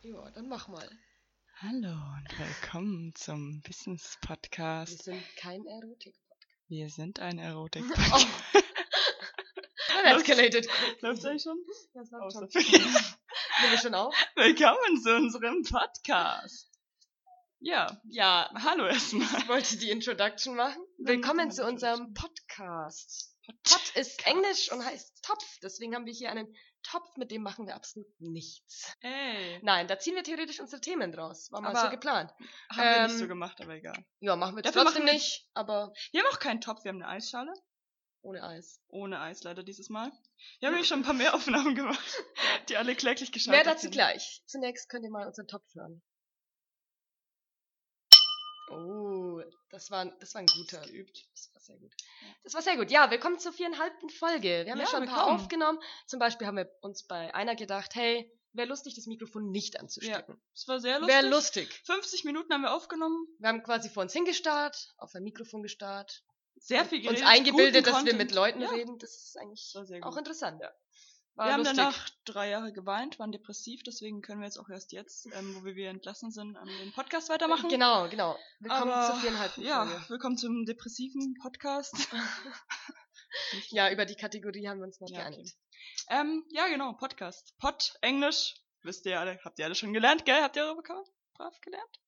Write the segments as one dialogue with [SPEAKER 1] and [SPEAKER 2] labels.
[SPEAKER 1] Ja, dann mach mal.
[SPEAKER 2] Hallo und willkommen zum Business
[SPEAKER 1] Wir
[SPEAKER 2] Podcast.
[SPEAKER 1] sind kein Erotik-Podcast.
[SPEAKER 2] Wir sind ein Erotik
[SPEAKER 1] Oh.
[SPEAKER 2] Podcast.
[SPEAKER 1] Escalated.
[SPEAKER 2] Läuft euch schon?
[SPEAKER 1] Oh, Das war schon.
[SPEAKER 2] Willkommen
[SPEAKER 1] Nehmen wir schon auf?
[SPEAKER 2] zu unserem Podcast. Ja,
[SPEAKER 1] Ja.
[SPEAKER 2] hallo erstmal.
[SPEAKER 1] Ich wollte die Introduction machen. Willkommen zu unserem Podcast. Pot ist Englisch und heißt Topf. Deswegen haben wir hier einen Topf, mit dem machen wir absolut nichts.
[SPEAKER 2] Hey,
[SPEAKER 1] Nein, da ziehen wir theoretisch unsere Themen draus. War mal
[SPEAKER 2] Aber-
[SPEAKER 1] so geplant.
[SPEAKER 2] haben wir nicht
[SPEAKER 1] Ähm,
[SPEAKER 2] so gemacht, aber egal.
[SPEAKER 1] Ja, machen wir
[SPEAKER 2] Dafür
[SPEAKER 1] trotzdem
[SPEAKER 2] machen wir-
[SPEAKER 1] nicht, aber
[SPEAKER 2] Wir haben auch keinen Topf, wir haben eine Eisschale.
[SPEAKER 1] ohne Eis.
[SPEAKER 2] Ohne Eis leider dieses Mal. Wir haben nämlich schon ein paar mehr Aufnahmen gemacht, die alle kläglich
[SPEAKER 1] Mehr
[SPEAKER 2] gescheitert
[SPEAKER 1] dazu
[SPEAKER 2] sind.
[SPEAKER 1] gleich. Zunächst könnt ihr mal unseren Topf hören. Oh, das war, das war ein guter.
[SPEAKER 2] Das ist geübt.
[SPEAKER 1] Das war sehr gut. Das war sehr gut. Ja, willkommen zur viereinhalbten Folge. Wir haben ja,
[SPEAKER 2] Ja,
[SPEAKER 1] schon ein paar
[SPEAKER 2] willkommen.
[SPEAKER 1] aufgenommen. Zum Beispiel haben wir uns bei einer gedacht, hey, wäre lustig, das Mikrofon nicht anzustecken.
[SPEAKER 2] Es war sehr lustig.
[SPEAKER 1] wäre lustig.
[SPEAKER 2] 50 Minuten haben wir aufgenommen.
[SPEAKER 1] Wir haben quasi vor uns hingestarrt, auf ein Mikrofon gestarrt,
[SPEAKER 2] Sehr viel geredet.
[SPEAKER 1] uns eingebildet,
[SPEAKER 2] guten
[SPEAKER 1] dass wir
[SPEAKER 2] Content.
[SPEAKER 1] mit Leuten
[SPEAKER 2] ja.
[SPEAKER 1] reden. Das ist eigentlich
[SPEAKER 2] War sehr gut.
[SPEAKER 1] auch interessant. Ja. War
[SPEAKER 2] Wir haben
[SPEAKER 1] lustig.
[SPEAKER 2] danach drei Jahre geweint, waren depressiv, deswegen können wir jetzt auch erst jetzt, ähm, wo wir wieder entlassen sind, an den Podcast weitermachen.
[SPEAKER 1] Genau, genau. Willkommen
[SPEAKER 2] Aber,
[SPEAKER 1] zur viereinhalbten
[SPEAKER 2] Ja,
[SPEAKER 1] Folge.
[SPEAKER 2] willkommen zum depressiven Podcast.
[SPEAKER 1] Ja, über die Kategorie haben wir uns noch
[SPEAKER 2] Ja,
[SPEAKER 1] geeinigt.
[SPEAKER 2] ähm, ja, genau, Podcast. Pod, Englisch. Wisst ihr alle, habt ihr alle schon gelernt, gell? Habt ihr eure Vokabeln brav gelernt?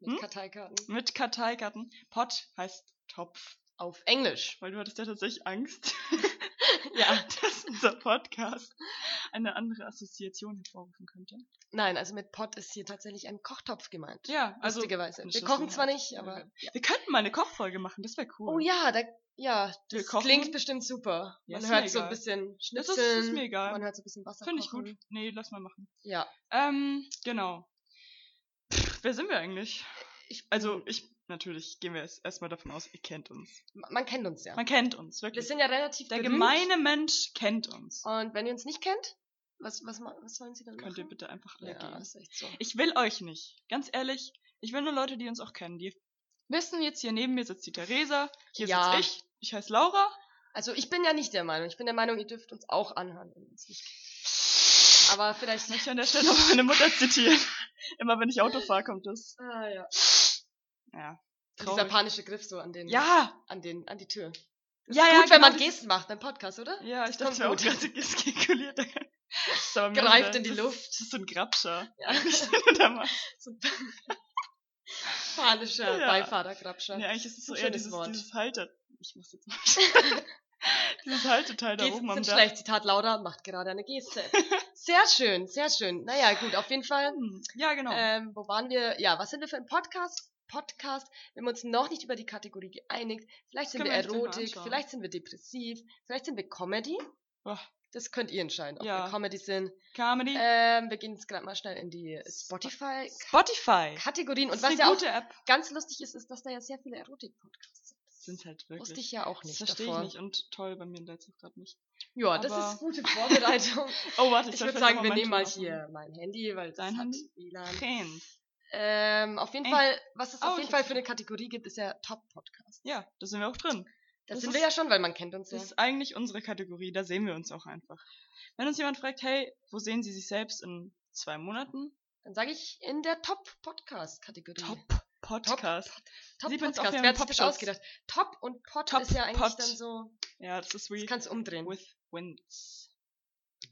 [SPEAKER 1] Mit
[SPEAKER 2] Hm?
[SPEAKER 1] Karteikarten.
[SPEAKER 2] Mit Karteikarten. Pod heißt Topf.
[SPEAKER 1] Auf Englisch.
[SPEAKER 2] Weil du hattest ja tatsächlich Angst,
[SPEAKER 1] Ja.
[SPEAKER 2] dass unser Podcast eine andere Assoziation hervorrufen könnte.
[SPEAKER 1] Nein, also mit Pot ist hier tatsächlich ein Kochtopf gemeint.
[SPEAKER 2] Ja, also.
[SPEAKER 1] Lustigerweise.
[SPEAKER 2] eine
[SPEAKER 1] Wir kochen
[SPEAKER 2] Schüssel
[SPEAKER 1] zwar
[SPEAKER 2] halt.
[SPEAKER 1] nicht, aber.
[SPEAKER 2] Ja. Wir könnten mal eine Kochfolge machen, das wäre cool.
[SPEAKER 1] Oh ja, da, ja,
[SPEAKER 2] Wir
[SPEAKER 1] das
[SPEAKER 2] kochen.
[SPEAKER 1] klingt bestimmt super.
[SPEAKER 2] Ja,
[SPEAKER 1] Man
[SPEAKER 2] ist mir
[SPEAKER 1] hört so ein
[SPEAKER 2] egal.
[SPEAKER 1] bisschen
[SPEAKER 2] Das
[SPEAKER 1] Schnitzeln.
[SPEAKER 2] ist, ist mir
[SPEAKER 1] Man
[SPEAKER 2] egal.
[SPEAKER 1] hört so ein bisschen Wasser.
[SPEAKER 2] Finde ich
[SPEAKER 1] kochen.
[SPEAKER 2] gut. Nee, lass mal machen.
[SPEAKER 1] Ja.
[SPEAKER 2] Ähm, genau. Pff, wer sind wir eigentlich?
[SPEAKER 1] Ich-
[SPEAKER 2] also, ich, natürlich gehen wir jetzt erstmal davon aus, ihr kennt uns.
[SPEAKER 1] Ma- Man kennt uns ja.
[SPEAKER 2] Man kennt uns,
[SPEAKER 1] wir
[SPEAKER 2] wirklich.
[SPEAKER 1] sind Oh, ja relativ
[SPEAKER 2] Der
[SPEAKER 1] berühmt.
[SPEAKER 2] gemeine Mensch kennt uns.
[SPEAKER 1] Und wenn ihr uns nicht kennt, was, was, ma- was sollen sie dann
[SPEAKER 2] Könnt ihr
[SPEAKER 1] machen?
[SPEAKER 2] bitte einfach alle
[SPEAKER 1] ja,
[SPEAKER 2] gehen.
[SPEAKER 1] ist echt so.
[SPEAKER 2] Ich will euch nicht. Ganz ehrlich, ich will nur Leute, die uns auch kennen. Die wissen jetzt, hier neben mir sitzt die Theresa, hier
[SPEAKER 1] Ja.
[SPEAKER 2] sitze ich, ich heiße Laura.
[SPEAKER 1] Also ich bin ja nicht der Meinung. Ich bin der Meinung, ihr dürft uns auch anhören. wenn ihr uns nicht kennt. Aber vielleicht
[SPEAKER 2] Ich möchte an der Stelle auch meine Mutter zitieren. Immer wenn ich Auto fahre, kommt das.
[SPEAKER 1] Ah, ja.
[SPEAKER 2] Ja.
[SPEAKER 1] Dieser
[SPEAKER 2] Traurig.
[SPEAKER 1] panische Griff so an den,
[SPEAKER 2] Ja,
[SPEAKER 1] an den, an die Tür.
[SPEAKER 2] ja,
[SPEAKER 1] gut,
[SPEAKER 2] ja.
[SPEAKER 1] wenn man
[SPEAKER 2] genau, das-
[SPEAKER 1] Gesten macht beim Podcast, oder?
[SPEAKER 2] Ja, ich
[SPEAKER 1] kommt
[SPEAKER 2] dachte mir auch
[SPEAKER 1] gut.
[SPEAKER 2] gerade gestikuliert. Das ist aber
[SPEAKER 1] Greift
[SPEAKER 2] minder.
[SPEAKER 1] in die
[SPEAKER 2] das,
[SPEAKER 1] Luft.
[SPEAKER 2] Das ist so ein Grabscher.
[SPEAKER 1] Ja.
[SPEAKER 2] Ja.
[SPEAKER 1] So ein panischer
[SPEAKER 2] Ja.
[SPEAKER 1] Beifahrergrabscher.
[SPEAKER 2] nee, eigentlich ist es so
[SPEAKER 1] Ein
[SPEAKER 2] eher
[SPEAKER 1] schönes
[SPEAKER 2] dieses,
[SPEAKER 1] Wort.
[SPEAKER 2] dieses Halte. Ich muss jetzt mal. dieses Halteteil da
[SPEAKER 1] Gesten
[SPEAKER 2] oben am
[SPEAKER 1] sind
[SPEAKER 2] Dach.
[SPEAKER 1] schlecht. Zitat Laura macht gerade eine Geste. Sehr schön, sehr schön. Naja, gut, auf jeden Fall.
[SPEAKER 2] Hm, Ja, genau.
[SPEAKER 1] Ähm, wo waren wir? Ja, was sind wir für ein Podcast? Podcast. Wir haben uns noch nicht über die Kategorie geeinigt. Vielleicht sind
[SPEAKER 2] können
[SPEAKER 1] wir
[SPEAKER 2] wir uns gleich mal
[SPEAKER 1] erotik,
[SPEAKER 2] anschauen.
[SPEAKER 1] vielleicht sind wir depressiv, vielleicht sind wir Comedy.
[SPEAKER 2] Oh.
[SPEAKER 1] Das könnt ihr entscheiden, ob
[SPEAKER 2] Ja.
[SPEAKER 1] wir Comedy sind.
[SPEAKER 2] Comedy.
[SPEAKER 1] Ähm, wir gehen jetzt gerade mal schnell in die Spotify-Kategorien.
[SPEAKER 2] Spotify.
[SPEAKER 1] Und
[SPEAKER 2] ist eine
[SPEAKER 1] was ja auch
[SPEAKER 2] gute App.
[SPEAKER 1] ganz lustig ist, ist, dass da ja sehr viele Erotik-Podcasts sind.
[SPEAKER 2] Sind halt wirklich.
[SPEAKER 1] Wusste ich ja auch
[SPEAKER 2] das
[SPEAKER 1] nicht
[SPEAKER 2] verstehe ich
[SPEAKER 1] davor.
[SPEAKER 2] nicht und toll, bei mir lädt es gerade nicht.
[SPEAKER 1] Ja, das
[SPEAKER 2] aber-
[SPEAKER 1] ist gute Vorbereitung.
[SPEAKER 2] Oh, warte,
[SPEAKER 1] ich
[SPEAKER 2] soll
[SPEAKER 1] würde
[SPEAKER 2] vielleicht
[SPEAKER 1] sagen,
[SPEAKER 2] noch
[SPEAKER 1] wir
[SPEAKER 2] mein
[SPEAKER 1] nehmen mal
[SPEAKER 2] Ton
[SPEAKER 1] hier mein Handy, weil das
[SPEAKER 2] Dein
[SPEAKER 1] hat
[SPEAKER 2] Handy?
[SPEAKER 1] WLAN.
[SPEAKER 2] aufnehmen.
[SPEAKER 1] Ähm, auf jeden
[SPEAKER 2] Ey.
[SPEAKER 1] Fall, was es
[SPEAKER 2] Oh,
[SPEAKER 1] auf
[SPEAKER 2] ich
[SPEAKER 1] jeden
[SPEAKER 2] hab's
[SPEAKER 1] Fall für eine Kategorie gibt, ist ja Top-Podcast.
[SPEAKER 2] Ja, da sind wir auch drin.
[SPEAKER 1] Das,
[SPEAKER 2] Das
[SPEAKER 1] sind
[SPEAKER 2] ist-
[SPEAKER 1] wir ja schon, weil man kennt uns
[SPEAKER 2] Das
[SPEAKER 1] ja.
[SPEAKER 2] ist eigentlich unsere Kategorie, da sehen wir uns auch einfach. Wenn uns jemand fragt, hey, wo sehen Sie sich selbst in zwei Monaten?
[SPEAKER 1] Dann sage ich in der Top-Podcast-Kategorie.
[SPEAKER 2] Top Podcast. sieht man's
[SPEAKER 1] Top-Podcast,
[SPEAKER 2] auch, wir haben
[SPEAKER 1] wer hat sich das
[SPEAKER 2] Podcast.
[SPEAKER 1] ausgedacht? Top und Pod
[SPEAKER 2] Top,
[SPEAKER 1] ist ja eigentlich
[SPEAKER 2] Pod.
[SPEAKER 1] dann so,
[SPEAKER 2] Ja, das
[SPEAKER 1] das
[SPEAKER 2] ist we
[SPEAKER 1] kannst du umdrehen.
[SPEAKER 2] with wins.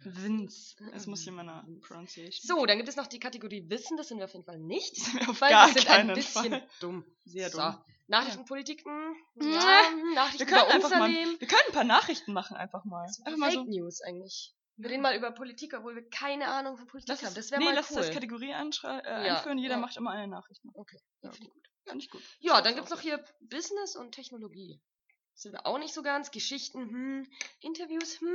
[SPEAKER 2] Wins. Es muss hier meiner
[SPEAKER 1] Wins.
[SPEAKER 2] Pronunciation.
[SPEAKER 1] So, dann gibt es noch die Kategorie Wissen, das sind wir auf jeden Fall nicht,
[SPEAKER 2] sind wir auf
[SPEAKER 1] weil
[SPEAKER 2] gar
[SPEAKER 1] wir sind ein
[SPEAKER 2] keinen
[SPEAKER 1] bisschen
[SPEAKER 2] Fall.
[SPEAKER 1] dumm.
[SPEAKER 2] Sehr
[SPEAKER 1] So.
[SPEAKER 2] dumm.
[SPEAKER 1] Nachrichtenpolitik, mh,
[SPEAKER 2] Ja.
[SPEAKER 1] ja, Nachrichten
[SPEAKER 2] Wir
[SPEAKER 1] über
[SPEAKER 2] können einfach
[SPEAKER 1] unser
[SPEAKER 2] mal,
[SPEAKER 1] Leben.
[SPEAKER 2] wir können ein paar Nachrichten machen einfach mal.
[SPEAKER 1] Das ist
[SPEAKER 2] Einfach
[SPEAKER 1] Fake
[SPEAKER 2] mal so.
[SPEAKER 1] News eigentlich. Wir reden mal über Politik, obwohl wir keine Ahnung von Politik
[SPEAKER 2] Lass
[SPEAKER 1] haben.
[SPEAKER 2] uns,
[SPEAKER 1] Das wäre
[SPEAKER 2] nee,
[SPEAKER 1] mal
[SPEAKER 2] lass
[SPEAKER 1] cool.
[SPEAKER 2] uns das Kategorie anschrei- äh,
[SPEAKER 1] Ja,
[SPEAKER 2] einführen. Jeder
[SPEAKER 1] ja.
[SPEAKER 2] macht immer eine Nachricht.
[SPEAKER 1] Okay.
[SPEAKER 2] Ja,
[SPEAKER 1] Finde ich gut.
[SPEAKER 2] Fand ich gut.
[SPEAKER 1] Ja,
[SPEAKER 2] Schreib's
[SPEAKER 1] dann gibt's
[SPEAKER 2] auf.
[SPEAKER 1] noch hier Business und Technologie. Sind wir auch nicht so ganz. Geschichten, hm. Interviews, hm.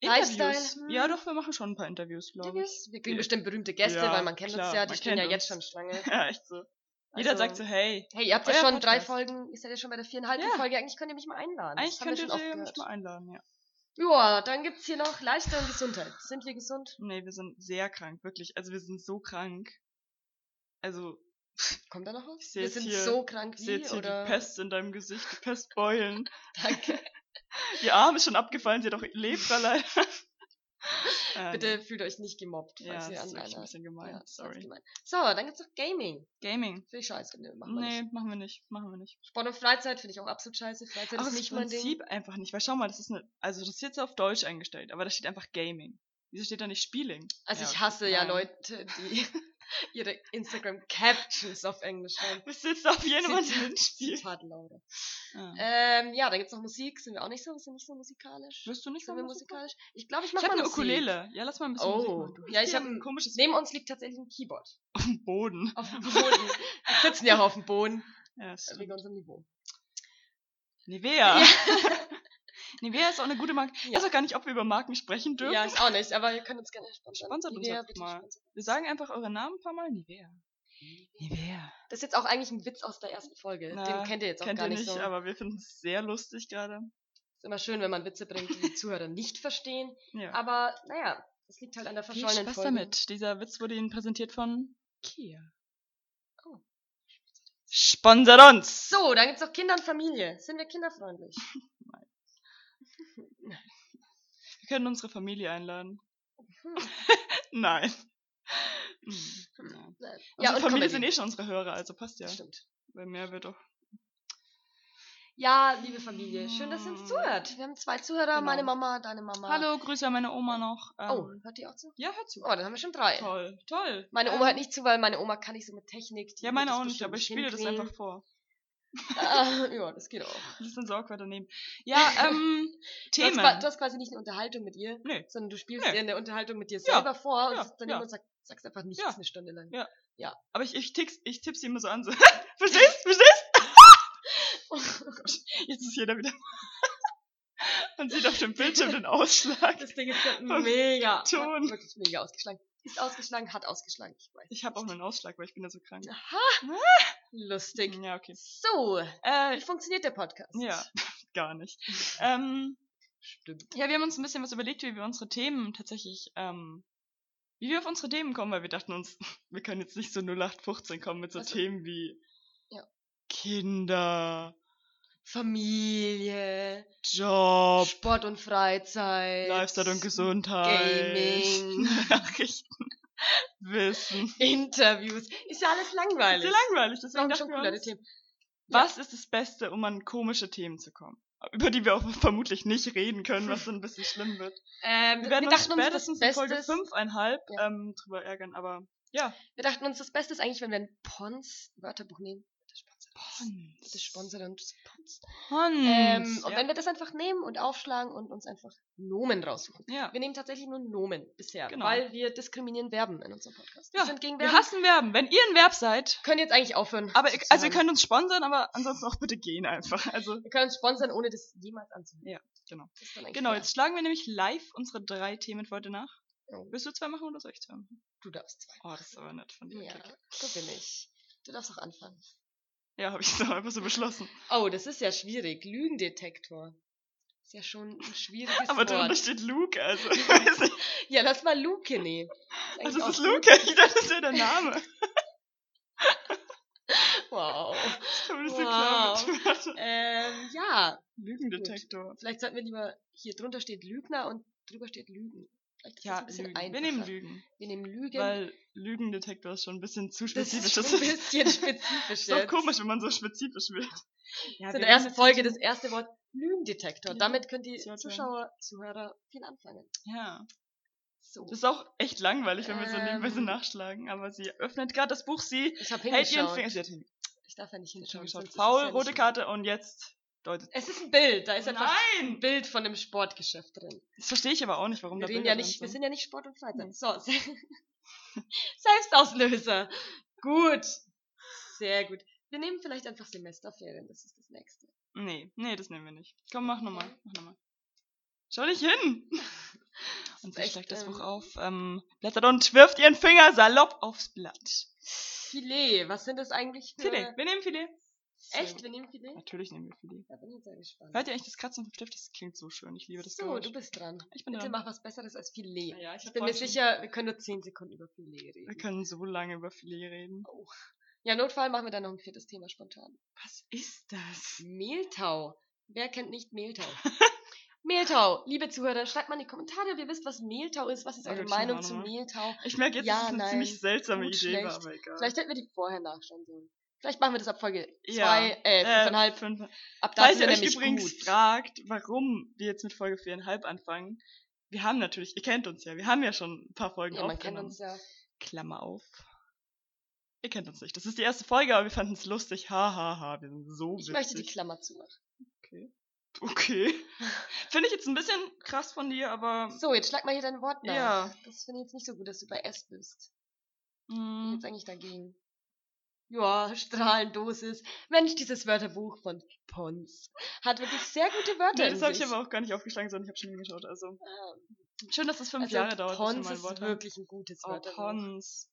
[SPEAKER 2] Interviews.
[SPEAKER 1] Lifestyle, hm.
[SPEAKER 2] Ja, doch, wir machen schon ein paar Interviews, glaube ich.
[SPEAKER 1] Interviews. Wir kriegen
[SPEAKER 2] Ja.
[SPEAKER 1] bestimmt berühmte Gäste,
[SPEAKER 2] Ja,
[SPEAKER 1] weil man kennt
[SPEAKER 2] klar,
[SPEAKER 1] uns ja. Die
[SPEAKER 2] man
[SPEAKER 1] stehen ja
[SPEAKER 2] kennt
[SPEAKER 1] jetzt schon
[SPEAKER 2] uns.
[SPEAKER 1] Schlange.
[SPEAKER 2] Ja, echt so. Jeder
[SPEAKER 1] Also-
[SPEAKER 2] sagt so, hey,
[SPEAKER 1] Hey, ihr habt ja
[SPEAKER 2] Euer
[SPEAKER 1] schon drei
[SPEAKER 2] Podcast.
[SPEAKER 1] Folgen, ihr seid ja schon bei der viereinhalbten
[SPEAKER 2] Ja.
[SPEAKER 1] Folge, eigentlich könnt ihr mich mal einladen. Das
[SPEAKER 2] Eigentlich
[SPEAKER 1] haben wir
[SPEAKER 2] könnt ihr
[SPEAKER 1] schon
[SPEAKER 2] sie
[SPEAKER 1] oft
[SPEAKER 2] mich mal
[SPEAKER 1] gehört.
[SPEAKER 2] einladen, ja.
[SPEAKER 1] Ja, dann gibt's hier noch Lifestyle und Gesundheit. Sind wir gesund?
[SPEAKER 2] Nee, wir sind sehr krank, wirklich. Also wir sind so krank. Also,
[SPEAKER 1] Kommt da noch was?
[SPEAKER 2] Ich seh
[SPEAKER 1] Wir
[SPEAKER 2] jetzt
[SPEAKER 1] sind
[SPEAKER 2] hier-
[SPEAKER 1] so krank
[SPEAKER 2] ich
[SPEAKER 1] wie,
[SPEAKER 2] sehe jetzt hier
[SPEAKER 1] oder?
[SPEAKER 2] die Pest in deinem Gesicht, die Pestbeulen.
[SPEAKER 1] Danke.
[SPEAKER 2] Ihr Arm ist schon abgefallen, sie hat auch Lepra leider. Ähm,
[SPEAKER 1] Bitte fühlt euch nicht gemobbt,
[SPEAKER 2] Ja,
[SPEAKER 1] falls
[SPEAKER 2] das
[SPEAKER 1] ihr an
[SPEAKER 2] ist wirklich ein
[SPEAKER 1] einer.
[SPEAKER 2] bisschen gemein.
[SPEAKER 1] Ja, das ist
[SPEAKER 2] Sorry.
[SPEAKER 1] gemein. So, dann gibt's noch Gaming.
[SPEAKER 2] Gaming.
[SPEAKER 1] Finde ich scheiße, ne, machen wir
[SPEAKER 2] Nee,
[SPEAKER 1] nicht.
[SPEAKER 2] machen wir nicht. Machen wir nicht.
[SPEAKER 1] Sport und Freizeit finde ich auch absolut scheiße. Freizeit
[SPEAKER 2] Auch
[SPEAKER 1] ist
[SPEAKER 2] das
[SPEAKER 1] nicht mein Ding.
[SPEAKER 2] Prinzip einfach nicht. Weil schau mal, das ist eine. Also das ist jetzt auf Deutsch eingestellt, aber da steht einfach Gaming. Wieso steht da nicht Spieling?
[SPEAKER 1] Also
[SPEAKER 2] Ja,
[SPEAKER 1] ich hasse ja
[SPEAKER 2] nein.
[SPEAKER 1] Leute, die ihre Instagram Captions auf Englisch schreiben.
[SPEAKER 2] Das sitzt auf jeden Fall
[SPEAKER 1] Zitat-
[SPEAKER 2] ein Spiel.
[SPEAKER 1] Zitat Laura.
[SPEAKER 2] Ah.
[SPEAKER 1] Ähm, ja, dann gibt's noch Musik. Sind wir auch nicht so, sind nicht so musikalisch?
[SPEAKER 2] Wirst du nicht
[SPEAKER 1] Sind
[SPEAKER 2] mal
[SPEAKER 1] wir
[SPEAKER 2] Musik machen?
[SPEAKER 1] musikalisch? Ich glaube, ich
[SPEAKER 2] Ich
[SPEAKER 1] mache
[SPEAKER 2] hab
[SPEAKER 1] mal
[SPEAKER 2] eine
[SPEAKER 1] Musik.
[SPEAKER 2] Ukulele. Ja, lass mal ein bisschen
[SPEAKER 1] Oh.
[SPEAKER 2] Musik machen. Du
[SPEAKER 1] Ja,
[SPEAKER 2] hast
[SPEAKER 1] ich
[SPEAKER 2] hier
[SPEAKER 1] hab
[SPEAKER 2] ein
[SPEAKER 1] ein-
[SPEAKER 2] komisches
[SPEAKER 1] Neben uns liegt tatsächlich ein Keyboard.
[SPEAKER 2] Boden.
[SPEAKER 1] Auf dem Boden. Wir sitzen ja auch auf dem Boden.
[SPEAKER 2] Ja, das stimmt.
[SPEAKER 1] Wegen unserem Niveau.
[SPEAKER 2] Nivea. Nivea ist auch eine gute Marke. Ich
[SPEAKER 1] Ja.
[SPEAKER 2] weiß auch gar nicht, ob wir über Marken sprechen dürfen.
[SPEAKER 1] Ja, ich auch nicht, aber ihr könnt uns gerne sponsern.
[SPEAKER 2] Sponsert uns
[SPEAKER 1] Nivea,
[SPEAKER 2] doch
[SPEAKER 1] bitte
[SPEAKER 2] mal.
[SPEAKER 1] sponsert.
[SPEAKER 2] Wir sagen einfach eure Namen ein paar Mal. Nivea. Nivea.
[SPEAKER 1] Das ist jetzt auch eigentlich ein Witz aus der ersten Folge.
[SPEAKER 2] Na,
[SPEAKER 1] Den kennt ihr jetzt auch
[SPEAKER 2] Kennt
[SPEAKER 1] gar
[SPEAKER 2] ihr
[SPEAKER 1] nicht,
[SPEAKER 2] nicht,
[SPEAKER 1] so.
[SPEAKER 2] aber wir finden es sehr lustig gerade.
[SPEAKER 1] Ist immer schön, wenn man Witze bringt, die die Zuhörer nicht verstehen.
[SPEAKER 2] Ja.
[SPEAKER 1] Aber naja, das liegt halt an der
[SPEAKER 2] Viel
[SPEAKER 1] verschollenen
[SPEAKER 2] Spaß
[SPEAKER 1] Folge.
[SPEAKER 2] damit. Dieser Witz wurde Ihnen präsentiert von Kia.
[SPEAKER 1] Oh.
[SPEAKER 2] Sponsert uns!
[SPEAKER 1] So, dann gibt's auch Kinder und Familie. Sind wir kinderfreundlich? Äh,
[SPEAKER 2] Wir können unsere Familie einladen.
[SPEAKER 1] Hm.
[SPEAKER 2] Nein. Hm, Ja.
[SPEAKER 1] Nein.
[SPEAKER 2] Unsere
[SPEAKER 1] Comedy.
[SPEAKER 2] Familie sind eh schon unsere Hörer, also passt ja.
[SPEAKER 1] Stimmt.
[SPEAKER 2] Bei mehr wird doch.
[SPEAKER 1] Ja, liebe Familie, schön, dass ihr uns zuhört. Wir haben zwei Zuhörer,
[SPEAKER 2] Hm. Genau.
[SPEAKER 1] meine Mama, deine Mama.
[SPEAKER 2] Hallo, Grüße an meine Oma noch. Ähm,
[SPEAKER 1] Oh, hört ihr auch zu?
[SPEAKER 2] Ja, hör zu.
[SPEAKER 1] Oh, dann haben wir schon drei.
[SPEAKER 2] Toll, toll.
[SPEAKER 1] Meine
[SPEAKER 2] Ähm,
[SPEAKER 1] Oma hört nicht zu, weil meine Oma kann nicht so mit Technik. die
[SPEAKER 2] Ja,
[SPEAKER 1] wird
[SPEAKER 2] meine
[SPEAKER 1] das
[SPEAKER 2] auch nicht,
[SPEAKER 1] bestimmt
[SPEAKER 2] aber ich spiele das
[SPEAKER 1] hinkriegen.
[SPEAKER 2] einfach vor.
[SPEAKER 1] Ah, ja, das geht auch.
[SPEAKER 2] Das ist dann so awkward daneben. Ja, ähm, Themen.
[SPEAKER 1] Du hast, qua- du hast quasi nicht eine Unterhaltung mit ihr,
[SPEAKER 2] Nee.
[SPEAKER 1] sondern du spielst
[SPEAKER 2] Nee.
[SPEAKER 1] dir eine Unterhaltung mit dir
[SPEAKER 2] Ja,
[SPEAKER 1] selber vor und
[SPEAKER 2] ja,
[SPEAKER 1] sitzt daneben
[SPEAKER 2] ja.
[SPEAKER 1] und sag, sagst einfach nichts
[SPEAKER 2] Ja.
[SPEAKER 1] eine Stunde lang.
[SPEAKER 2] Aber ich, ich, tick, ich tipp sie immer so an. So. Verstehst? Verstehst? Oh Jetzt ist jeder wieder. Man sieht auf dem Bildschirm den Ausschlag.
[SPEAKER 1] Das Ding ist ja mega. hat
[SPEAKER 2] Ton.
[SPEAKER 1] Wirklich mega ausgeschlagen. Ist ausgeschlagen, hat ausgeschlagen. Ich weiß.
[SPEAKER 2] Ich habe auch einen Ausschlag, weil ich bin ja so krank.
[SPEAKER 1] Lustig.
[SPEAKER 2] Ja, okay.
[SPEAKER 1] So,
[SPEAKER 2] Mhm. Äh,
[SPEAKER 1] wie funktioniert der Podcast?
[SPEAKER 2] ja, gar nicht. Ähm,
[SPEAKER 1] Stimmt.
[SPEAKER 2] ja, wir haben uns ein bisschen was überlegt, wie wir unsere Themen tatsächlich, ähm, wie wir auf unsere Themen kommen, weil wir dachten uns, wir können jetzt nicht so 0815 kommen mit so
[SPEAKER 1] Also-
[SPEAKER 2] Themen wie
[SPEAKER 1] Ja.
[SPEAKER 2] Kinder,
[SPEAKER 1] Familie,
[SPEAKER 2] Job,
[SPEAKER 1] Sport und Freizeit,
[SPEAKER 2] Lifestyle und Gesundheit,
[SPEAKER 1] Gaming.
[SPEAKER 2] Nachrichten, Wissen.
[SPEAKER 1] Interviews. Ist ja alles langweilig.
[SPEAKER 2] Sehr langweilig,
[SPEAKER 1] Das
[SPEAKER 2] deswegen
[SPEAKER 1] waren
[SPEAKER 2] dachten
[SPEAKER 1] schon
[SPEAKER 2] wir
[SPEAKER 1] coolere
[SPEAKER 2] uns,
[SPEAKER 1] Themen.
[SPEAKER 2] was ist das Beste, um an komische Themen zu kommen? Über die wir auch vermutlich nicht reden können, was dann ein bisschen schlimm wird.
[SPEAKER 1] Ähm,
[SPEAKER 2] Wir
[SPEAKER 1] wir,
[SPEAKER 2] werden uns
[SPEAKER 1] dachten uns,
[SPEAKER 2] spätestens
[SPEAKER 1] das
[SPEAKER 2] in
[SPEAKER 1] Beste
[SPEAKER 2] Folge
[SPEAKER 1] ist,
[SPEAKER 2] 5,5
[SPEAKER 1] Ja.
[SPEAKER 2] ähm, drüber ärgern, aber
[SPEAKER 1] wir dachten uns, das Beste ist eigentlich, wenn wir ein Pons Wörterbuch nehmen. Bitte sponsert uns. Bitte
[SPEAKER 2] Pons. Hm.
[SPEAKER 1] sponsert uns Pons.
[SPEAKER 2] Pons.
[SPEAKER 1] Ähm, Und
[SPEAKER 2] ja.
[SPEAKER 1] wenn wir das einfach nehmen und aufschlagen und uns einfach Nomen raussuchen.
[SPEAKER 2] ja.
[SPEAKER 1] Wir nehmen tatsächlich nur Nomen bisher,
[SPEAKER 2] Genau.
[SPEAKER 1] weil wir diskriminieren Verben in unserem Podcast.
[SPEAKER 2] Ja,
[SPEAKER 1] Wir sind gegen
[SPEAKER 2] Wir
[SPEAKER 1] Verben.
[SPEAKER 2] hassen Verben. Wenn ihr ein Verb seid,
[SPEAKER 1] können jetzt eigentlich aufhören.
[SPEAKER 2] aber ihr- also ihr
[SPEAKER 1] zuzuhören.
[SPEAKER 2] könnt uns sponsern, aber ansonsten auch bitte gehen einfach. Also
[SPEAKER 1] wir können uns sponsern, ohne das jemals anzunehmen.
[SPEAKER 2] Ja, genau.
[SPEAKER 1] Das ist dann eigentlich
[SPEAKER 2] genau,
[SPEAKER 1] fair.
[SPEAKER 2] jetzt schlagen wir nämlich live unsere drei Themen für heute nach.
[SPEAKER 1] Oh.
[SPEAKER 2] Willst du zwei machen oder soll ich zwei machen?
[SPEAKER 1] Du darfst zwei.
[SPEAKER 2] Oh, das ist aber nett von dir.
[SPEAKER 1] Ja,
[SPEAKER 2] Okay.
[SPEAKER 1] so bin ich. Du darfst auch anfangen.
[SPEAKER 2] Ja, habe ich so einfach so beschlossen.
[SPEAKER 1] Oh, das ist ja schwierig. Lügendetektor. Ist ja schon ein schwieriges
[SPEAKER 2] Aber drunter
[SPEAKER 1] Wort.
[SPEAKER 2] steht Luke, also ich weiß nicht.
[SPEAKER 1] Ja, lass mal Luke nehmen. Ist
[SPEAKER 2] Also
[SPEAKER 1] eigentlich
[SPEAKER 2] das ist
[SPEAKER 1] auch
[SPEAKER 2] Luke, ich dachte, das wäre der Name.
[SPEAKER 1] Wow.
[SPEAKER 2] Ich habe das
[SPEAKER 1] Wow.
[SPEAKER 2] geklaut.
[SPEAKER 1] Ähm, ja,
[SPEAKER 2] Lügendetektor.
[SPEAKER 1] vielleicht sollten wir lieber, hier drunter steht Lügner und drüber steht Lügen. Vielleicht ist das
[SPEAKER 2] Ja,
[SPEAKER 1] ein bisschen
[SPEAKER 2] Lügen. Wir nehmen
[SPEAKER 1] einfacher.
[SPEAKER 2] Lügen.
[SPEAKER 1] Wir nehmen Lügen.
[SPEAKER 2] Weil Lügendetektor ist schon ein bisschen zu
[SPEAKER 1] das
[SPEAKER 2] spezifisch.
[SPEAKER 1] ist schon ein bisschen spezifisch
[SPEAKER 2] ist doch
[SPEAKER 1] jetzt.
[SPEAKER 2] komisch, wenn man so spezifisch wird. Ja,
[SPEAKER 1] Das ist in der ersten Folge das erste Wort Lügendetektor.
[SPEAKER 2] Ja,
[SPEAKER 1] Damit können die
[SPEAKER 2] das hört man.
[SPEAKER 1] Zuschauer, Zuhörer viel anfangen.
[SPEAKER 2] Ja.
[SPEAKER 1] So.
[SPEAKER 2] Das ist auch echt langweilig, wenn wir so
[SPEAKER 1] Ähm.
[SPEAKER 2] nebenweise nachschlagen. Aber sie öffnet gerade das Buch, sie
[SPEAKER 1] Ich habe
[SPEAKER 2] hält ihren
[SPEAKER 1] hingeschaut.
[SPEAKER 2] Finger. Sie hat hin-
[SPEAKER 1] ich darf ja nicht hinschauen.
[SPEAKER 2] hingeschaut.
[SPEAKER 1] sonst ist
[SPEAKER 2] Faul,
[SPEAKER 1] es ja nicht
[SPEAKER 2] rote
[SPEAKER 1] gut.
[SPEAKER 2] Karte und jetzt deutet.
[SPEAKER 1] Es ist ein Bild, da ist einfach ein
[SPEAKER 2] Nein!
[SPEAKER 1] Bild von dem Sportgeschäft drin.
[SPEAKER 2] Das verstehe ich aber auch nicht, warum
[SPEAKER 1] Wir
[SPEAKER 2] da
[SPEAKER 1] reden
[SPEAKER 2] Bilder
[SPEAKER 1] ja
[SPEAKER 2] drin
[SPEAKER 1] nicht, wir
[SPEAKER 2] sind.
[SPEAKER 1] sind ja nicht Sport und Freizeit.
[SPEAKER 2] Nee.
[SPEAKER 1] So, Se- Selbstauslöser. Gut. Sehr gut. Wir nehmen vielleicht einfach Semesterferien, das ist das nächste.
[SPEAKER 2] Nee, nee, das nehmen wir nicht. Komm, mach nochmal. Mach nochmal. Schau dich hin! Und sie
[SPEAKER 1] echt,
[SPEAKER 2] schlägt das
[SPEAKER 1] ähm,
[SPEAKER 2] Buch auf, ähm, blättert und wirft ihren Finger salopp aufs Blatt.
[SPEAKER 1] Filet, was sind das eigentlich für...
[SPEAKER 2] Filet, wir nehmen Filet.
[SPEAKER 1] Echt, wir nehmen Filet?
[SPEAKER 2] Natürlich nehmen wir Filet.
[SPEAKER 1] Da bin ich sehr gespannt.
[SPEAKER 2] Hört ihr eigentlich das Kratzen vom Stift? Das klingt so schön. Ich liebe das
[SPEAKER 1] so,
[SPEAKER 2] Geräusch.
[SPEAKER 1] du bist dran.
[SPEAKER 2] ich bin
[SPEAKER 1] Bitte
[SPEAKER 2] dran.
[SPEAKER 1] mach was Besseres als Filet.
[SPEAKER 2] Ja, ich,
[SPEAKER 1] Ich
[SPEAKER 2] hab
[SPEAKER 1] bin mir
[SPEAKER 2] vorhin schon-
[SPEAKER 1] sicher, wir können nur 10 Sekunden über Filet reden.
[SPEAKER 2] Wir können so lange über Filet reden.
[SPEAKER 1] Oh. Ja, Notfall machen wir dann noch ein viertes Thema spontan.
[SPEAKER 2] Was ist das?
[SPEAKER 1] Mehltau. Wer kennt nicht Mehltau? Mehltau, liebe Zuhörer, schreibt mal in die Kommentare, ob ihr wisst, was Mehltau ist. Was ist
[SPEAKER 2] Ja,
[SPEAKER 1] eure
[SPEAKER 2] gut, keine
[SPEAKER 1] Meinung
[SPEAKER 2] Ahnung,
[SPEAKER 1] zu
[SPEAKER 2] ne?
[SPEAKER 1] Mehltau?
[SPEAKER 2] Ich merke jetzt,
[SPEAKER 1] Ja,
[SPEAKER 2] dass es eine
[SPEAKER 1] nein.
[SPEAKER 2] ziemlich seltsame
[SPEAKER 1] Gut,
[SPEAKER 2] Idee war,
[SPEAKER 1] schlecht.
[SPEAKER 2] aber egal.
[SPEAKER 1] Vielleicht hätten wir die vorher nachschauen sollen. Vielleicht machen wir das ab Folge 2,
[SPEAKER 2] Ja.
[SPEAKER 1] äh,
[SPEAKER 2] Äh,
[SPEAKER 1] 5,5.
[SPEAKER 2] fünf-
[SPEAKER 1] ab da
[SPEAKER 2] Falls
[SPEAKER 1] sind
[SPEAKER 2] ihr
[SPEAKER 1] wir
[SPEAKER 2] euch
[SPEAKER 1] nämlich
[SPEAKER 2] übrigens
[SPEAKER 1] gut.
[SPEAKER 2] fragt, warum wir jetzt mit Folge 4,5 anfangen, wir haben natürlich, ihr kennt uns ja, wir haben ja schon ein paar Folgen
[SPEAKER 1] Ja, man kennt
[SPEAKER 2] aufgenommen.
[SPEAKER 1] uns ja.
[SPEAKER 2] Klammer auf. Ihr kennt uns nicht. Das ist die erste Folge, aber wir fanden es lustig. Ha, ha, ha. Wir sind so
[SPEAKER 1] Ich
[SPEAKER 2] witzig.
[SPEAKER 1] möchte die Klammer zumachen.
[SPEAKER 2] Okay. Finde ich jetzt ein bisschen krass von dir, aber...
[SPEAKER 1] So, jetzt schlag mal hier dein Wort nach.
[SPEAKER 2] Ja.
[SPEAKER 1] Das finde ich jetzt nicht so gut, dass du bei S bist. Ich bin
[SPEAKER 2] Mh,
[SPEAKER 1] jetzt eigentlich dagegen. Ja, Strahlendosis. Mensch, dieses Wörterbuch von Pons hat wirklich sehr gute Wörter
[SPEAKER 2] nee,
[SPEAKER 1] in
[SPEAKER 2] das habe ich
[SPEAKER 1] sich.
[SPEAKER 2] aber auch gar nicht aufgeschlagen, sondern ich habe schon hingeschaut. Also
[SPEAKER 1] Ah,
[SPEAKER 2] schön, dass es fünf
[SPEAKER 1] also
[SPEAKER 2] Jahre dauert, bis wir
[SPEAKER 1] Pons
[SPEAKER 2] mal ein
[SPEAKER 1] ist
[SPEAKER 2] Wort haben.
[SPEAKER 1] wirklich ein gutes
[SPEAKER 2] Oh,
[SPEAKER 1] Wörterbuch.
[SPEAKER 2] Pons.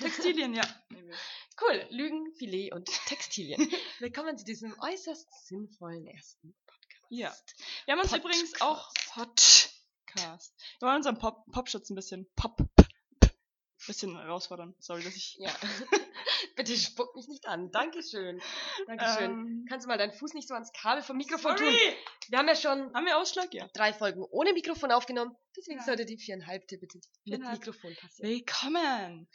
[SPEAKER 2] Textilien, ja. Nehmen wir.
[SPEAKER 1] Cool, Lügen, Filet und Textilien. Willkommen zu diesem äußerst sinnvollen ersten Podcast.
[SPEAKER 2] Ja. Wir haben uns übrigens auch Podcast. Wir wollen unseren Pop Popschutz ein bisschen Pop p- bisschen herausfordern. Sorry, dass ich
[SPEAKER 1] Ja. Bitte spuck mich nicht an. Dankeschön. Dankeschön.
[SPEAKER 2] ähm,
[SPEAKER 1] Kannst du mal deinen Fuß nicht so ans Kabel vom Mikrofon tun?
[SPEAKER 2] sorry.
[SPEAKER 1] Wir haben ja schon
[SPEAKER 2] Haben wir Ausschlag? Ja.
[SPEAKER 1] drei Folgen ohne Mikrofon aufgenommen. Deswegen
[SPEAKER 2] Ja.
[SPEAKER 1] sollte die viereinhalbte bitte mit
[SPEAKER 2] Viereinhalb.
[SPEAKER 1] Mikrofon passieren.
[SPEAKER 2] Willkommen.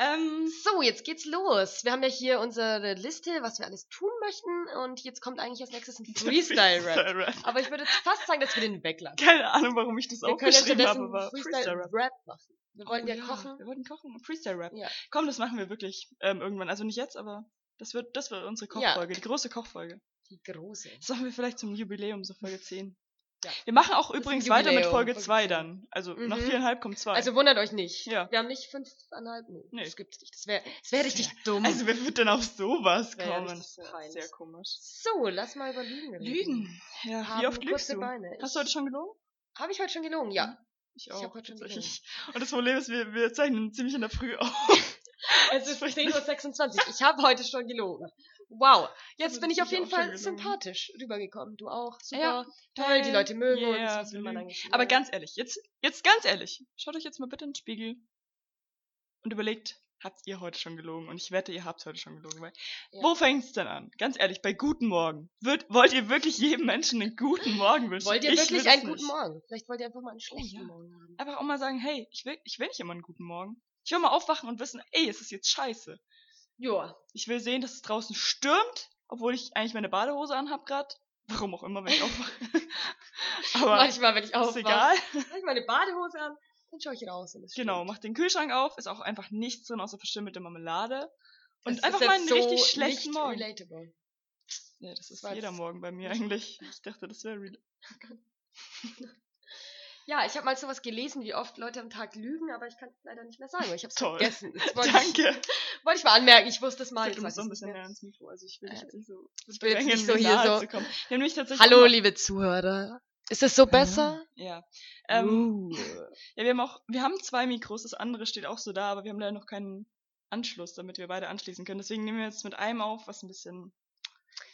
[SPEAKER 2] Ähm,
[SPEAKER 1] So, jetzt geht's los. Wir haben ja hier unsere Liste, was wir alles tun möchten. Und jetzt kommt eigentlich als nächstes ein Freestyle-Rap.
[SPEAKER 2] Freestyle-Rap.
[SPEAKER 1] Aber ich würde jetzt fast sagen, dass wir den weglassen.
[SPEAKER 2] Keine Ahnung, warum ich das
[SPEAKER 1] Wir können ja
[SPEAKER 2] aufgeschrieben habe,
[SPEAKER 1] stattdessen
[SPEAKER 2] aber Freestyle-Rap.
[SPEAKER 1] Freestyle-Rap machen. Wir wollen
[SPEAKER 2] Oh
[SPEAKER 1] ja, kochen.
[SPEAKER 2] Wir wollten kochen. Freestyle-Rap.
[SPEAKER 1] Ja.
[SPEAKER 2] Komm, das machen wir wirklich ähm, irgendwann. Also nicht jetzt, aber das wird, das wird unsere
[SPEAKER 1] Ja.
[SPEAKER 2] Kochfolge, die große Kochfolge.
[SPEAKER 1] Die große.
[SPEAKER 2] Das machen wir vielleicht zum Jubiläum, so Folge 10.
[SPEAKER 1] Ja.
[SPEAKER 2] Wir machen auch
[SPEAKER 1] ist
[SPEAKER 2] übrigens
[SPEAKER 1] ein
[SPEAKER 2] weiter mit
[SPEAKER 1] Jubiläum,
[SPEAKER 2] Folge
[SPEAKER 1] Folge
[SPEAKER 2] 2
[SPEAKER 1] 10.
[SPEAKER 2] dann. Also nach
[SPEAKER 1] Mhm.
[SPEAKER 2] viereinhalb kommt 2.
[SPEAKER 1] Also wundert euch nicht.
[SPEAKER 2] Ja.
[SPEAKER 1] Wir haben nicht fünfeinhalb. Nee,
[SPEAKER 2] Nee.
[SPEAKER 1] das gibt's nicht. Das wäre das wär richtig dumm.
[SPEAKER 2] also wer wird denn auf sowas
[SPEAKER 1] Wär ja
[SPEAKER 2] kommen?
[SPEAKER 1] richtig peinlich.
[SPEAKER 2] sehr komisch.
[SPEAKER 1] so, lass mal über Lügen reden.
[SPEAKER 2] Lügen. Ja,
[SPEAKER 1] Haben
[SPEAKER 2] wie oft lügst
[SPEAKER 1] kurze
[SPEAKER 2] du?
[SPEAKER 1] Beine.
[SPEAKER 2] Hast du heute Hm. schon gelogen?
[SPEAKER 1] Habe ich heute schon gelogen? Ja.
[SPEAKER 2] Ich
[SPEAKER 1] Ich
[SPEAKER 2] auch.
[SPEAKER 1] hab heute schon
[SPEAKER 2] tatsächlich. Und das Problem ist, wir, wir zeichnen ziemlich in der Früh auf.
[SPEAKER 1] Es ist
[SPEAKER 2] Sprich
[SPEAKER 1] 10.26 Uhr. Ich habe heute schon gelogen. Wow. Jetzt
[SPEAKER 2] Also
[SPEAKER 1] bin ich
[SPEAKER 2] ich
[SPEAKER 1] auf jeden
[SPEAKER 2] auch schon
[SPEAKER 1] Fall
[SPEAKER 2] gelogen.
[SPEAKER 1] sympathisch rübergekommen. Du auch. Super.
[SPEAKER 2] Ja.
[SPEAKER 1] Toll, die Leute mögen
[SPEAKER 2] Yeah,
[SPEAKER 1] uns. Was will
[SPEAKER 2] wir
[SPEAKER 1] man
[SPEAKER 2] lügen.
[SPEAKER 1] eigentlich
[SPEAKER 2] Aber
[SPEAKER 1] mehr?
[SPEAKER 2] ganz ehrlich, jetzt, jetzt ganz ehrlich, schaut euch jetzt mal bitte in den Spiegel und überlegt, habt ihr heute schon gelogen? Und ich wette, ihr habt heute schon gelogen. Weil
[SPEAKER 1] Ja.
[SPEAKER 2] Wo fängt's denn an? Ganz ehrlich, bei Guten Morgen. Wird, wollt ihr wirklich jedem Menschen einen guten Morgen wünschen?
[SPEAKER 1] Wollt ihr
[SPEAKER 2] Ich will
[SPEAKER 1] wirklich
[SPEAKER 2] das
[SPEAKER 1] einen
[SPEAKER 2] nicht.
[SPEAKER 1] guten
[SPEAKER 2] Oh
[SPEAKER 1] Morgen? Vielleicht wollt ihr einfach mal einen schlechten
[SPEAKER 2] ja.
[SPEAKER 1] Morgen haben.
[SPEAKER 2] Einfach auch mal sagen, hey, ich will, ich will nicht immer einen guten Morgen. Ich will mal aufwachen und wissen, ey, es ist jetzt scheiße.
[SPEAKER 1] Joa.
[SPEAKER 2] Ich will sehen, dass es draußen stürmt, obwohl ich eigentlich meine Badehose anhab grad. Warum auch immer, wenn ich aufwache. Aber ist
[SPEAKER 1] Manchmal, wenn ich aufwache,
[SPEAKER 2] egal.
[SPEAKER 1] habe ich meine Badehose an, dann schaue ich raus. Und es
[SPEAKER 2] Genau,
[SPEAKER 1] stimmt.
[SPEAKER 2] macht den Kühlschrank auf, ist auch einfach nichts drin, außer verschimmelte Marmelade.
[SPEAKER 1] Das
[SPEAKER 2] Und
[SPEAKER 1] ist
[SPEAKER 2] einfach
[SPEAKER 1] jetzt
[SPEAKER 2] mal einen
[SPEAKER 1] so
[SPEAKER 2] richtig schlechten
[SPEAKER 1] nicht
[SPEAKER 2] Morgen.
[SPEAKER 1] Relatable.
[SPEAKER 2] Ja, das ist
[SPEAKER 1] war
[SPEAKER 2] jeder
[SPEAKER 1] jetzt-
[SPEAKER 2] Morgen bei mir eigentlich. Ich dachte, das wäre real.
[SPEAKER 1] Ja, ich habe mal sowas gelesen, wie oft Leute am Tag lügen, aber ich kann es leider nicht mehr sagen. weil Ich habe es
[SPEAKER 2] Toll.
[SPEAKER 1] vergessen. Das wollte ich,
[SPEAKER 2] Danke.
[SPEAKER 1] wollte ich mal anmerken. Ich wusste es mal.
[SPEAKER 2] Sag, du
[SPEAKER 1] jetzt weiß
[SPEAKER 2] musst so ein
[SPEAKER 1] ich's
[SPEAKER 2] bisschen
[SPEAKER 1] nicht
[SPEAKER 2] näher
[SPEAKER 1] mehr.
[SPEAKER 2] ans Mikro. Also ich will dich
[SPEAKER 1] Äh,
[SPEAKER 2] jetzt nicht so.
[SPEAKER 1] ich will jetzt
[SPEAKER 2] drängen,
[SPEAKER 1] nicht so
[SPEAKER 2] mir
[SPEAKER 1] hier
[SPEAKER 2] nahe
[SPEAKER 1] so-
[SPEAKER 2] zu kommen. Wir haben nämlich tatsächlich
[SPEAKER 1] Hallo,
[SPEAKER 2] immer-
[SPEAKER 1] liebe Zuhörer. Ist das so besser?
[SPEAKER 2] Ja. Ähm,
[SPEAKER 1] Uh.
[SPEAKER 2] ja, wir haben auch, wir haben zwei Mikros, das andere steht auch so da, aber wir haben leider noch keinen Anschluss, damit wir beide anschließen können. Deswegen nehmen wir jetzt mit einem auf, was ein bisschen.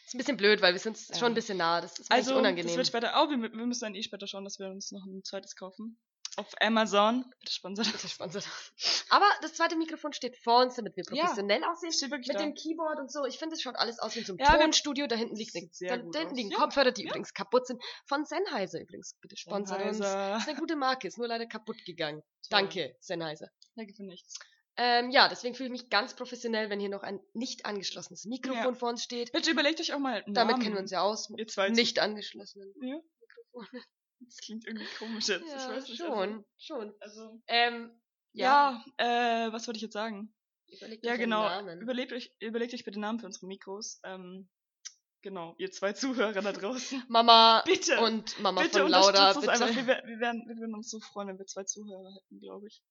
[SPEAKER 1] Ist ein bisschen blöd, weil wir sind
[SPEAKER 2] Ja.
[SPEAKER 1] schon ein bisschen nah. Das ist also,
[SPEAKER 2] Also,
[SPEAKER 1] unangenehm.
[SPEAKER 2] das wird später. Oh, wir, wir müssen dann eh später schauen, dass wir uns noch ein zweites kaufen. Auf Amazon. Bitte sponsert.
[SPEAKER 1] Bitte sponsert uns. Aber das zweite Mikrofon steht vor uns, damit wir
[SPEAKER 2] Ja.
[SPEAKER 1] professionell aussehen.
[SPEAKER 2] Steht wirklich
[SPEAKER 1] Mit
[SPEAKER 2] da.
[SPEAKER 1] dem Keyboard und so. Ich finde, es schaut alles aus wie in so einem
[SPEAKER 2] Ja, wir-
[SPEAKER 1] Tonstudio. Da hinten liegt
[SPEAKER 2] Sieht
[SPEAKER 1] nichts.
[SPEAKER 2] sehr
[SPEAKER 1] Da
[SPEAKER 2] gut
[SPEAKER 1] hinten
[SPEAKER 2] aus.
[SPEAKER 1] liegen
[SPEAKER 2] Ja.
[SPEAKER 1] Kopfhörer, die
[SPEAKER 2] Ja.
[SPEAKER 1] übrigens kaputt sind. Von Sennheiser übrigens. Bitte sponsert uns. Das
[SPEAKER 2] Sennheiser.
[SPEAKER 1] ist eine gute Marke. Ist nur leider kaputt gegangen. Danke, Sennheiser.
[SPEAKER 2] Danke für nichts.
[SPEAKER 1] Ähm, ja, deswegen fühle ich mich ganz professionell, wenn hier noch ein nicht angeschlossenes Mikrofon vor uns steht.
[SPEAKER 2] Bitte überlegt euch auch mal. einen
[SPEAKER 1] Damit
[SPEAKER 2] Namen.
[SPEAKER 1] kennen wir uns ja aus.
[SPEAKER 2] Ihr zwei.
[SPEAKER 1] Nicht angeschlossenen.
[SPEAKER 2] Ja. Das klingt irgendwie komisch jetzt. ich weiß nicht. also-
[SPEAKER 1] schon, schon.
[SPEAKER 2] Also,
[SPEAKER 1] Ähm, ja,
[SPEAKER 2] ja, äh, was wollte ich jetzt sagen?
[SPEAKER 1] überlegt
[SPEAKER 2] Ja,
[SPEAKER 1] euch einen
[SPEAKER 2] genau.
[SPEAKER 1] Namen.
[SPEAKER 2] Überlegt euch, überlegt euch bitte Namen für unsere Mikros. Ähm, genau, ihr zwei Zuhörer da draußen.
[SPEAKER 1] Mama
[SPEAKER 2] Bitte!
[SPEAKER 1] und Mama
[SPEAKER 2] bitte
[SPEAKER 1] von Laura,
[SPEAKER 2] unterstützt uns einfach.
[SPEAKER 1] bitte.
[SPEAKER 2] Wir, wär- wir, wären, wir würden uns so freuen, wenn wir zwei Zuhörer hätten, glaube ich.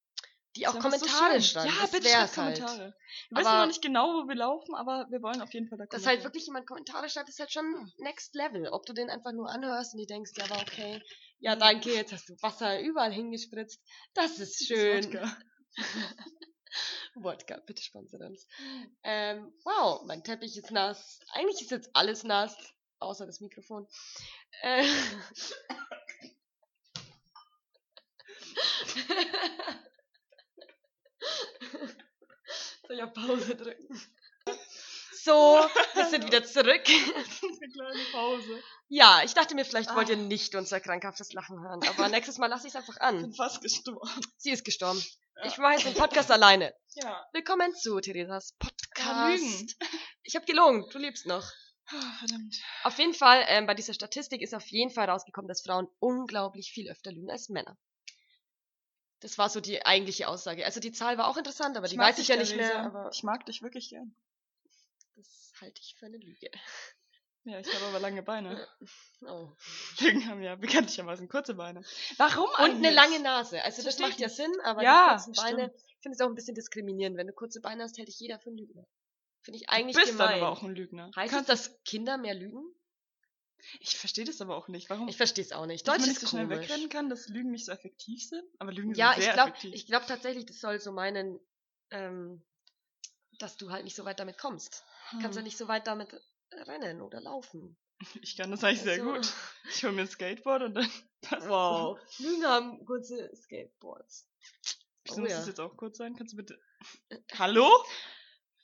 [SPEAKER 1] Die auch
[SPEAKER 2] Ist einfach so
[SPEAKER 1] Kommentare
[SPEAKER 2] schön.
[SPEAKER 1] schreiben.
[SPEAKER 2] Ja,
[SPEAKER 1] das
[SPEAKER 2] bitte
[SPEAKER 1] wär's
[SPEAKER 2] schreibt
[SPEAKER 1] halt.
[SPEAKER 2] Kommentare. Wir wissen
[SPEAKER 1] Aber-
[SPEAKER 2] noch nicht genau, wo wir laufen, aber wir wollen auf jeden Fall da
[SPEAKER 1] Dass
[SPEAKER 2] kommentieren.
[SPEAKER 1] halt wirklich jemand Kommentare schreibt, ist halt schon next level. Ob du den einfach nur anhörst und dir denkst, ja, war okay. Ja,
[SPEAKER 2] Mhm.
[SPEAKER 1] danke, jetzt hast du Wasser überall hingespritzt. Das ist
[SPEAKER 2] Das
[SPEAKER 1] schön.
[SPEAKER 2] Wodka.
[SPEAKER 1] Wodka, bitte sponsert uns. Ähm, wow, mein Teppich ist nass. Eigentlich ist jetzt alles nass, außer das Mikrofon. Äh. Soll ich auf Pause drücken? So, wir sind wieder zurück.
[SPEAKER 2] Eine kleine Pause.
[SPEAKER 1] Ja, ich dachte mir, vielleicht wollt ihr
[SPEAKER 2] Ah.
[SPEAKER 1] nicht unser krankhaftes Lachen hören, aber nächstes Mal lasse ich es einfach an.
[SPEAKER 2] Bin fast gestorben.
[SPEAKER 1] Sie ist gestorben.
[SPEAKER 2] Genau. Ja.
[SPEAKER 1] Ich mache jetzt den Podcast alleine.
[SPEAKER 2] Ja.
[SPEAKER 1] Willkommen zu Theresas
[SPEAKER 2] Kann
[SPEAKER 1] Podcast.
[SPEAKER 2] lügen.
[SPEAKER 1] Ich habe gelogen, du lebst noch.
[SPEAKER 2] Ah, Verdammt.
[SPEAKER 1] Auf jeden Fall, ähm, bei dieser Statistik ist auf jeden Fall rausgekommen, dass Frauen unglaublich viel öfter lügen als Männer. Das war so die eigentliche Aussage. Also die Zahl war auch interessant, aber die
[SPEAKER 2] mag
[SPEAKER 1] weiß ich
[SPEAKER 2] dich,
[SPEAKER 1] ja nicht
[SPEAKER 2] Theresa.
[SPEAKER 1] mehr. Aber
[SPEAKER 2] Ich mag dich wirklich gern.
[SPEAKER 1] das halte ich für eine Lüge.
[SPEAKER 2] Ja, ich habe aber lange Beine.
[SPEAKER 1] Oh.
[SPEAKER 2] Lügen haben ja bekanntlichermaßen kurze Beine. Warum
[SPEAKER 1] Und eine lange Nase. Also das
[SPEAKER 2] Verstehe ich
[SPEAKER 1] macht ja Sinn, aber
[SPEAKER 2] Ja,
[SPEAKER 1] die kurzen Beine, ich finde es auch ein bisschen diskriminierend. Wenn du kurze Beine hast, hält dich jeder für einen Lügner. Finde ich eigentlich
[SPEAKER 2] Du bist
[SPEAKER 1] gemein.
[SPEAKER 2] dann aber auch ein Lügner.
[SPEAKER 1] heißt es, dass Kinder mehr lügen?
[SPEAKER 2] Ich verstehe das aber auch nicht. Warum?
[SPEAKER 1] Ich verstehe es auch nicht.
[SPEAKER 2] dass
[SPEAKER 1] Deutsch
[SPEAKER 2] Oh. man
[SPEAKER 1] ist
[SPEAKER 2] nicht so schnell
[SPEAKER 1] komisch.
[SPEAKER 2] wegrennen kann, dass Lügen nicht so effektiv sind. Aber Lügen
[SPEAKER 1] Ja,
[SPEAKER 2] sind
[SPEAKER 1] ich
[SPEAKER 2] sehr
[SPEAKER 1] glaube
[SPEAKER 2] effektiv.
[SPEAKER 1] ich glaub tatsächlich, das soll so meinen, ähm, dass du halt nicht so weit damit kommst. Du kannst ja
[SPEAKER 2] Hm.
[SPEAKER 1] nicht so weit damit rennen oder laufen.
[SPEAKER 2] ich kann das eigentlich sehr
[SPEAKER 1] Also-
[SPEAKER 2] gut. Ich hole mir ein Skateboard und dann passt
[SPEAKER 1] Wow. Lügen haben kurze Skateboards.
[SPEAKER 2] Wieso
[SPEAKER 1] Oh
[SPEAKER 2] muss
[SPEAKER 1] ja. Äh,
[SPEAKER 2] das jetzt auch kurz sein? Kannst du bitte... Hallo?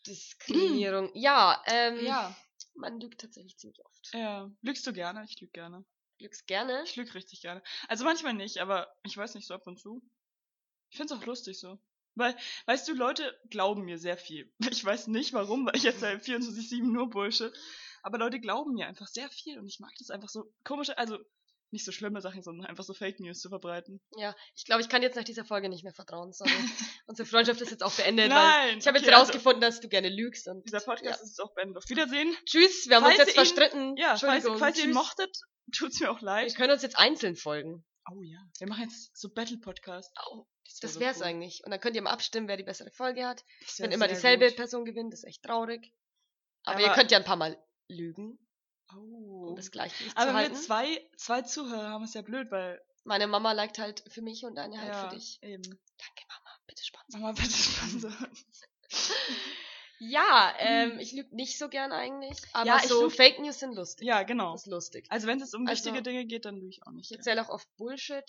[SPEAKER 1] Diskriminierung. Ja, ähm,
[SPEAKER 2] Ja.
[SPEAKER 1] man lügt tatsächlich ziemlich oft.
[SPEAKER 2] ja. Lügst du gerne? Ich lüge gerne.
[SPEAKER 1] Lügst gerne.
[SPEAKER 2] Ich lüge richtig gerne. Also manchmal nicht, aber ich weiß nicht, so ab und zu. Ich find's auch lustig so. Weil, weißt du, Leute glauben mir sehr viel. Ich weiß nicht warum, weil ich
[SPEAKER 1] Mhm.
[SPEAKER 2] erzähle 24-7 nur Bullshit. Aber Leute glauben mir einfach sehr viel und ich mag das einfach so komische, also nicht so schlimme Sachen, sondern einfach so Fake News zu verbreiten.
[SPEAKER 1] Ja, ich glaube, ich kann jetzt nach dieser Folge nicht mehr vertrauen. Sorry. Unsere Freundschaft ist jetzt auch beendet. weil
[SPEAKER 2] Nein!
[SPEAKER 1] ich habe jetzt
[SPEAKER 2] okay, also,
[SPEAKER 1] herausgefunden, dass du gerne lügst. Und
[SPEAKER 2] Dieser Podcast
[SPEAKER 1] Ja.
[SPEAKER 2] ist jetzt auch beendet. Auf Wiedersehen.
[SPEAKER 1] Tschüss, wir haben
[SPEAKER 2] Falls
[SPEAKER 1] uns jetzt
[SPEAKER 2] ihr ihn-
[SPEAKER 1] verstritten.
[SPEAKER 2] Ja, falls,
[SPEAKER 1] Entschuldigung.
[SPEAKER 2] falls ihr ihn
[SPEAKER 1] Tschüss.
[SPEAKER 2] mochtet, tut's mir auch
[SPEAKER 1] Wir
[SPEAKER 2] leid.
[SPEAKER 1] können uns jetzt einzeln folgen.
[SPEAKER 2] Oh ja. Wir machen jetzt so Battle-Podcast.
[SPEAKER 1] Oh, das wär's eigentlich. Und dann könnt ihr mal abstimmen, wer die bessere Folge hat.
[SPEAKER 2] Das wär
[SPEAKER 1] Wenn immer
[SPEAKER 2] sehr
[SPEAKER 1] dieselbe
[SPEAKER 2] gut.
[SPEAKER 1] Person gewinnt, ist echt traurig. Aber,
[SPEAKER 2] Aber-
[SPEAKER 1] ihr könnt ja ein paar Mal lügen, um
[SPEAKER 2] Oh.
[SPEAKER 1] das Gleichgewicht
[SPEAKER 2] Aber
[SPEAKER 1] zu
[SPEAKER 2] wenn wir
[SPEAKER 1] halten.
[SPEAKER 2] zwei, zwei Zuhörer haben, ist ja blöd, weil.
[SPEAKER 1] Meine Mama liked halt für mich und deine halt
[SPEAKER 2] ja,
[SPEAKER 1] für dich.
[SPEAKER 2] Eben.
[SPEAKER 1] Danke, Mama. Bitte spannend.
[SPEAKER 2] Mama, bitte sponsor.
[SPEAKER 1] Ja,
[SPEAKER 2] Mhm.
[SPEAKER 1] ähm, ich lüge nicht so gern eigentlich. Aber
[SPEAKER 2] Ja, ich
[SPEAKER 1] so
[SPEAKER 2] lüg-
[SPEAKER 1] Fake News sind lustig.
[SPEAKER 2] ja, genau.
[SPEAKER 1] Das ist lustig.
[SPEAKER 2] Also, wenn es um
[SPEAKER 1] Also-
[SPEAKER 2] wichtige Dinge geht, dann lüge ich auch nicht.
[SPEAKER 1] Ich erzähle auch oft Bullshit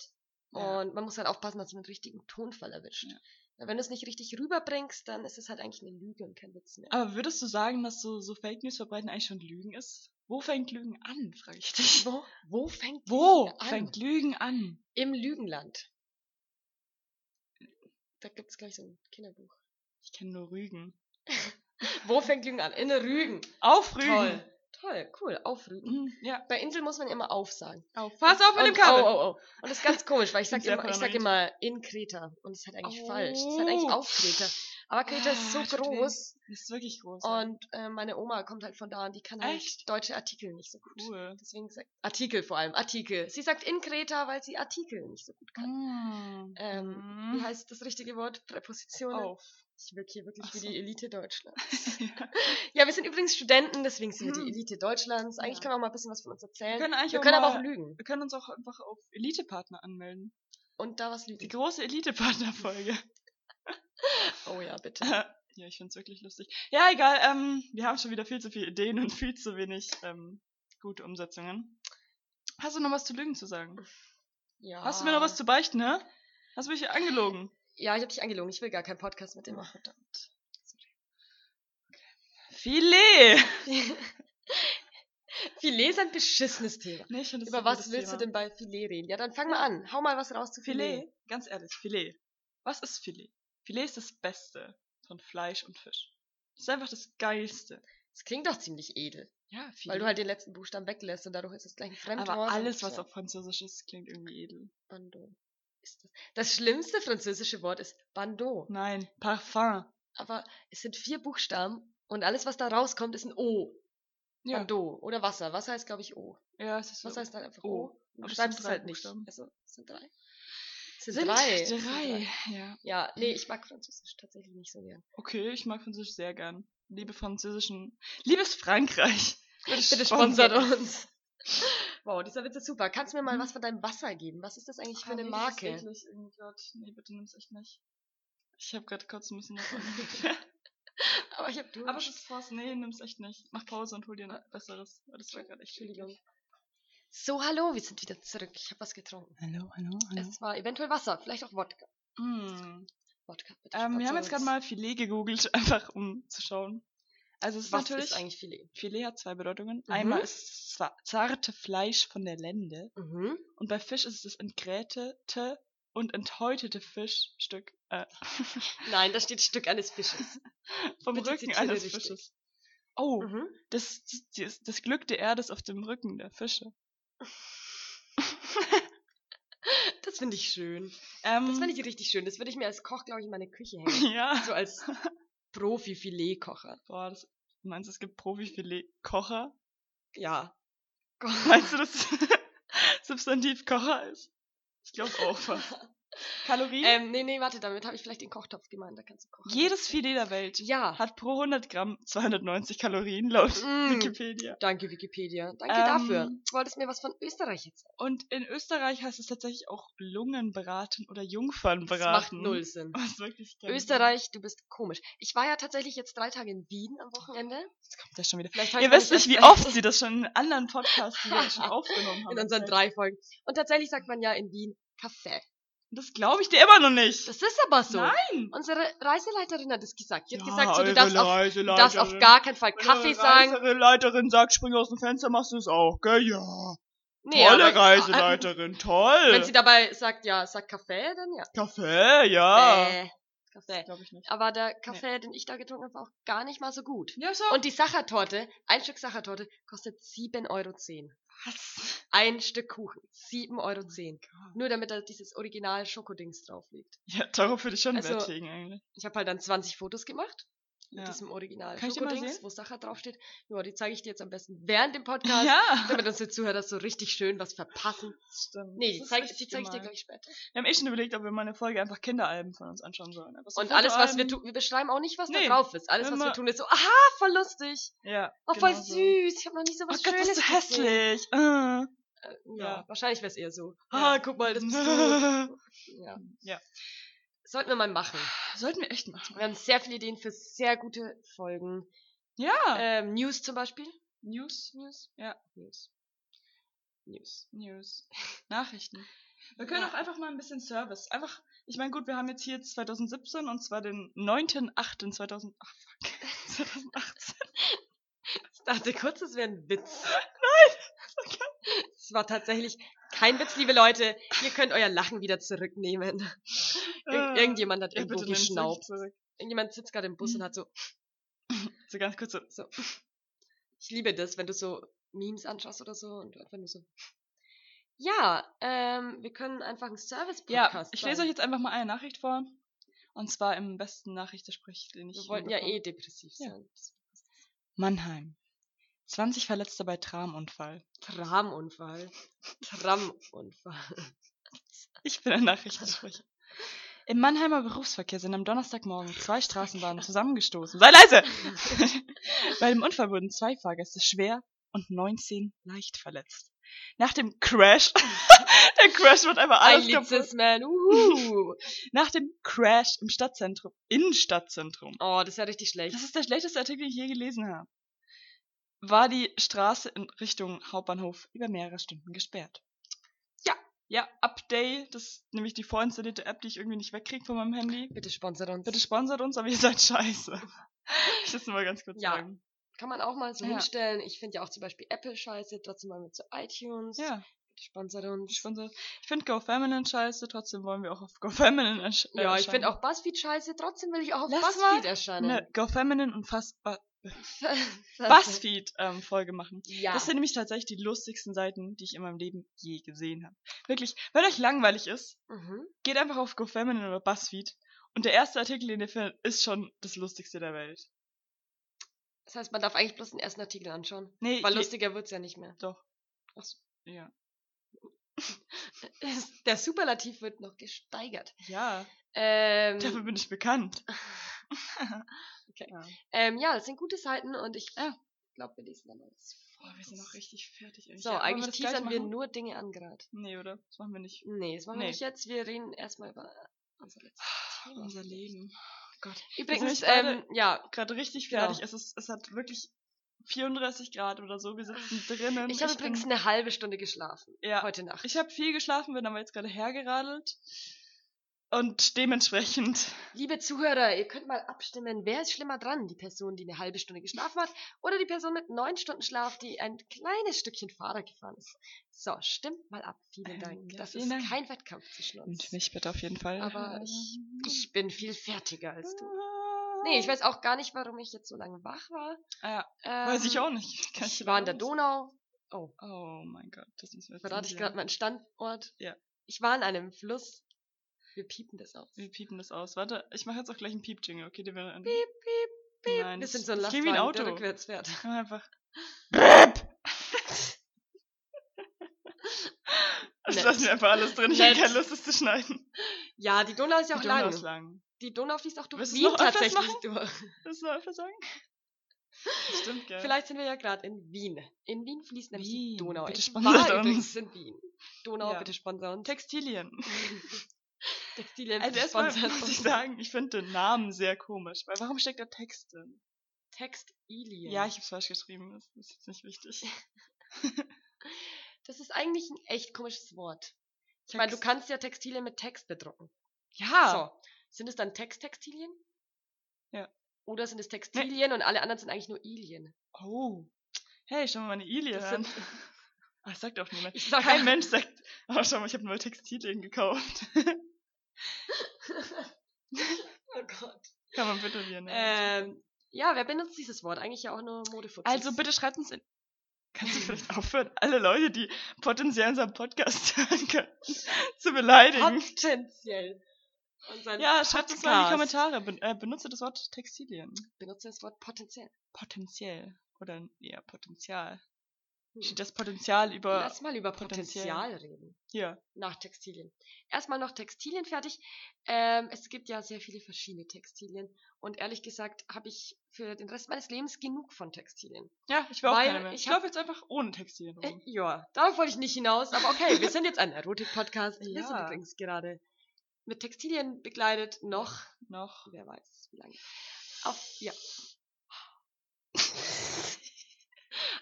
[SPEAKER 2] Ja.
[SPEAKER 1] und man muss halt aufpassen, dass man den richtigen Tonfall erwischt.
[SPEAKER 2] Ja.
[SPEAKER 1] Weil wenn du es nicht richtig rüberbringst, dann ist es halt eigentlich eine Lüge und kein Witz mehr.
[SPEAKER 2] Aber würdest du sagen, dass so, so Fake News verbreiten eigentlich schon Lügen ist? Wo fängt Lügen an, frage ich dich.
[SPEAKER 1] Wo, wo fängt
[SPEAKER 2] Wo
[SPEAKER 1] Lüge an?
[SPEAKER 2] fängt Lügen an?
[SPEAKER 1] Im Lügenland. Da gibt's gleich so ein Kinderbuch.
[SPEAKER 2] Ich kenne nur Rügen.
[SPEAKER 1] Wo fängt Lügen an? In Rügen.
[SPEAKER 2] Auf Rügen!
[SPEAKER 1] Toll. Toll, cool, auf Rügen.
[SPEAKER 2] Mhm, ja,
[SPEAKER 1] Bei Insel muss man immer auf sagen.
[SPEAKER 2] auf. Pass auf mit
[SPEAKER 1] und,
[SPEAKER 2] dem Kabel!
[SPEAKER 1] Oh, oh, oh. Und das ist ganz komisch, weil ich sag,
[SPEAKER 2] Bin sehr
[SPEAKER 1] immer, ich sag immer in Kreta. Und das ist halt eigentlich falsch. Das ist halt
[SPEAKER 2] Oh.
[SPEAKER 1] eigentlich auf Kreta. Aber Kreta ist so
[SPEAKER 2] Ah, tut weh.
[SPEAKER 1] groß.
[SPEAKER 2] Das ist wirklich groß. ja.
[SPEAKER 1] Und äh, meine Oma kommt halt von da und die kann halt
[SPEAKER 2] Echt?
[SPEAKER 1] deutsche Artikel nicht so gut.
[SPEAKER 2] Cool.
[SPEAKER 1] Deswegen sagt Artikel vor allem, Artikel. Sie sagt in Kreta, weil sie Artikel nicht so gut kann.
[SPEAKER 2] Mhm.
[SPEAKER 1] Ähm, Wie heißt ne? das richtige Wort? Präpositionen.
[SPEAKER 2] auf.
[SPEAKER 1] Ich wirke hier wirklich
[SPEAKER 2] Ach
[SPEAKER 1] wie
[SPEAKER 2] so.
[SPEAKER 1] die Elite Deutschlands.
[SPEAKER 2] ja.
[SPEAKER 1] Ja, wir sind übrigens Studenten, deswegen sind wir
[SPEAKER 2] Mhm.
[SPEAKER 1] die Elite Deutschlands. Eigentlich
[SPEAKER 2] Ja.
[SPEAKER 1] können wir mal ein bisschen was von uns erzählen.
[SPEAKER 2] Wir können eigentlich
[SPEAKER 1] wir
[SPEAKER 2] auch
[SPEAKER 1] können aber
[SPEAKER 2] mal-
[SPEAKER 1] auch lügen
[SPEAKER 2] Wir können uns auch einfach auf Elite-Partner anmelden.
[SPEAKER 1] und da was
[SPEAKER 2] Die
[SPEAKER 1] lügen.
[SPEAKER 2] große Elite-Partner-Folge.
[SPEAKER 1] Oh ja, bitte.
[SPEAKER 2] ja, ich find's wirklich lustig. Ja, egal, ähm, wir haben schon wieder viel zu viele Ideen und viel zu wenig ähm, gute Umsetzungen. Hast du noch was zu Lügen zu sagen?
[SPEAKER 1] Ja.
[SPEAKER 2] Hast du mir noch was zu beichten, ne? Hast du mich hier angelogen?
[SPEAKER 1] Ja, ich habe dich angelogen. Ich will gar keinen Podcast mit dir machen.
[SPEAKER 2] Filet!
[SPEAKER 1] Filet ist ein beschissenes Thema.
[SPEAKER 2] Nee, ich find das
[SPEAKER 1] Über
[SPEAKER 2] ein
[SPEAKER 1] was
[SPEAKER 2] gutes
[SPEAKER 1] willst
[SPEAKER 2] Thema.
[SPEAKER 1] du denn bei Filet reden? Ja, dann fang mal an. Hau mal was raus zu Filet.
[SPEAKER 2] Filet? Ganz ehrlich, Filet. Was ist Filet? Filet ist das Beste von Fleisch und Fisch. Das ist einfach das Geilste.
[SPEAKER 1] Das klingt doch ziemlich edel,
[SPEAKER 2] Ja, Filet.
[SPEAKER 1] weil du halt den letzten Buchstaben weglässt und dadurch ist es gleich ein Fremdwort.
[SPEAKER 2] Aber
[SPEAKER 1] und,
[SPEAKER 2] alles, was auf Französisch ist, klingt irgendwie edel.
[SPEAKER 1] Bando. Ist das. das schlimmste französische Wort ist Bando.
[SPEAKER 2] Nein, Parfum.
[SPEAKER 1] Aber es sind vier Buchstaben und alles, was da rauskommt, ist ein O.
[SPEAKER 2] Ja.
[SPEAKER 1] Bando. Oder Wasser. Wasser heißt, glaube ich, O.
[SPEAKER 2] Ja, es ist
[SPEAKER 1] Was heißt dann einfach
[SPEAKER 2] O.
[SPEAKER 1] O? Du
[SPEAKER 2] Aber es
[SPEAKER 1] schreibst es
[SPEAKER 2] sind drei
[SPEAKER 1] halt nicht.
[SPEAKER 2] Buchstaben.
[SPEAKER 1] Also, es sind drei. Es
[SPEAKER 2] Sind
[SPEAKER 1] sind drei. es sind
[SPEAKER 2] Drei. Ja.
[SPEAKER 1] Ja, nee, ich mag Französisch tatsächlich nicht so gern.
[SPEAKER 2] Okay, ich mag Französisch sehr gern. Liebe französischen. Liebes Frankreich.
[SPEAKER 1] Bitte sponsert uns. Hm. Wow, dieser Witz ist super. Kannst du mir mal was von deinem Wasser geben? Was ist das eigentlich
[SPEAKER 2] Ah,
[SPEAKER 1] für eine Marke?
[SPEAKER 2] Eklig, irgendwie grad. Nee, bitte nimm's echt nicht. Ich habe gerade kurz ein bisschen was angefangen.
[SPEAKER 1] Aber ich hab du.
[SPEAKER 2] Aber es ist fast. Nee, nimm's echt nicht. Mach Pause und hol dir ein besseres. Weil Das war gerade echt
[SPEAKER 1] Entschuldigung. So, hallo, wir sind wieder zurück. Ich habe was getrunken.
[SPEAKER 2] Hallo, hallo,
[SPEAKER 1] Es war eventuell Wasser, vielleicht auch Wodka.
[SPEAKER 2] Mm.
[SPEAKER 1] Wodka, bitte.
[SPEAKER 2] Ähm, wir
[SPEAKER 1] sponsor
[SPEAKER 2] haben jetzt gerade
[SPEAKER 1] uns.
[SPEAKER 2] mal Filet gegoogelt, einfach um zu schauen. Also es ist
[SPEAKER 1] Was
[SPEAKER 2] natürlich,
[SPEAKER 1] ist eigentlich Filet?
[SPEAKER 2] Filet hat zwei Bedeutungen.
[SPEAKER 1] Mhm.
[SPEAKER 2] Einmal ist es das za- zarte Fleisch von der Lende
[SPEAKER 1] Mhm.
[SPEAKER 2] und bei Fisch ist es das entgrätete und enthäutete Fischstück äh,
[SPEAKER 1] Nein, da steht Stück eines Fisches.
[SPEAKER 2] vom
[SPEAKER 1] Bitte
[SPEAKER 2] Rücken
[SPEAKER 1] zitiere
[SPEAKER 2] eines
[SPEAKER 1] richtig.
[SPEAKER 2] Fisches. Oh,
[SPEAKER 1] Mhm.
[SPEAKER 2] das, das, das Glück der Erde ist auf dem Rücken der Fische.
[SPEAKER 1] Das finde ich schön.
[SPEAKER 2] Ähm,
[SPEAKER 1] Das finde ich richtig schön. Das würde ich mir als Koch, glaube ich, in meine Küche hängen.
[SPEAKER 2] ja.
[SPEAKER 1] So Also als Profi-Filet-Kocher.
[SPEAKER 2] Boah, das, du meinst, es gibt Profi-Filet-Kocher?
[SPEAKER 1] Ja.
[SPEAKER 2] Meinst du, dass Substantiv Kocher ist? Ich glaube auch fast. Kalorien?
[SPEAKER 1] Ähm, nee, nee, warte, damit habe ich vielleicht den Kochtopf gemeint. Da kannst du kochen.
[SPEAKER 2] Jedes Filet der Welt
[SPEAKER 1] Ja.
[SPEAKER 2] hat pro 100 Gramm 290 Kalorien laut
[SPEAKER 1] Mm.
[SPEAKER 2] Wikipedia.
[SPEAKER 1] Danke, Wikipedia. Danke
[SPEAKER 2] Ähm,
[SPEAKER 1] dafür. Du wolltest mir was von Österreich erzählen.
[SPEAKER 2] Und in Österreich heißt es tatsächlich auch Lungenbraten oder
[SPEAKER 1] Das
[SPEAKER 2] Jungfernbraten.
[SPEAKER 1] macht null Sinn.
[SPEAKER 2] Was wirklich keinen
[SPEAKER 1] Österreich, du bist komisch. Ich war ja tatsächlich jetzt drei Tage in Wien am Wochenende.
[SPEAKER 2] Sinn. Kommt das schon wieder.
[SPEAKER 1] Vielleicht hab
[SPEAKER 2] Ihr
[SPEAKER 1] ich noch
[SPEAKER 2] wisst nicht, wie
[SPEAKER 1] erst-
[SPEAKER 2] oft sie das schon in anderen Podcasts, die wir schon aufgenommen haben.
[SPEAKER 1] In unseren
[SPEAKER 2] erzählt.
[SPEAKER 1] drei Folgen. Und tatsächlich sagt man ja in Wien Café.
[SPEAKER 2] Das glaube ich dir immer noch nicht.
[SPEAKER 1] Das ist aber so.
[SPEAKER 2] Nein.
[SPEAKER 1] Unsere Reiseleiterin hat es gesagt. Sie hat
[SPEAKER 2] Ja,
[SPEAKER 1] gesagt, so, du
[SPEAKER 2] eure
[SPEAKER 1] darfst auf,
[SPEAKER 2] Leute,
[SPEAKER 1] du darfst auf
[SPEAKER 2] Leute.
[SPEAKER 1] gar keinen Fall
[SPEAKER 2] Wenn
[SPEAKER 1] Kaffee
[SPEAKER 2] eine
[SPEAKER 1] sagen.
[SPEAKER 2] Reisere- Leiterin sagt, spring aus dem Fenster, machst du es auch, gell? Ja.
[SPEAKER 1] Nee,
[SPEAKER 2] Tolle
[SPEAKER 1] aber- äh,
[SPEAKER 2] Reiseleiterin, toll.
[SPEAKER 1] Wenn sie dabei sagt, ja, sag Kaffee, dann ja.
[SPEAKER 2] Kaffee, ja.
[SPEAKER 1] Äh, Kaffee.
[SPEAKER 2] Glaube ich nicht.
[SPEAKER 1] Aber der Kaffee, den ich da getrunken habe, war auch gar nicht mal so gut.
[SPEAKER 2] Ja, so.
[SPEAKER 1] Und die Sachertorte, ein Stück Sachertorte, kostet 7,10 Euro.
[SPEAKER 2] was?
[SPEAKER 1] Ein Stück Kuchen, 7,10 Euro. Nur damit da dieses original Schokodings drauf liegt.
[SPEAKER 2] Ja, darauf würde ich schon
[SPEAKER 1] Also-
[SPEAKER 2] Wert legen, eigentlich.
[SPEAKER 1] Ich habe halt dann 20 Fotos gemacht mit
[SPEAKER 2] Ja.
[SPEAKER 1] diesem original
[SPEAKER 2] Kann ich die mal
[SPEAKER 1] Schokodings,
[SPEAKER 2] sehen?
[SPEAKER 1] wo Sacher draufsteht. Ja, die zeige ich dir jetzt am besten während dem Podcast,
[SPEAKER 2] ja.
[SPEAKER 1] damit unsere Zuhörer so richtig schön was verpassen.
[SPEAKER 2] Stimmt.
[SPEAKER 1] Nee, die
[SPEAKER 2] Das ist
[SPEAKER 1] zeige die
[SPEAKER 2] richtig
[SPEAKER 1] zeig ich dir
[SPEAKER 2] gemein.
[SPEAKER 1] gleich später.
[SPEAKER 2] Wir haben eh schon überlegt, ob wir mal eine Folge einfach Kinderalben von uns anschauen sollen. Einfach so
[SPEAKER 1] Und ähm, alles, was wir
[SPEAKER 2] Fotoalben.
[SPEAKER 1] tun, wir beschreiben auch nicht, was
[SPEAKER 2] Nee.
[SPEAKER 1] da drauf ist. Alles,
[SPEAKER 2] Wenn
[SPEAKER 1] was wir
[SPEAKER 2] wir-
[SPEAKER 1] tun, ist so, aha, voll lustig.
[SPEAKER 2] Ja.
[SPEAKER 1] Oh, voll
[SPEAKER 2] genau so.
[SPEAKER 1] süß. Ich habe noch nie so
[SPEAKER 2] Oh
[SPEAKER 1] was
[SPEAKER 2] Gott,
[SPEAKER 1] Schönes
[SPEAKER 2] bist du
[SPEAKER 1] gesehen.
[SPEAKER 2] hässlich. Äh.
[SPEAKER 1] Ja,
[SPEAKER 2] Ja.
[SPEAKER 1] wahrscheinlich wäre es eher so.
[SPEAKER 2] Ja.
[SPEAKER 1] Ah, guck mal, das bist du. Ja.
[SPEAKER 2] Ja.
[SPEAKER 1] Sollten wir mal machen.
[SPEAKER 2] Sollten wir echt machen.
[SPEAKER 1] Wir haben sehr viele Ideen für sehr gute Folgen.
[SPEAKER 2] Ja.
[SPEAKER 1] Ähm, News zum Beispiel.
[SPEAKER 2] News, News, ja.
[SPEAKER 1] News. News.
[SPEAKER 2] News. Nachrichten. Wir können
[SPEAKER 1] Ja.
[SPEAKER 2] auch einfach mal ein bisschen Service. Einfach, ich meine, gut, wir haben jetzt hier 2017 und zwar den 9.8.2018. Ach, fuck. 2018.
[SPEAKER 1] Ich dachte kurz, es wäre ein Witz. Nein! Es war tatsächlich kein Witz, liebe Leute. Ihr könnt euer Lachen wieder zurücknehmen. Ir
[SPEAKER 2] Äh,
[SPEAKER 1] irgendjemand hat
[SPEAKER 2] ja,
[SPEAKER 1] irgendwo
[SPEAKER 2] bitte nimm's
[SPEAKER 1] geschnaubt.
[SPEAKER 2] nicht zurück.
[SPEAKER 1] Irgendjemand sitzt gerade im Bus und hat so.
[SPEAKER 2] So ganz kurz so.
[SPEAKER 1] Ich liebe das, wenn du so Memes anschaust oder so und wenn du so. Ja, ähm, wir können einfach einen
[SPEAKER 2] Ja,
[SPEAKER 1] Service-Podcast.
[SPEAKER 2] ich lese euch jetzt einfach mal eine Nachricht vor. Und zwar im besten Nachrichtensprech, den ich.
[SPEAKER 1] Wir wollten ja
[SPEAKER 2] hinbekomme.
[SPEAKER 1] eh depressiv
[SPEAKER 2] Ja.
[SPEAKER 1] sein.
[SPEAKER 2] Mannheim. 20 Verletzte bei Tramunfall.
[SPEAKER 1] Tramunfall. Tramunfall.
[SPEAKER 2] Ich bin ein Nachrichtensprecher. Im Mannheimer Berufsverkehr sind am Donnerstagmorgen zwei Straßenbahnen zusammengestoßen. Sei leise! Bei dem Unfall wurden zwei Fahrgäste schwer und 19 leicht verletzt. Nach dem Crash, der Crash wird einfach
[SPEAKER 1] Ein
[SPEAKER 2] alles kaputt.
[SPEAKER 1] Lizisman. Uhu.
[SPEAKER 2] Nach dem Crash im Stadtzentrum, Innenstadtzentrum.
[SPEAKER 1] Oh, das ist ja richtig schlecht.
[SPEAKER 2] Das ist der schlechteste Artikel, den ich je gelesen habe. War die Straße in Richtung Hauptbahnhof über mehrere Stunden gesperrt. Ja, ja, Upday, das ist nämlich die vorinstallierte App, die ich irgendwie nicht wegkriege von meinem Handy.
[SPEAKER 1] Bitte sponsor uns.
[SPEAKER 2] Bitte sponsert uns, aber ihr seid scheiße. ich das nur mal ganz kurz
[SPEAKER 1] Ja.
[SPEAKER 2] sagen.
[SPEAKER 1] Kann man auch mal so
[SPEAKER 2] Ja.
[SPEAKER 1] hinstellen. Ich finde ja auch zum Beispiel Apple scheiße. Trotzdem wollen wir zu iTunes.
[SPEAKER 2] Ja,
[SPEAKER 1] Bitte sponsor uns.
[SPEAKER 2] sponsert. Ich finde GoFeminin scheiße, trotzdem wollen wir auch auf GoFeminin ersch- äh, erscheinen.
[SPEAKER 1] ja, ich finde auch BuzzFeed scheiße. Trotzdem will ich auch auf
[SPEAKER 2] Lass ne
[SPEAKER 1] BuzzFeed erscheinen.
[SPEAKER 2] eine GoFeminin und fast Bu- BuzzFeed-Folge machen.
[SPEAKER 1] Ja.
[SPEAKER 2] Das sind nämlich tatsächlich die lustigsten Seiten, die ich in meinem Leben je gesehen habe. Wirklich, wenn euch langweilig ist,
[SPEAKER 1] mhm.
[SPEAKER 2] geht einfach auf GoFeminin oder BuzzFeed und der erste Artikel, den ihr findet, ist schon das lustigste der Welt.
[SPEAKER 1] Das heißt, man darf eigentlich bloß den ersten Artikel anschauen.
[SPEAKER 2] Nee,
[SPEAKER 1] Weil
[SPEAKER 2] je-
[SPEAKER 1] lustiger wird's ja nicht mehr.
[SPEAKER 2] Doch.
[SPEAKER 1] Ach so.
[SPEAKER 2] Ja.
[SPEAKER 1] Der Superlativ wird noch gesteigert.
[SPEAKER 2] Ja,
[SPEAKER 1] Ähm,
[SPEAKER 2] dafür bin ich bekannt.
[SPEAKER 1] Okay.
[SPEAKER 2] Ja.
[SPEAKER 1] Ähm, ja, das sind gute Seiten und ich
[SPEAKER 2] Ja.
[SPEAKER 1] glaube, wir lesen dann alles.
[SPEAKER 2] Boah, Ah. Oh, wir sind noch richtig fertig. eigentlich.
[SPEAKER 1] So,
[SPEAKER 2] Ja, wollen wir
[SPEAKER 1] eigentlich
[SPEAKER 2] das gleich
[SPEAKER 1] teasern wir
[SPEAKER 2] machen?
[SPEAKER 1] nur Dinge an gerade.
[SPEAKER 2] Nee, oder? Das machen wir nicht.
[SPEAKER 1] Nee, das machen wir
[SPEAKER 2] Nee. Ah,
[SPEAKER 1] nicht jetzt. Wir reden erstmal über unser letztes Thema.
[SPEAKER 2] Unser Also, Leben. Gott.
[SPEAKER 1] Übrigens,
[SPEAKER 2] nämlich beide-
[SPEAKER 1] ähm, ja,
[SPEAKER 2] Gerade richtig
[SPEAKER 1] Genau.
[SPEAKER 2] fertig. Es, ist, es hat wirklich 34 Grad oder so. Wir sitzen drinnen.
[SPEAKER 1] ich habe übrigens
[SPEAKER 2] Ähm, bin-
[SPEAKER 1] eine halbe Stunde geschlafen.
[SPEAKER 2] ja,
[SPEAKER 1] Heute Nacht.
[SPEAKER 2] Ich habe viel geschlafen, bin aber jetzt gerade hergeradelt. Und dementsprechend,
[SPEAKER 1] Liebe Zuhörer, ihr könnt mal abstimmen, wer ist schlimmer dran? Die Person, die eine halbe Stunde geschlafen hat oder die Person mit neun Stunden Schlaf, die ein kleines Stückchen Fahrrad gefahren ist. So, stimmt mal ab. Vielen
[SPEAKER 2] Ähm,
[SPEAKER 1] Dank.
[SPEAKER 2] ja,
[SPEAKER 1] das
[SPEAKER 2] vielen
[SPEAKER 1] ist
[SPEAKER 2] Dank.
[SPEAKER 1] kein Wettkampf zwischen uns.
[SPEAKER 2] und mich bitte auf jeden Fall.
[SPEAKER 1] Aber ich, ich bin viel fertiger als
[SPEAKER 2] Ah.
[SPEAKER 1] du. Nee, ich weiß auch gar nicht, warum ich jetzt so lange wach war.
[SPEAKER 2] Ah, Ja,
[SPEAKER 1] Ähm,
[SPEAKER 2] weiß ich auch nicht. Kann
[SPEAKER 1] Ich war in der
[SPEAKER 2] genau
[SPEAKER 1] Donau.
[SPEAKER 2] nicht- Oh mein Gott, das müssen wir jetzt
[SPEAKER 1] Verrate
[SPEAKER 2] nicht
[SPEAKER 1] ich gerade
[SPEAKER 2] sagen.
[SPEAKER 1] meinen Standort.
[SPEAKER 2] Ja.
[SPEAKER 1] Ich war in einem Fluss. Wir piepen das aus.
[SPEAKER 2] Wir piepen das aus. Warte, ich mache jetzt auch gleich einen Piep-Jingle, okay? Den wir
[SPEAKER 1] Piep, piep, piep. wir
[SPEAKER 2] Nein, das-
[SPEAKER 1] sind so ein
[SPEAKER 2] das klingt wie ein
[SPEAKER 1] Lastwagen, der
[SPEAKER 2] Auto.
[SPEAKER 1] rückwärts fährt.
[SPEAKER 2] Können wir einfach.
[SPEAKER 1] Nett.
[SPEAKER 2] Das lassen wir einfach alles drin. Ich habe
[SPEAKER 1] Nett.
[SPEAKER 2] keine Lust, das zu schneiden.
[SPEAKER 1] Ja, die Donau ist ja auch
[SPEAKER 2] Die Donau
[SPEAKER 1] lang.
[SPEAKER 2] ist lang.
[SPEAKER 1] Die Donau fließt auch durch
[SPEAKER 2] Willst du
[SPEAKER 1] Wien
[SPEAKER 2] noch öfters
[SPEAKER 1] tatsächlich
[SPEAKER 2] machen?
[SPEAKER 1] durch.
[SPEAKER 2] Willst du noch öfter sagen? Stimmt, gell?
[SPEAKER 1] Vielleicht sind wir ja gerade in Wien. In Wien fließt nämlich die
[SPEAKER 2] Wien,
[SPEAKER 1] Donau.
[SPEAKER 2] bitte
[SPEAKER 1] ich
[SPEAKER 2] sponsert
[SPEAKER 1] war
[SPEAKER 2] uns.
[SPEAKER 1] übrigens in Wien. Donau,
[SPEAKER 2] Ja.
[SPEAKER 1] bitte sponsor uns.
[SPEAKER 2] Textilien.
[SPEAKER 1] Textilien
[SPEAKER 2] Also
[SPEAKER 1] bitte
[SPEAKER 2] erstmal
[SPEAKER 1] sponsert
[SPEAKER 2] muss ich
[SPEAKER 1] uns.
[SPEAKER 2] sagen, ich finde den Namen sehr komisch. Weil warum steckt da Text drin?
[SPEAKER 1] Textilien.
[SPEAKER 2] Ja, ich hab's falsch geschrieben. Das ist jetzt nicht wichtig.
[SPEAKER 1] das ist eigentlich ein echt komisches Wort.
[SPEAKER 2] Ich
[SPEAKER 1] Ich meine, du kannst ja Textilien mit Text bedrucken.
[SPEAKER 2] Ja.
[SPEAKER 1] So, sind es dann Texttextilien?
[SPEAKER 2] Ja.
[SPEAKER 1] Oder sind es Textilien und alle anderen sind eigentlich nur Ilien?
[SPEAKER 2] Oh. Hey, schau mal meine Ilie
[SPEAKER 1] Das
[SPEAKER 2] an.
[SPEAKER 1] sind-
[SPEAKER 2] Ah, sagt auch niemand.
[SPEAKER 1] Ich sag
[SPEAKER 2] Kein Mensch sagt, oh, schau mal, ich habe neue Textilien gekauft.
[SPEAKER 1] Oh Gott.
[SPEAKER 2] Kann man bitte wieder nehmen.
[SPEAKER 1] Ähm, ja, wer benutzt dieses Wort? Eigentlich ja auch nur Modefuzis.
[SPEAKER 2] Also bitte schreibt uns in. Kannst du vielleicht aufhören, alle Leute, die potenziell unseren Podcast hören können, zu beleidigen?
[SPEAKER 1] Potenziell. Unseren
[SPEAKER 2] Ja, schreibt uns mal in die
[SPEAKER 1] Podcast.
[SPEAKER 2] Kommentare. Ben äh, benutze das Wort Textilien.
[SPEAKER 1] Benutze das Wort potenziell.
[SPEAKER 2] Potenziell. Oder eher Potenzial.
[SPEAKER 1] Hm.
[SPEAKER 2] Steht das Potenzial über.
[SPEAKER 1] Lass mal über
[SPEAKER 2] potenziell.
[SPEAKER 1] Potenzial reden.
[SPEAKER 2] Hier.
[SPEAKER 1] Nach Textilien. Erstmal noch Textilien fertig. Ähm, es gibt ja sehr viele verschiedene Textilien. Und ehrlich gesagt habe ich für den Rest meines Lebens genug von Textilien.
[SPEAKER 2] Ja, ich will auch
[SPEAKER 1] Weil
[SPEAKER 2] keine mehr.
[SPEAKER 1] ich
[SPEAKER 2] Ich
[SPEAKER 1] hab-
[SPEAKER 2] laufe jetzt einfach ohne Textilien
[SPEAKER 1] Äh,
[SPEAKER 2] rum.
[SPEAKER 1] ja, darauf wollte ich nicht hinaus, aber okay, wir sind jetzt ein Erotik-Podcast. Wir sind
[SPEAKER 2] Ja.
[SPEAKER 1] übrigens gerade mit Textilien begleitet, noch,
[SPEAKER 2] Noch.
[SPEAKER 1] wer weiß, wie lange. Auf, ja.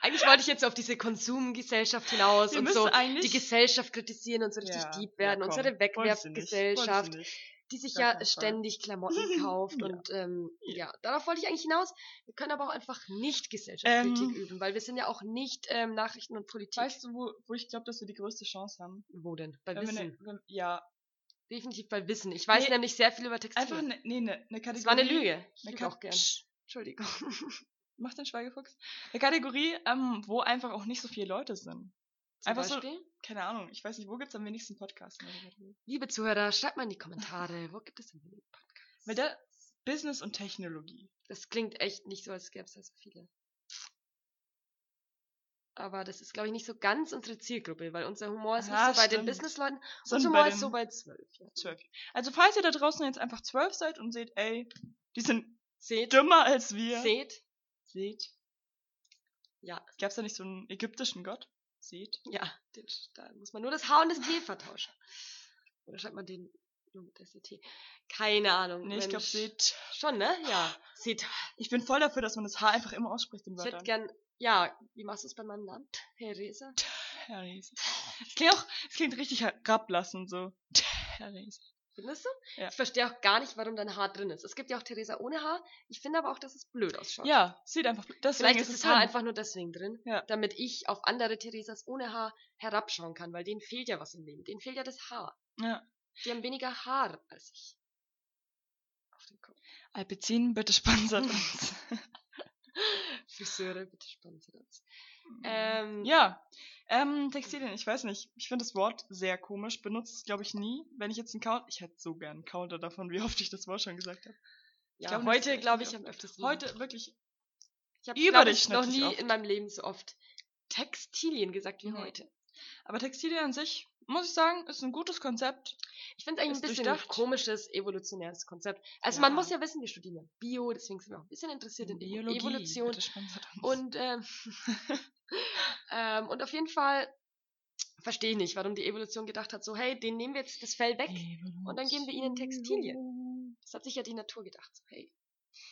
[SPEAKER 1] Eigentlich wollte ich jetzt auf diese Konsumgesellschaft hinaus
[SPEAKER 2] Wir
[SPEAKER 1] und
[SPEAKER 2] müssen
[SPEAKER 1] so
[SPEAKER 2] eigentlich.
[SPEAKER 1] die Gesellschaft kritisieren und so richtig
[SPEAKER 2] Ja,
[SPEAKER 1] deep
[SPEAKER 2] ja,
[SPEAKER 1] werden,
[SPEAKER 2] komm.
[SPEAKER 1] unsere
[SPEAKER 2] Wolltest du nicht, wolltest du
[SPEAKER 1] Wegwerfgesellschaft,
[SPEAKER 2] nicht.
[SPEAKER 1] die sich
[SPEAKER 2] Gar
[SPEAKER 1] ja
[SPEAKER 2] keinen Fall.
[SPEAKER 1] ständig Klamotten kauft
[SPEAKER 2] Ja.
[SPEAKER 1] und ähm, ja, darauf wollte ich eigentlich hinaus. Wir können aber auch einfach nicht
[SPEAKER 2] Ähm.
[SPEAKER 1] Gesellschaftspolitik üben, weil wir sind ja auch nicht ähm, Nachrichten und Politik.
[SPEAKER 2] Weißt du, wo, wo ich glaube, dass wir die größte Chance haben?
[SPEAKER 1] Wo denn? Bei
[SPEAKER 2] Wenn wir ne-
[SPEAKER 1] Wissen.
[SPEAKER 2] wenn, ja,
[SPEAKER 1] Definitiv bei Wissen. Ich weiß
[SPEAKER 2] Nee.
[SPEAKER 1] nämlich sehr viel über Textilien.
[SPEAKER 2] einfach eine nee, ne, ne Kategorie.
[SPEAKER 1] das war eine Lüge. Ich
[SPEAKER 2] Eine
[SPEAKER 1] lüge
[SPEAKER 2] Ka
[SPEAKER 1] auch gern.
[SPEAKER 2] Psst,
[SPEAKER 1] Entschuldigung.
[SPEAKER 2] mach den Schweigefuchs. Eine Kategorie, ähm, wo einfach auch nicht so viele Leute sind.
[SPEAKER 1] Zum
[SPEAKER 2] Einfach so-
[SPEAKER 1] Beispiel,
[SPEAKER 2] Keine Ahnung, ich weiß nicht, wo gibt's am wenigsten Podcasts in der Kategorie?
[SPEAKER 1] liebe Zuhörer, schreibt mal in die Kommentare, wo gibt es denn den Podcast?
[SPEAKER 2] Weil da Business und Technologie.
[SPEAKER 1] das klingt echt nicht so, als gäbe es da so viele. Aber das ist, glaube ich, nicht so ganz unsere Zielgruppe, weil unser Humor ist
[SPEAKER 2] Ah,
[SPEAKER 1] nicht so bei den
[SPEAKER 2] stimmt.
[SPEAKER 1] Businessleuten.
[SPEAKER 2] Sind
[SPEAKER 1] Unser
[SPEAKER 2] bei
[SPEAKER 1] Humor ist
[SPEAKER 2] den
[SPEAKER 1] so bei zwölf. Ja.
[SPEAKER 2] zwölf. Also falls ihr da draußen jetzt einfach zwölf seid und seht, ey, die sind
[SPEAKER 1] Seht,
[SPEAKER 2] dümmer als wir.
[SPEAKER 1] seht,
[SPEAKER 2] Seht.
[SPEAKER 1] Ja.
[SPEAKER 2] Gab's da nicht so einen ägyptischen Gott? Seht.
[SPEAKER 1] ja, den, da muss man nur das H und das
[SPEAKER 2] Ah.
[SPEAKER 1] T vertauschen. Oder schreibt man den nur mit SET? Keine Ahnung.
[SPEAKER 2] Nee, ich glaube,
[SPEAKER 1] Mensch.
[SPEAKER 2] seht.
[SPEAKER 1] Schon, ne? Ja. Sieht.
[SPEAKER 2] Ich bin voll dafür, dass man das H einfach immer ausspricht in
[SPEAKER 1] Ich hätte
[SPEAKER 2] Wörtern.
[SPEAKER 1] gern. Ja, wie machst du es bei meinem Namen? Theresa?
[SPEAKER 2] Therese. Es klingt auch, es klingt richtig herablassend so. Therese.
[SPEAKER 1] Findest du?
[SPEAKER 2] Ja.
[SPEAKER 1] Ich verstehe auch gar nicht, warum dein Haar drin ist. Es gibt ja auch Theresa ohne Haar. Ich finde aber auch, dass es blöd ausschaut.
[SPEAKER 2] Ja, sieht einfach. Deswegen
[SPEAKER 1] Vielleicht ist das Haar
[SPEAKER 2] drin.
[SPEAKER 1] einfach nur deswegen drin,
[SPEAKER 2] Ja.
[SPEAKER 1] damit ich auf andere Theresas ohne Haar herabschauen kann, weil denen fehlt ja was im Leben. Denen fehlt ja das Haar.
[SPEAKER 2] Ja.
[SPEAKER 1] Die haben weniger Haar als ich. Auf dem Kopf.
[SPEAKER 2] Alpizin, bitte sponsert uns.
[SPEAKER 1] Friseure, bitte sponsert uns. Ähm,
[SPEAKER 2] Ja, ähm, Textilien, ich weiß nicht. Ich finde das Wort sehr komisch. Benutzt es, glaube ich, nie. Wenn ich jetzt einen Count. Ich hätte so gern einen Counter davon, wie oft ich das Wort schon gesagt habe.
[SPEAKER 1] ja,
[SPEAKER 2] glaub, das ist
[SPEAKER 1] heute,
[SPEAKER 2] echt
[SPEAKER 1] glaube
[SPEAKER 2] nicht
[SPEAKER 1] ich, am öftesten.
[SPEAKER 2] Heute wirklich.
[SPEAKER 1] Ich habe
[SPEAKER 2] Über
[SPEAKER 1] glaub
[SPEAKER 2] dich
[SPEAKER 1] ich, noch nie
[SPEAKER 2] natürlich oft.
[SPEAKER 1] in meinem Leben so oft Textilien gesagt wie
[SPEAKER 2] Nee.
[SPEAKER 1] heute.
[SPEAKER 2] Aber Textilien an sich, muss ich sagen, ist ein gutes Konzept.
[SPEAKER 1] Ich finde es eigentlich
[SPEAKER 2] Ist
[SPEAKER 1] ein bisschen ein
[SPEAKER 2] durchdacht.
[SPEAKER 1] komisches, evolutionäres Konzept. Also
[SPEAKER 2] Ja.
[SPEAKER 1] man muss ja wissen, wir studieren ja Bio, deswegen sind wir auch ein bisschen interessiert in Biologie, Evolution.
[SPEAKER 2] Bitte sponsert uns.
[SPEAKER 1] Und, ähm, ähm, und auf jeden Fall verstehe ich nicht, warum die Evolution gedacht hat, so hey, den nehmen wir jetzt das Fell weg. und dann geben wir ihnen Textilien. Das hat sich ja die Natur gedacht. So, hey,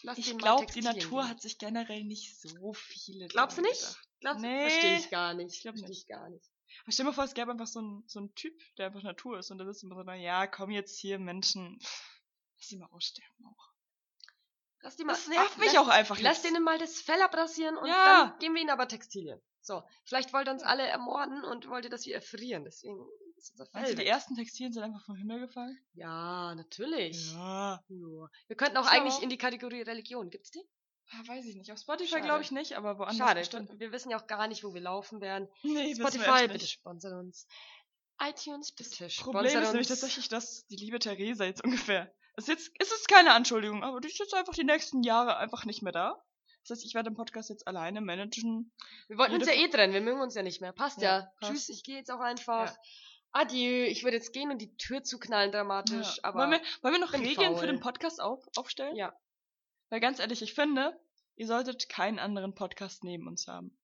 [SPEAKER 1] lass
[SPEAKER 2] Ich
[SPEAKER 1] denen mal
[SPEAKER 2] glaube, die
[SPEAKER 1] Textilien
[SPEAKER 2] Natur
[SPEAKER 1] geben.
[SPEAKER 2] hat sich generell nicht so viele.
[SPEAKER 1] Glaubst du
[SPEAKER 2] Sachen
[SPEAKER 1] nicht?
[SPEAKER 2] gedacht.
[SPEAKER 1] Glaubst du?
[SPEAKER 2] Nee.
[SPEAKER 1] Verstehe ich gar nicht.
[SPEAKER 2] Ich glaub
[SPEAKER 1] Verstehe ich gar nicht.
[SPEAKER 2] Aber stell dir mal vor, es gäbe einfach so einen, so einen Typ, der einfach Natur ist und da sitzt immer so, na ja, komm jetzt hier, Menschen, pff, lass die mal aussterben auch.
[SPEAKER 1] Lass die mal.
[SPEAKER 2] Das nervt mich
[SPEAKER 1] lass,
[SPEAKER 2] auch einfach
[SPEAKER 1] Lass
[SPEAKER 2] jetzt.
[SPEAKER 1] denen mal das Fell abrasieren und
[SPEAKER 2] Ja.
[SPEAKER 1] dann geben wir ihnen aber Textilien. So, vielleicht wollt ihr uns alle ermorden und wollt ihr, dass wir erfrieren. Deswegen ist unser
[SPEAKER 2] Meinst du,
[SPEAKER 1] Fell.
[SPEAKER 2] die
[SPEAKER 1] Weg.
[SPEAKER 2] ersten Textilien sind einfach vom Himmel gefallen?
[SPEAKER 1] Ja, natürlich.
[SPEAKER 2] Ja.
[SPEAKER 1] Ja. Wir könnten auch
[SPEAKER 2] Ist
[SPEAKER 1] eigentlich
[SPEAKER 2] aber-
[SPEAKER 1] in die Kategorie Religion. Gibt's die?
[SPEAKER 2] Ah, weiß ich nicht. Auf Spotify
[SPEAKER 1] Schade.
[SPEAKER 2] glaube ich nicht, aber woanders
[SPEAKER 1] Schade.
[SPEAKER 2] bestimmt.
[SPEAKER 1] Wir wissen ja auch gar nicht, wo wir laufen werden.
[SPEAKER 2] Nee, wissen wir
[SPEAKER 1] Spotify,
[SPEAKER 2] echt
[SPEAKER 1] bitte sponsert uns. iTunes, bitte
[SPEAKER 2] Das
[SPEAKER 1] sponsert
[SPEAKER 2] Problem ist
[SPEAKER 1] uns.
[SPEAKER 2] nämlich tatsächlich, dass die liebe Theresa jetzt ungefähr. Ist jetzt, ist es keine Anschuldigung, aber die ist jetzt einfach die nächsten Jahre einfach nicht mehr da. Das heißt, ich werde den Podcast jetzt alleine managen.
[SPEAKER 1] wir wollten uns ja
[SPEAKER 2] jede-
[SPEAKER 1] eh trennen. Wir mögen uns ja nicht mehr. Passt ja.
[SPEAKER 2] Ja, passt.
[SPEAKER 1] Tschüss, ich gehe jetzt auch einfach. Adieu. Ich würde jetzt gehen und die Tür zuknallen dramatisch. Aber
[SPEAKER 2] wollen, wir, wollen wir noch
[SPEAKER 1] bin
[SPEAKER 2] Regeln
[SPEAKER 1] faul.
[SPEAKER 2] für den Podcast auf, aufstellen?
[SPEAKER 1] Ja.
[SPEAKER 2] Weil ganz ehrlich, ich finde, ihr solltet keinen anderen Podcast neben uns haben.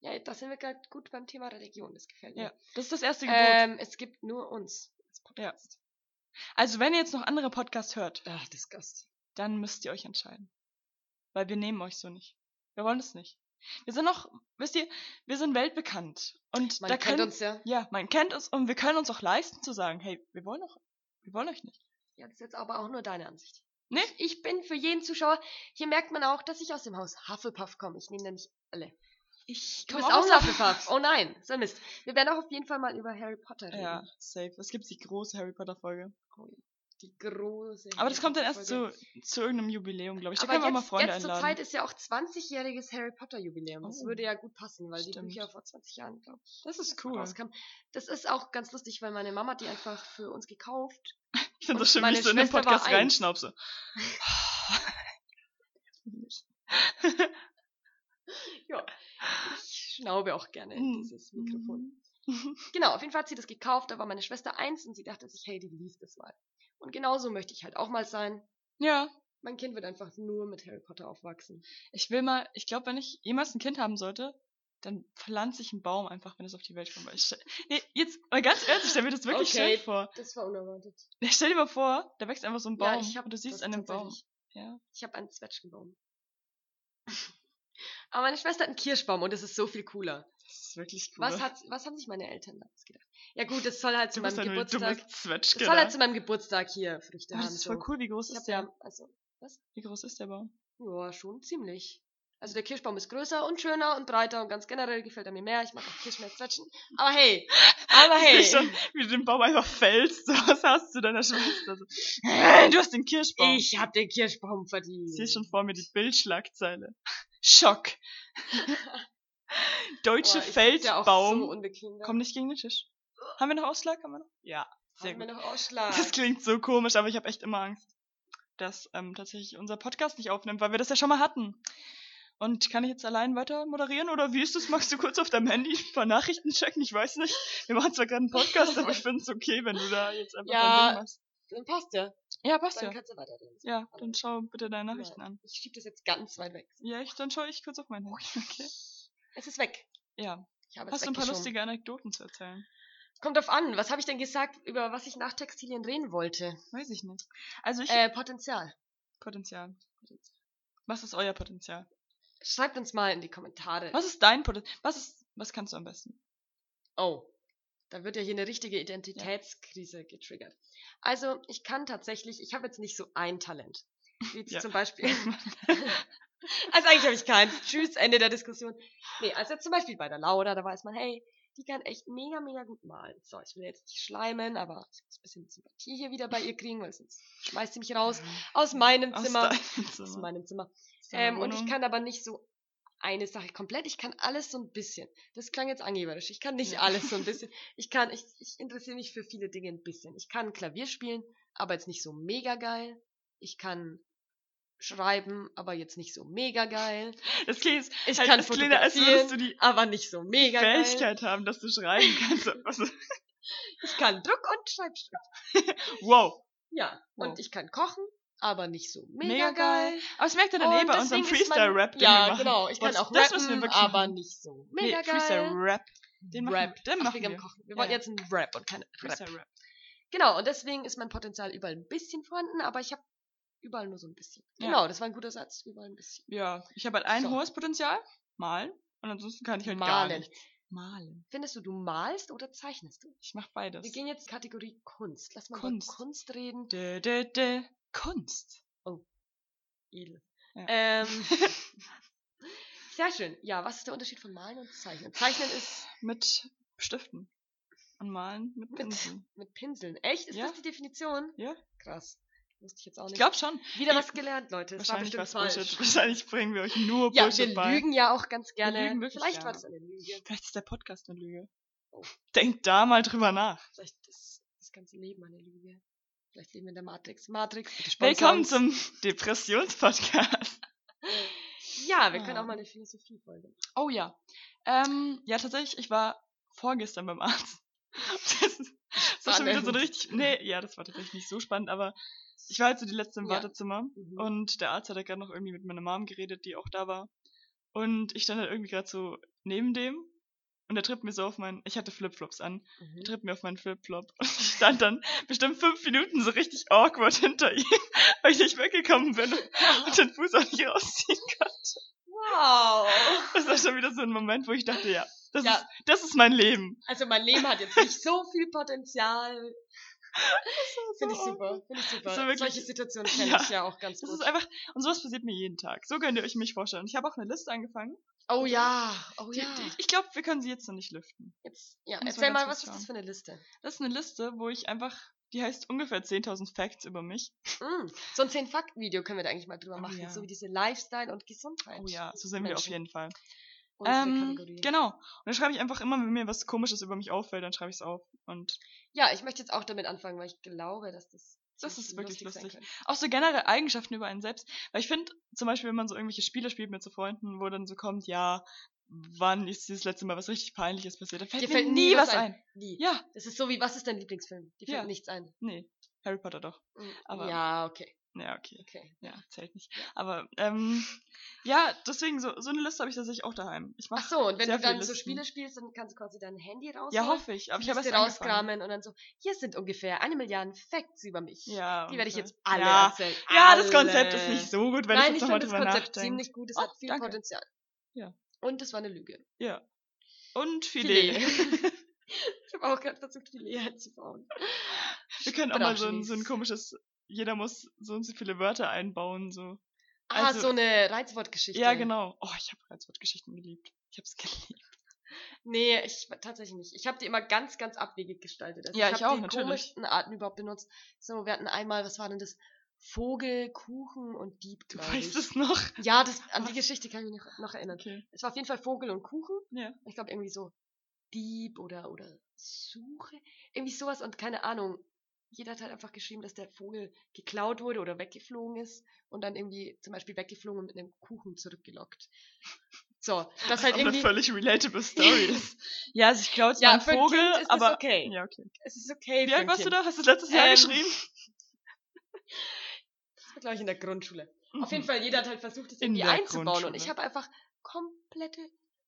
[SPEAKER 1] ja, da sind wir grad gut beim Thema Religion. Das gefällt mir.
[SPEAKER 2] Ja. Das ist das erste Gebot.
[SPEAKER 1] Ähm, es gibt nur uns als
[SPEAKER 2] Äh,
[SPEAKER 1] Podcast.
[SPEAKER 2] also, wenn ihr jetzt noch andere Podcasts hört,
[SPEAKER 1] Ja. Ach, disgusting.
[SPEAKER 2] dann müsst ihr euch entscheiden. Weil wir nehmen euch so nicht. Wir wollen es nicht. Wir sind noch, wisst ihr, wir sind weltbekannt. Und
[SPEAKER 1] Man
[SPEAKER 2] da
[SPEAKER 1] kennt
[SPEAKER 2] können,
[SPEAKER 1] uns ja.
[SPEAKER 2] Ja, man kennt uns und wir können uns auch leisten zu sagen, hey, wir wollen doch, wir wollen euch nicht.
[SPEAKER 1] Ja, das ist jetzt aber auch nur deine Ansicht.
[SPEAKER 2] Nee.
[SPEAKER 1] Ich bin für jeden Zuschauer. Hier merkt man auch, dass ich aus dem Haus Hufflepuff komme. Ich nehme nämlich alle.
[SPEAKER 2] Ich
[SPEAKER 1] Du bist auch ein Hufflepuff. Oh nein, so ein Mist. Wir werden auch auf jeden Fall mal über Harry Potter reden.
[SPEAKER 2] Ja, safe. Es gibt die große Harry Potter Folge.
[SPEAKER 1] Die große.
[SPEAKER 2] Aber das kommt dann erst
[SPEAKER 1] Folge.
[SPEAKER 2] zu, zu irgendeinem Jubiläum, glaube ich. Da
[SPEAKER 1] Aber
[SPEAKER 2] können
[SPEAKER 1] jetzt,
[SPEAKER 2] wir mal Freunde
[SPEAKER 1] jetzt zur
[SPEAKER 2] einladen.
[SPEAKER 1] Zeit ist ja auch 20-jähriges Harry Potter Jubiläum. Das
[SPEAKER 2] Oh.
[SPEAKER 1] würde ja gut passen, weil die
[SPEAKER 2] Stimmt.
[SPEAKER 1] Bücher vor 20 Jahren, glaube ich,
[SPEAKER 2] das ist cool.
[SPEAKER 1] rauskamen. Das ist auch ganz lustig, weil meine Mama hat die einfach für uns gekauft.
[SPEAKER 2] Ich
[SPEAKER 1] Und
[SPEAKER 2] finde das schön, wie
[SPEAKER 1] meine
[SPEAKER 2] ich so in den
[SPEAKER 1] Schwester war
[SPEAKER 2] Podcast
[SPEAKER 1] eins.
[SPEAKER 2] reinschnaubse.
[SPEAKER 1] Ich schnaube auch gerne in
[SPEAKER 2] Hm.
[SPEAKER 1] dieses Mikrofon. Genau, auf jeden Fall hat sie das gekauft, da war meine Schwester eins und sie dachte sich, hey, die liest das mal. Und genauso möchte ich halt auch mal sein.
[SPEAKER 2] Ja,
[SPEAKER 1] Mein Kind wird einfach nur mit Harry Potter aufwachsen.
[SPEAKER 2] ich will mal, ich glaube, wenn ich jemals ein Kind haben sollte, dann pflanze ich einen Baum einfach, wenn es auf die Welt kommt. Weil Ich, stell- nee, jetzt mal ganz ehrlich, ich stelle mir das wirklich
[SPEAKER 1] Okay.
[SPEAKER 2] schön vor.
[SPEAKER 1] Das war unerwartet.
[SPEAKER 2] Ja, Stell dir mal vor, da wächst einfach so ein
[SPEAKER 1] Ja,
[SPEAKER 2] Baum
[SPEAKER 1] ich hab
[SPEAKER 2] und du siehst
[SPEAKER 1] das
[SPEAKER 2] einen Baum.
[SPEAKER 1] tatsächlich.
[SPEAKER 2] Ja.
[SPEAKER 1] Ich habe einen Zwetschgenbaum. Aber meine Schwester hat einen Kirschbaum und das ist so viel cooler.
[SPEAKER 2] Das ist wirklich cool.
[SPEAKER 1] Was, hat, was haben sich meine Eltern damals gedacht? Ja gut, das soll halt zu
[SPEAKER 2] du
[SPEAKER 1] meinem
[SPEAKER 2] bist eine dumme
[SPEAKER 1] Geburtstag.
[SPEAKER 2] Zwetschge.
[SPEAKER 1] Das soll halt
[SPEAKER 2] da.
[SPEAKER 1] zu meinem Geburtstag hier Früchte
[SPEAKER 2] Ah,
[SPEAKER 1] haben.
[SPEAKER 2] das ist voll
[SPEAKER 1] so.
[SPEAKER 2] cool. Wie groß
[SPEAKER 1] Ich
[SPEAKER 2] ist
[SPEAKER 1] hab
[SPEAKER 2] der?
[SPEAKER 1] ja, also,
[SPEAKER 2] Wie groß ist der Baum?
[SPEAKER 1] ja, schon ziemlich. Also der Kirschbaum ist größer und schöner und breiter und ganz generell gefällt er mir mehr. Ich mag auch Kirschen mehr Zwetschen. Aber hey, aber hey.
[SPEAKER 2] Ich sehe schon, wie du den Baum einfach fällst. Was hast du deiner Schwester? So, "Hey, Also, du hast den Kirschbaum.
[SPEAKER 1] Ich hab den Kirschbaum
[SPEAKER 2] Ich
[SPEAKER 1] verdient.
[SPEAKER 2] sehe schon vor mir die Bildschlagzeile. Schock.
[SPEAKER 1] Boah, Oh,
[SPEAKER 2] Deutsche
[SPEAKER 1] ich find's ja auch
[SPEAKER 2] Feldbaum.
[SPEAKER 1] So unbequem,
[SPEAKER 2] Komm nicht gegen den Tisch. Haben wir noch Ausschlag? Haben wir noch? Ja, sehr
[SPEAKER 1] Haben wir
[SPEAKER 2] gut.
[SPEAKER 1] noch Ausschlag.
[SPEAKER 2] Das klingt so komisch, aber ich habe echt immer Angst, dass ähm, tatsächlich unser Podcast nicht aufnimmt, weil wir das ja schon mal hatten. Und kann ich jetzt allein weiter moderieren oder wie ist das? Magst du kurz auf deinem Handy ein paar Nachrichten checken? Ich weiß nicht. Wir machen zwar gerade einen Podcast, aber ich finde es okay, wenn du da jetzt einfach
[SPEAKER 1] Ja,
[SPEAKER 2] dein Ding machst.
[SPEAKER 1] Dann passt ja.
[SPEAKER 2] Ja, passt
[SPEAKER 1] Dann
[SPEAKER 2] ja.
[SPEAKER 1] kannst du weiterreden.
[SPEAKER 2] Ja, dann schau bitte deine Nachrichten an.
[SPEAKER 1] Ich schieb das jetzt ganz weit weg.
[SPEAKER 2] Ja, ich, dann schaue ich kurz auf
[SPEAKER 1] Oh,
[SPEAKER 2] mein Handy. Okay.
[SPEAKER 1] Es ist weg.
[SPEAKER 2] Ja.
[SPEAKER 1] Ich habe es
[SPEAKER 2] Hast du ein paar
[SPEAKER 1] weggeschoben.
[SPEAKER 2] lustige Anekdoten zu erzählen?
[SPEAKER 1] Kommt drauf an. Was habe ich denn gesagt, über was ich nach Textilien reden wollte?
[SPEAKER 2] Weiß ich nicht. Also ich.
[SPEAKER 1] Äh, Potenzial.
[SPEAKER 2] Potenzial. Was ist euer Potenzial?
[SPEAKER 1] Schreibt uns mal in die Kommentare.
[SPEAKER 2] Was ist dein Potenzial? Was ist. Was kannst du am besten?
[SPEAKER 1] Oh. Da wird ja hier eine richtige Identitätskrise getriggert. Also, ich kann tatsächlich, ich habe jetzt nicht so ein Talent. Wie jetzt
[SPEAKER 2] Ja.
[SPEAKER 1] zum Beispiel. also eigentlich habe ich keins. Tschüss, Ende der Diskussion. Nee, also zum Beispiel bei der Laura, da weiß man, hey, die kann echt mega, mega gut malen. So, ich will jetzt nicht schleimen, aber ich muss ein bisschen Sympathie hier wieder bei ihr kriegen, weil sonst schmeißt sie mich raus aus meinem
[SPEAKER 2] Aus
[SPEAKER 1] Zimmer.
[SPEAKER 2] deinem
[SPEAKER 1] Aus
[SPEAKER 2] Zimmer.
[SPEAKER 1] meinem Zimmer.
[SPEAKER 2] Aus Genau. deiner
[SPEAKER 1] Ähm, und ich
[SPEAKER 2] Wohnung.
[SPEAKER 1] kann aber nicht so eine Sache komplett. Ich kann alles so ein bisschen. Das klang jetzt angeberisch. Ich kann nicht
[SPEAKER 2] Ja.
[SPEAKER 1] alles so ein bisschen. Ich kann, ich, ich interessiere mich für viele Dinge ein bisschen. Ich kann Klavier spielen, aber jetzt nicht so mega geil. Ich kann schreiben, aber jetzt nicht so mega geil.
[SPEAKER 2] Das klingt,
[SPEAKER 1] Ich
[SPEAKER 2] halt,
[SPEAKER 1] kann
[SPEAKER 2] das klingt als
[SPEAKER 1] fotografieren,
[SPEAKER 2] würdest du die
[SPEAKER 1] aber nicht so mega geil.
[SPEAKER 2] Fähigkeit haben, dass du schreiben kannst. Also,
[SPEAKER 1] Ich kann Druck und Schreibschrift.
[SPEAKER 2] wow.
[SPEAKER 1] Ja.
[SPEAKER 2] Wow.
[SPEAKER 1] Und ich kann kochen, aber nicht so mega,
[SPEAKER 2] Oh. Mega
[SPEAKER 1] geil.
[SPEAKER 2] geil. Aber es merkt ihr dann eh
[SPEAKER 1] Und
[SPEAKER 2] bei unserem
[SPEAKER 1] deswegen ist mein-
[SPEAKER 2] Freestyle-Rap, den wir
[SPEAKER 1] Ja,
[SPEAKER 2] machen.
[SPEAKER 1] genau. Ich
[SPEAKER 2] Boah,
[SPEAKER 1] kann
[SPEAKER 2] das-
[SPEAKER 1] auch
[SPEAKER 2] das müssen wir
[SPEAKER 1] rappen,
[SPEAKER 2] wirklich
[SPEAKER 1] aber
[SPEAKER 2] machen.
[SPEAKER 1] nicht so
[SPEAKER 2] Nee,
[SPEAKER 1] mega geil.
[SPEAKER 2] Freestyle-Rap. Den machen
[SPEAKER 1] Rap.
[SPEAKER 2] wir. Den
[SPEAKER 1] Ach,
[SPEAKER 2] machen
[SPEAKER 1] wegen dem
[SPEAKER 2] wir.
[SPEAKER 1] Kochen. Wir wollen
[SPEAKER 2] Ja.
[SPEAKER 1] jetzt einen Rap und keinen Rap.
[SPEAKER 2] Freestyle-Rap.
[SPEAKER 1] Genau, und deswegen ist mein Potenzial überall ein bisschen vorhanden, aber ich habe überall nur so ein bisschen.
[SPEAKER 2] Ja.
[SPEAKER 1] Genau, das war ein guter Satz, überall ein bisschen.
[SPEAKER 2] Ja, ich habe halt ein
[SPEAKER 1] So.
[SPEAKER 2] hohes Potenzial. Malen. Und ansonsten kann ich halt gar
[SPEAKER 1] Malen.
[SPEAKER 2] nichts. Malen.
[SPEAKER 1] Findest du, du malst oder zeichnest du?
[SPEAKER 2] Ich mach beides.
[SPEAKER 1] Wir gehen jetzt Kategorie Kunst. Lass mal
[SPEAKER 2] Kunst.
[SPEAKER 1] über Kunst reden.
[SPEAKER 2] Dö, dö, dö. Kunst.
[SPEAKER 1] Edel.
[SPEAKER 2] Ja.
[SPEAKER 1] Ähm, sehr schön. Ja, was ist der Unterschied von Malen und Zeichnen? Zeichnen ist
[SPEAKER 2] Mit Stiften. Und malen mit Pinseln.
[SPEAKER 1] mit Pinseln. Echt? Ist
[SPEAKER 2] Ja.
[SPEAKER 1] das die Definition?
[SPEAKER 2] Ja.
[SPEAKER 1] Krass. Wusste ich jetzt auch
[SPEAKER 2] Ich
[SPEAKER 1] nicht.
[SPEAKER 2] glaube schon.
[SPEAKER 1] Wieder was gelernt, Leute. Es war
[SPEAKER 2] Wahrscheinlich
[SPEAKER 1] bestimmt falsch.
[SPEAKER 2] was Bullshit. Wahrscheinlich bringen wir euch nur
[SPEAKER 1] Ja,
[SPEAKER 2] Bullshit
[SPEAKER 1] wir
[SPEAKER 2] bei.
[SPEAKER 1] lügen ja auch ganz gerne.
[SPEAKER 2] lügen wirklich
[SPEAKER 1] Vielleicht
[SPEAKER 2] gerne.
[SPEAKER 1] war das eine Lüge.
[SPEAKER 2] Vielleicht ist der Podcast eine Lüge.
[SPEAKER 1] Oh.
[SPEAKER 2] Denkt da mal drüber nach.
[SPEAKER 1] Vielleicht ist das ganze Leben eine Lüge. Vielleicht leben wir in der Matrix. Matrix, bitte sponsor
[SPEAKER 2] Willkommen
[SPEAKER 1] uns.
[SPEAKER 2] zum Depressionspodcast.
[SPEAKER 1] Ja, wir können
[SPEAKER 2] Ah.
[SPEAKER 1] auch mal eine Philosophie-Folge. machen.
[SPEAKER 2] Oh ja. Ähm, ja, tatsächlich, ich war vorgestern beim Arzt. Das ist das war schon wieder so
[SPEAKER 1] Spannend.
[SPEAKER 2] eine richtig. Nee, ja, das war tatsächlich nicht so spannend, aber ich war halt so die letzte im
[SPEAKER 1] Ja.
[SPEAKER 2] Wartezimmer
[SPEAKER 1] Mhm.
[SPEAKER 2] und der Arzt hat ja gerade noch irgendwie mit meiner Mom geredet, die auch da war. Und ich stand halt irgendwie gerade so neben dem und er tritt mir so auf meinen. Ich hatte Flipflops an.
[SPEAKER 1] Mhm.
[SPEAKER 2] Er tritt mir auf meinen Flipflop und ich stand dann bestimmt fünf Minuten so richtig awkward hinter ihm, weil ich nicht weggekommen bin und den Fuß auch nicht rausziehen konnte.
[SPEAKER 1] Wow.
[SPEAKER 2] Das war schon wieder so ein Moment, wo ich dachte, ja, das,
[SPEAKER 1] Ja.
[SPEAKER 2] Ist, das ist mein Leben.
[SPEAKER 1] Also mein Leben hat jetzt nicht so viel Potenzial. Finde ich super. Finde ich super.
[SPEAKER 2] Das war wirklich-
[SPEAKER 1] Solche Situationen kenne
[SPEAKER 2] Ja.
[SPEAKER 1] ich ja auch ganz
[SPEAKER 2] Das
[SPEAKER 1] gut.
[SPEAKER 2] ist einfach, und sowas passiert mir jeden Tag. So könnt ihr euch mich vorstellen. Ich habe auch eine Liste angefangen.
[SPEAKER 1] oh ja. Oh
[SPEAKER 2] Die,
[SPEAKER 1] ja.
[SPEAKER 2] die, ich glaube, wir können sie jetzt noch nicht lüften.
[SPEAKER 1] Jetzt, ja.
[SPEAKER 2] Muss
[SPEAKER 1] Erzähl
[SPEAKER 2] man ganz
[SPEAKER 1] mal, was
[SPEAKER 2] kurz
[SPEAKER 1] ist das für eine Liste?
[SPEAKER 2] Das ist eine Liste, wo ich einfach, die heißt ungefähr 10.000 Facts über mich.
[SPEAKER 1] Mm. So ein 10-Fakt-Video können wir da eigentlich mal drüber
[SPEAKER 2] Oh
[SPEAKER 1] machen.
[SPEAKER 2] ja.
[SPEAKER 1] So wie diese Lifestyle und Gesundheit.
[SPEAKER 2] Oh ja, so sind wir auf
[SPEAKER 1] Menschen.
[SPEAKER 2] jeden Fall.
[SPEAKER 1] Unsere
[SPEAKER 2] Ähm,
[SPEAKER 1] Kategorie.
[SPEAKER 2] genau. Und dann schreibe ich einfach immer, wenn mir was Komisches über mich auffällt, dann schreibe ich es auf. Und
[SPEAKER 1] Ja, ich möchte jetzt auch damit anfangen, weil ich glaube, dass das.
[SPEAKER 2] Das
[SPEAKER 1] ziemlich
[SPEAKER 2] ist wirklich
[SPEAKER 1] sein
[SPEAKER 2] lustig.
[SPEAKER 1] könnte.
[SPEAKER 2] auch so generell Eigenschaften über einen selbst. Weil ich finde, zum Beispiel, wenn man so irgendwelche Spiele spielt mit so Freunden, wo dann so kommt, ja, wann ist dieses letzte Mal was richtig Peinliches passiert? Da fällt
[SPEAKER 1] Dir
[SPEAKER 2] mir nie was ein.
[SPEAKER 1] Nie.
[SPEAKER 2] Ja,
[SPEAKER 1] Das ist so wie, was ist dein Lieblingsfilm? Dir fällt
[SPEAKER 2] Ja.
[SPEAKER 1] nichts ein.
[SPEAKER 2] nee, Harry Potter doch.
[SPEAKER 1] Mm.
[SPEAKER 2] Aber-
[SPEAKER 1] ja, okay.
[SPEAKER 2] Ja, okay.
[SPEAKER 1] okay.
[SPEAKER 2] Ja, zählt nicht. Aber, ähm, ja, deswegen, so, so eine Liste habe ich tatsächlich auch daheim. Ich
[SPEAKER 1] Ach
[SPEAKER 2] mache,
[SPEAKER 1] so, und wenn
[SPEAKER 2] sehr
[SPEAKER 1] du dann
[SPEAKER 2] viele
[SPEAKER 1] so
[SPEAKER 2] Listen.
[SPEAKER 1] Spiele spielst, dann kannst du quasi dein Handy rausholen.
[SPEAKER 2] ja, hoffe ich. Aber ich
[SPEAKER 1] ich
[SPEAKER 2] habe
[SPEAKER 1] Liste
[SPEAKER 2] erst angefangen.
[SPEAKER 1] rauskramen und dann so, hier sind ungefähr eine Milliarde Facts über mich.
[SPEAKER 2] Ja,
[SPEAKER 1] Die werde ich
[SPEAKER 2] ungefähr.
[SPEAKER 1] jetzt alle
[SPEAKER 2] Ja,
[SPEAKER 1] erzählen.
[SPEAKER 2] ja das Konzept
[SPEAKER 1] Alle.
[SPEAKER 2] ist nicht so gut, wenn
[SPEAKER 1] Nein,
[SPEAKER 2] ich
[SPEAKER 1] ich
[SPEAKER 2] jetzt nochmal
[SPEAKER 1] finde das
[SPEAKER 2] drüber
[SPEAKER 1] Konzept
[SPEAKER 2] nachdenke.
[SPEAKER 1] ziemlich gut, es
[SPEAKER 2] Oh,
[SPEAKER 1] hat viel
[SPEAKER 2] danke.
[SPEAKER 1] Potenzial.
[SPEAKER 2] Ja.
[SPEAKER 1] Und es war eine Lüge.
[SPEAKER 2] Ja. Und
[SPEAKER 1] Filet.
[SPEAKER 2] Filet.
[SPEAKER 1] ich habe auch gerade versucht, Filet einzubauen.
[SPEAKER 2] Wir können auch mal so ein,
[SPEAKER 1] Brauchst
[SPEAKER 2] so ein
[SPEAKER 1] nichts.
[SPEAKER 2] komisches, jeder muss so und so viele Wörter einbauen, so.
[SPEAKER 1] Ah,
[SPEAKER 2] Also-
[SPEAKER 1] so eine Reizwortgeschichte.
[SPEAKER 2] Ja, genau. Oh, ich habe Reizwortgeschichten geliebt. Ich hab's geliebt.
[SPEAKER 1] Nee, ich tatsächlich nicht. Ich habe die immer ganz, ganz abwegig gestaltet. Also
[SPEAKER 2] Ja, ich
[SPEAKER 1] hab
[SPEAKER 2] auch,
[SPEAKER 1] die
[SPEAKER 2] natürlich.
[SPEAKER 1] komischsten Arten überhaupt benutzt. So, wir hatten einmal, was war denn das? Vogel, Kuchen und Dieb,
[SPEAKER 2] Du
[SPEAKER 1] glaub
[SPEAKER 2] weißt
[SPEAKER 1] ich.
[SPEAKER 2] es noch.
[SPEAKER 1] Ja, das, an die Geschichte kann ich mich noch, noch erinnern.
[SPEAKER 2] Okay.
[SPEAKER 1] Es war auf jeden Fall Vogel und Kuchen.
[SPEAKER 2] Ja.
[SPEAKER 1] Ich glaube irgendwie so Dieb oder, oder Suche. Irgendwie sowas und keine Ahnung. Jeder hat halt einfach geschrieben, dass der Vogel geklaut wurde oder weggeflogen ist und dann irgendwie zum Beispiel weggeflogen und mit einem Kuchen zurückgelockt. So, das halt
[SPEAKER 2] auch eine
[SPEAKER 1] irgendwie.
[SPEAKER 2] völlig relatable Story ist. ja, also ich glaube, es war
[SPEAKER 1] Ja,
[SPEAKER 2] ein
[SPEAKER 1] für ein
[SPEAKER 2] Vogel,
[SPEAKER 1] kind ist
[SPEAKER 2] aber.
[SPEAKER 1] das okay.
[SPEAKER 2] Ja, okay.
[SPEAKER 1] Es ist okay.
[SPEAKER 2] Wie alt warst du
[SPEAKER 1] Franklin.
[SPEAKER 2] da? Hast du letztes Jahr
[SPEAKER 1] Ähm,
[SPEAKER 2] geschrieben?
[SPEAKER 1] Das war, glaube ich, in der Grundschule. Auf jeden Fall, jeder hat halt versucht, das
[SPEAKER 2] In
[SPEAKER 1] irgendwie
[SPEAKER 2] der
[SPEAKER 1] einzubauen. Und
[SPEAKER 2] Grundschule.
[SPEAKER 1] ich habe einfach komplette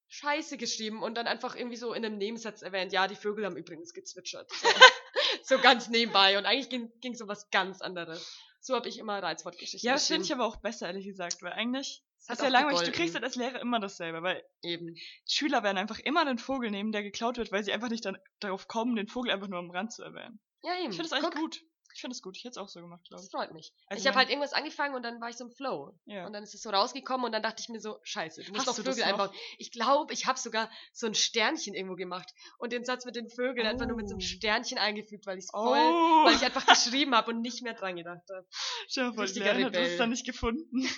[SPEAKER 1] Scheiße geschrieben und dann einfach irgendwie so in einem Nebensatz erwähnt, ja, die Vögel haben übrigens gezwitschert. So, so ganz nebenbei. Und eigentlich ging, ging so was ganz anderes. So habe ich immer Reizwortgeschichten
[SPEAKER 2] Ja, das
[SPEAKER 1] geschrieben.
[SPEAKER 2] finde ich aber auch besser, ehrlich gesagt, weil eigentlich
[SPEAKER 1] hat
[SPEAKER 2] ist ja
[SPEAKER 1] auch
[SPEAKER 2] langweilig. Du
[SPEAKER 1] gegolten.
[SPEAKER 2] kriegst halt als Lehrer immer dasselbe, weil
[SPEAKER 1] Eben.
[SPEAKER 2] Schüler werden einfach immer einen Vogel nehmen, der geklaut wird, weil sie einfach nicht dann darauf kommen, den Vogel einfach nur am Rand zu erwähnen.
[SPEAKER 1] Ja, eben.
[SPEAKER 2] Ich finde das eigentlich
[SPEAKER 1] Guck,
[SPEAKER 2] gut. Ich finde das gut. Ich hätte es auch so gemacht, glaube
[SPEAKER 1] Das
[SPEAKER 2] ich.
[SPEAKER 1] freut mich.
[SPEAKER 2] Also
[SPEAKER 1] ich habe
[SPEAKER 2] mein-
[SPEAKER 1] halt irgendwas angefangen und dann war ich so im Flow.
[SPEAKER 2] Ja.
[SPEAKER 1] Und dann ist es so rausgekommen und dann dachte ich mir so, scheiße, du musst
[SPEAKER 2] Hast
[SPEAKER 1] noch
[SPEAKER 2] du das
[SPEAKER 1] Vögel
[SPEAKER 2] noch?
[SPEAKER 1] einbauen. Ich glaube, ich habe sogar so ein Sternchen irgendwo gemacht und den Satz mit den Vögeln einfach nur mit so einem
[SPEAKER 2] Oh.
[SPEAKER 1] Sternchen eingefügt, weil ich es voll,
[SPEAKER 2] Oh,
[SPEAKER 1] weil ich einfach geschrieben habe und nicht mehr dran gedacht habe.
[SPEAKER 2] stell dir vor, die
[SPEAKER 1] richtiger
[SPEAKER 2] Lehrerin hat es
[SPEAKER 1] Rebell.
[SPEAKER 2] dann nicht gefunden.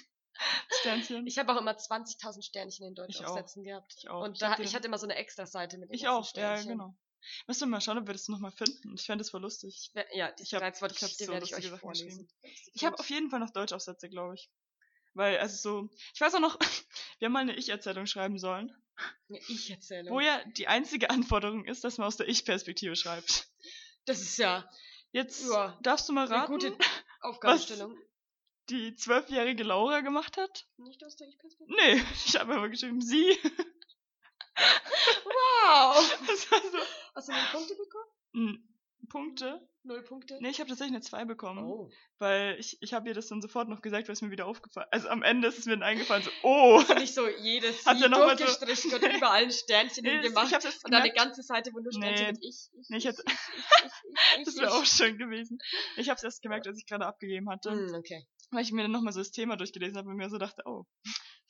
[SPEAKER 2] Sternchen.
[SPEAKER 1] Ich habe auch immer 20.000 Sternchen in
[SPEAKER 2] Ich
[SPEAKER 1] Deutsch
[SPEAKER 2] auch.
[SPEAKER 1] aufsetzen gehabt.
[SPEAKER 2] Ich auch.
[SPEAKER 1] Und
[SPEAKER 2] Ich
[SPEAKER 1] da,
[SPEAKER 2] hab dir-
[SPEAKER 1] ich hatte immer so eine extra Seite mit den
[SPEAKER 2] Ich
[SPEAKER 1] ganzen
[SPEAKER 2] auch, ja,
[SPEAKER 1] Sternchen.
[SPEAKER 2] genau. Müssen wir mal schauen, ob wir das nochmal finden. Ich fände das voll lustig.
[SPEAKER 1] Wer- Ja,
[SPEAKER 2] Ich
[SPEAKER 1] diese
[SPEAKER 2] hab-
[SPEAKER 1] Reizwortgeschichte
[SPEAKER 2] ich hab so
[SPEAKER 1] werde ich euch
[SPEAKER 2] lustige Sachen
[SPEAKER 1] vorlesen.
[SPEAKER 2] Ich habe auf jeden Fall noch Deutschaufsätze, glaube ich. Weil, also so, ich weiß auch noch, wir haben mal eine Ich-Erzählung schreiben sollen,
[SPEAKER 1] eine Ich-Erzählung.
[SPEAKER 2] wo ja die einzige Anforderung ist, dass man aus der Ich-Perspektive schreibt.
[SPEAKER 1] Das ist ja
[SPEAKER 2] Jetzt
[SPEAKER 1] Ja.
[SPEAKER 2] darfst du mal
[SPEAKER 1] eine
[SPEAKER 2] raten,
[SPEAKER 1] gute Aufgabenstellung.
[SPEAKER 2] die zwölfjährige Laura gemacht hat?
[SPEAKER 1] Nicht aus der Ich-Perspektive.
[SPEAKER 2] Nee, ich habe aber geschrieben, sie.
[SPEAKER 1] Wow!
[SPEAKER 2] Das war so,
[SPEAKER 1] Hast du mir Punkte bekommen?
[SPEAKER 2] N- hm, Punkte.
[SPEAKER 1] Null Punkte.
[SPEAKER 2] Nee, ich habe tatsächlich eine 2 bekommen.
[SPEAKER 1] Oh.
[SPEAKER 2] Weil ich, ich habe ihr das dann sofort noch gesagt, weil es mir wieder aufgefallen Also am Ende ist es mir dann eingefallen, so, oh.
[SPEAKER 1] Hast du nicht so jedes Hat
[SPEAKER 2] Hat er
[SPEAKER 1] Sie
[SPEAKER 2] noch mal so-
[SPEAKER 1] durchgestrichen und überall ein Sternchen
[SPEAKER 2] Nee, das-
[SPEAKER 1] hingemacht
[SPEAKER 2] ich habe das
[SPEAKER 1] und dann eine
[SPEAKER 2] gemerkt.
[SPEAKER 1] ganze Seite, wo nur Sternchen
[SPEAKER 2] Nee.
[SPEAKER 1] mit ich, ich,
[SPEAKER 2] Nee, ich
[SPEAKER 1] ich,
[SPEAKER 2] hätte-
[SPEAKER 1] ich, ich,
[SPEAKER 2] Das
[SPEAKER 1] ich, Hm,
[SPEAKER 2] wäre auch
[SPEAKER 1] ich.
[SPEAKER 2] schön gewesen. Ich habe es erst gemerkt, als ich gerade abgegeben hatte.
[SPEAKER 1] Hm, okay.
[SPEAKER 2] Weil ich mir dann nochmal so das Thema durchgelesen habe und mir so dachte, oh,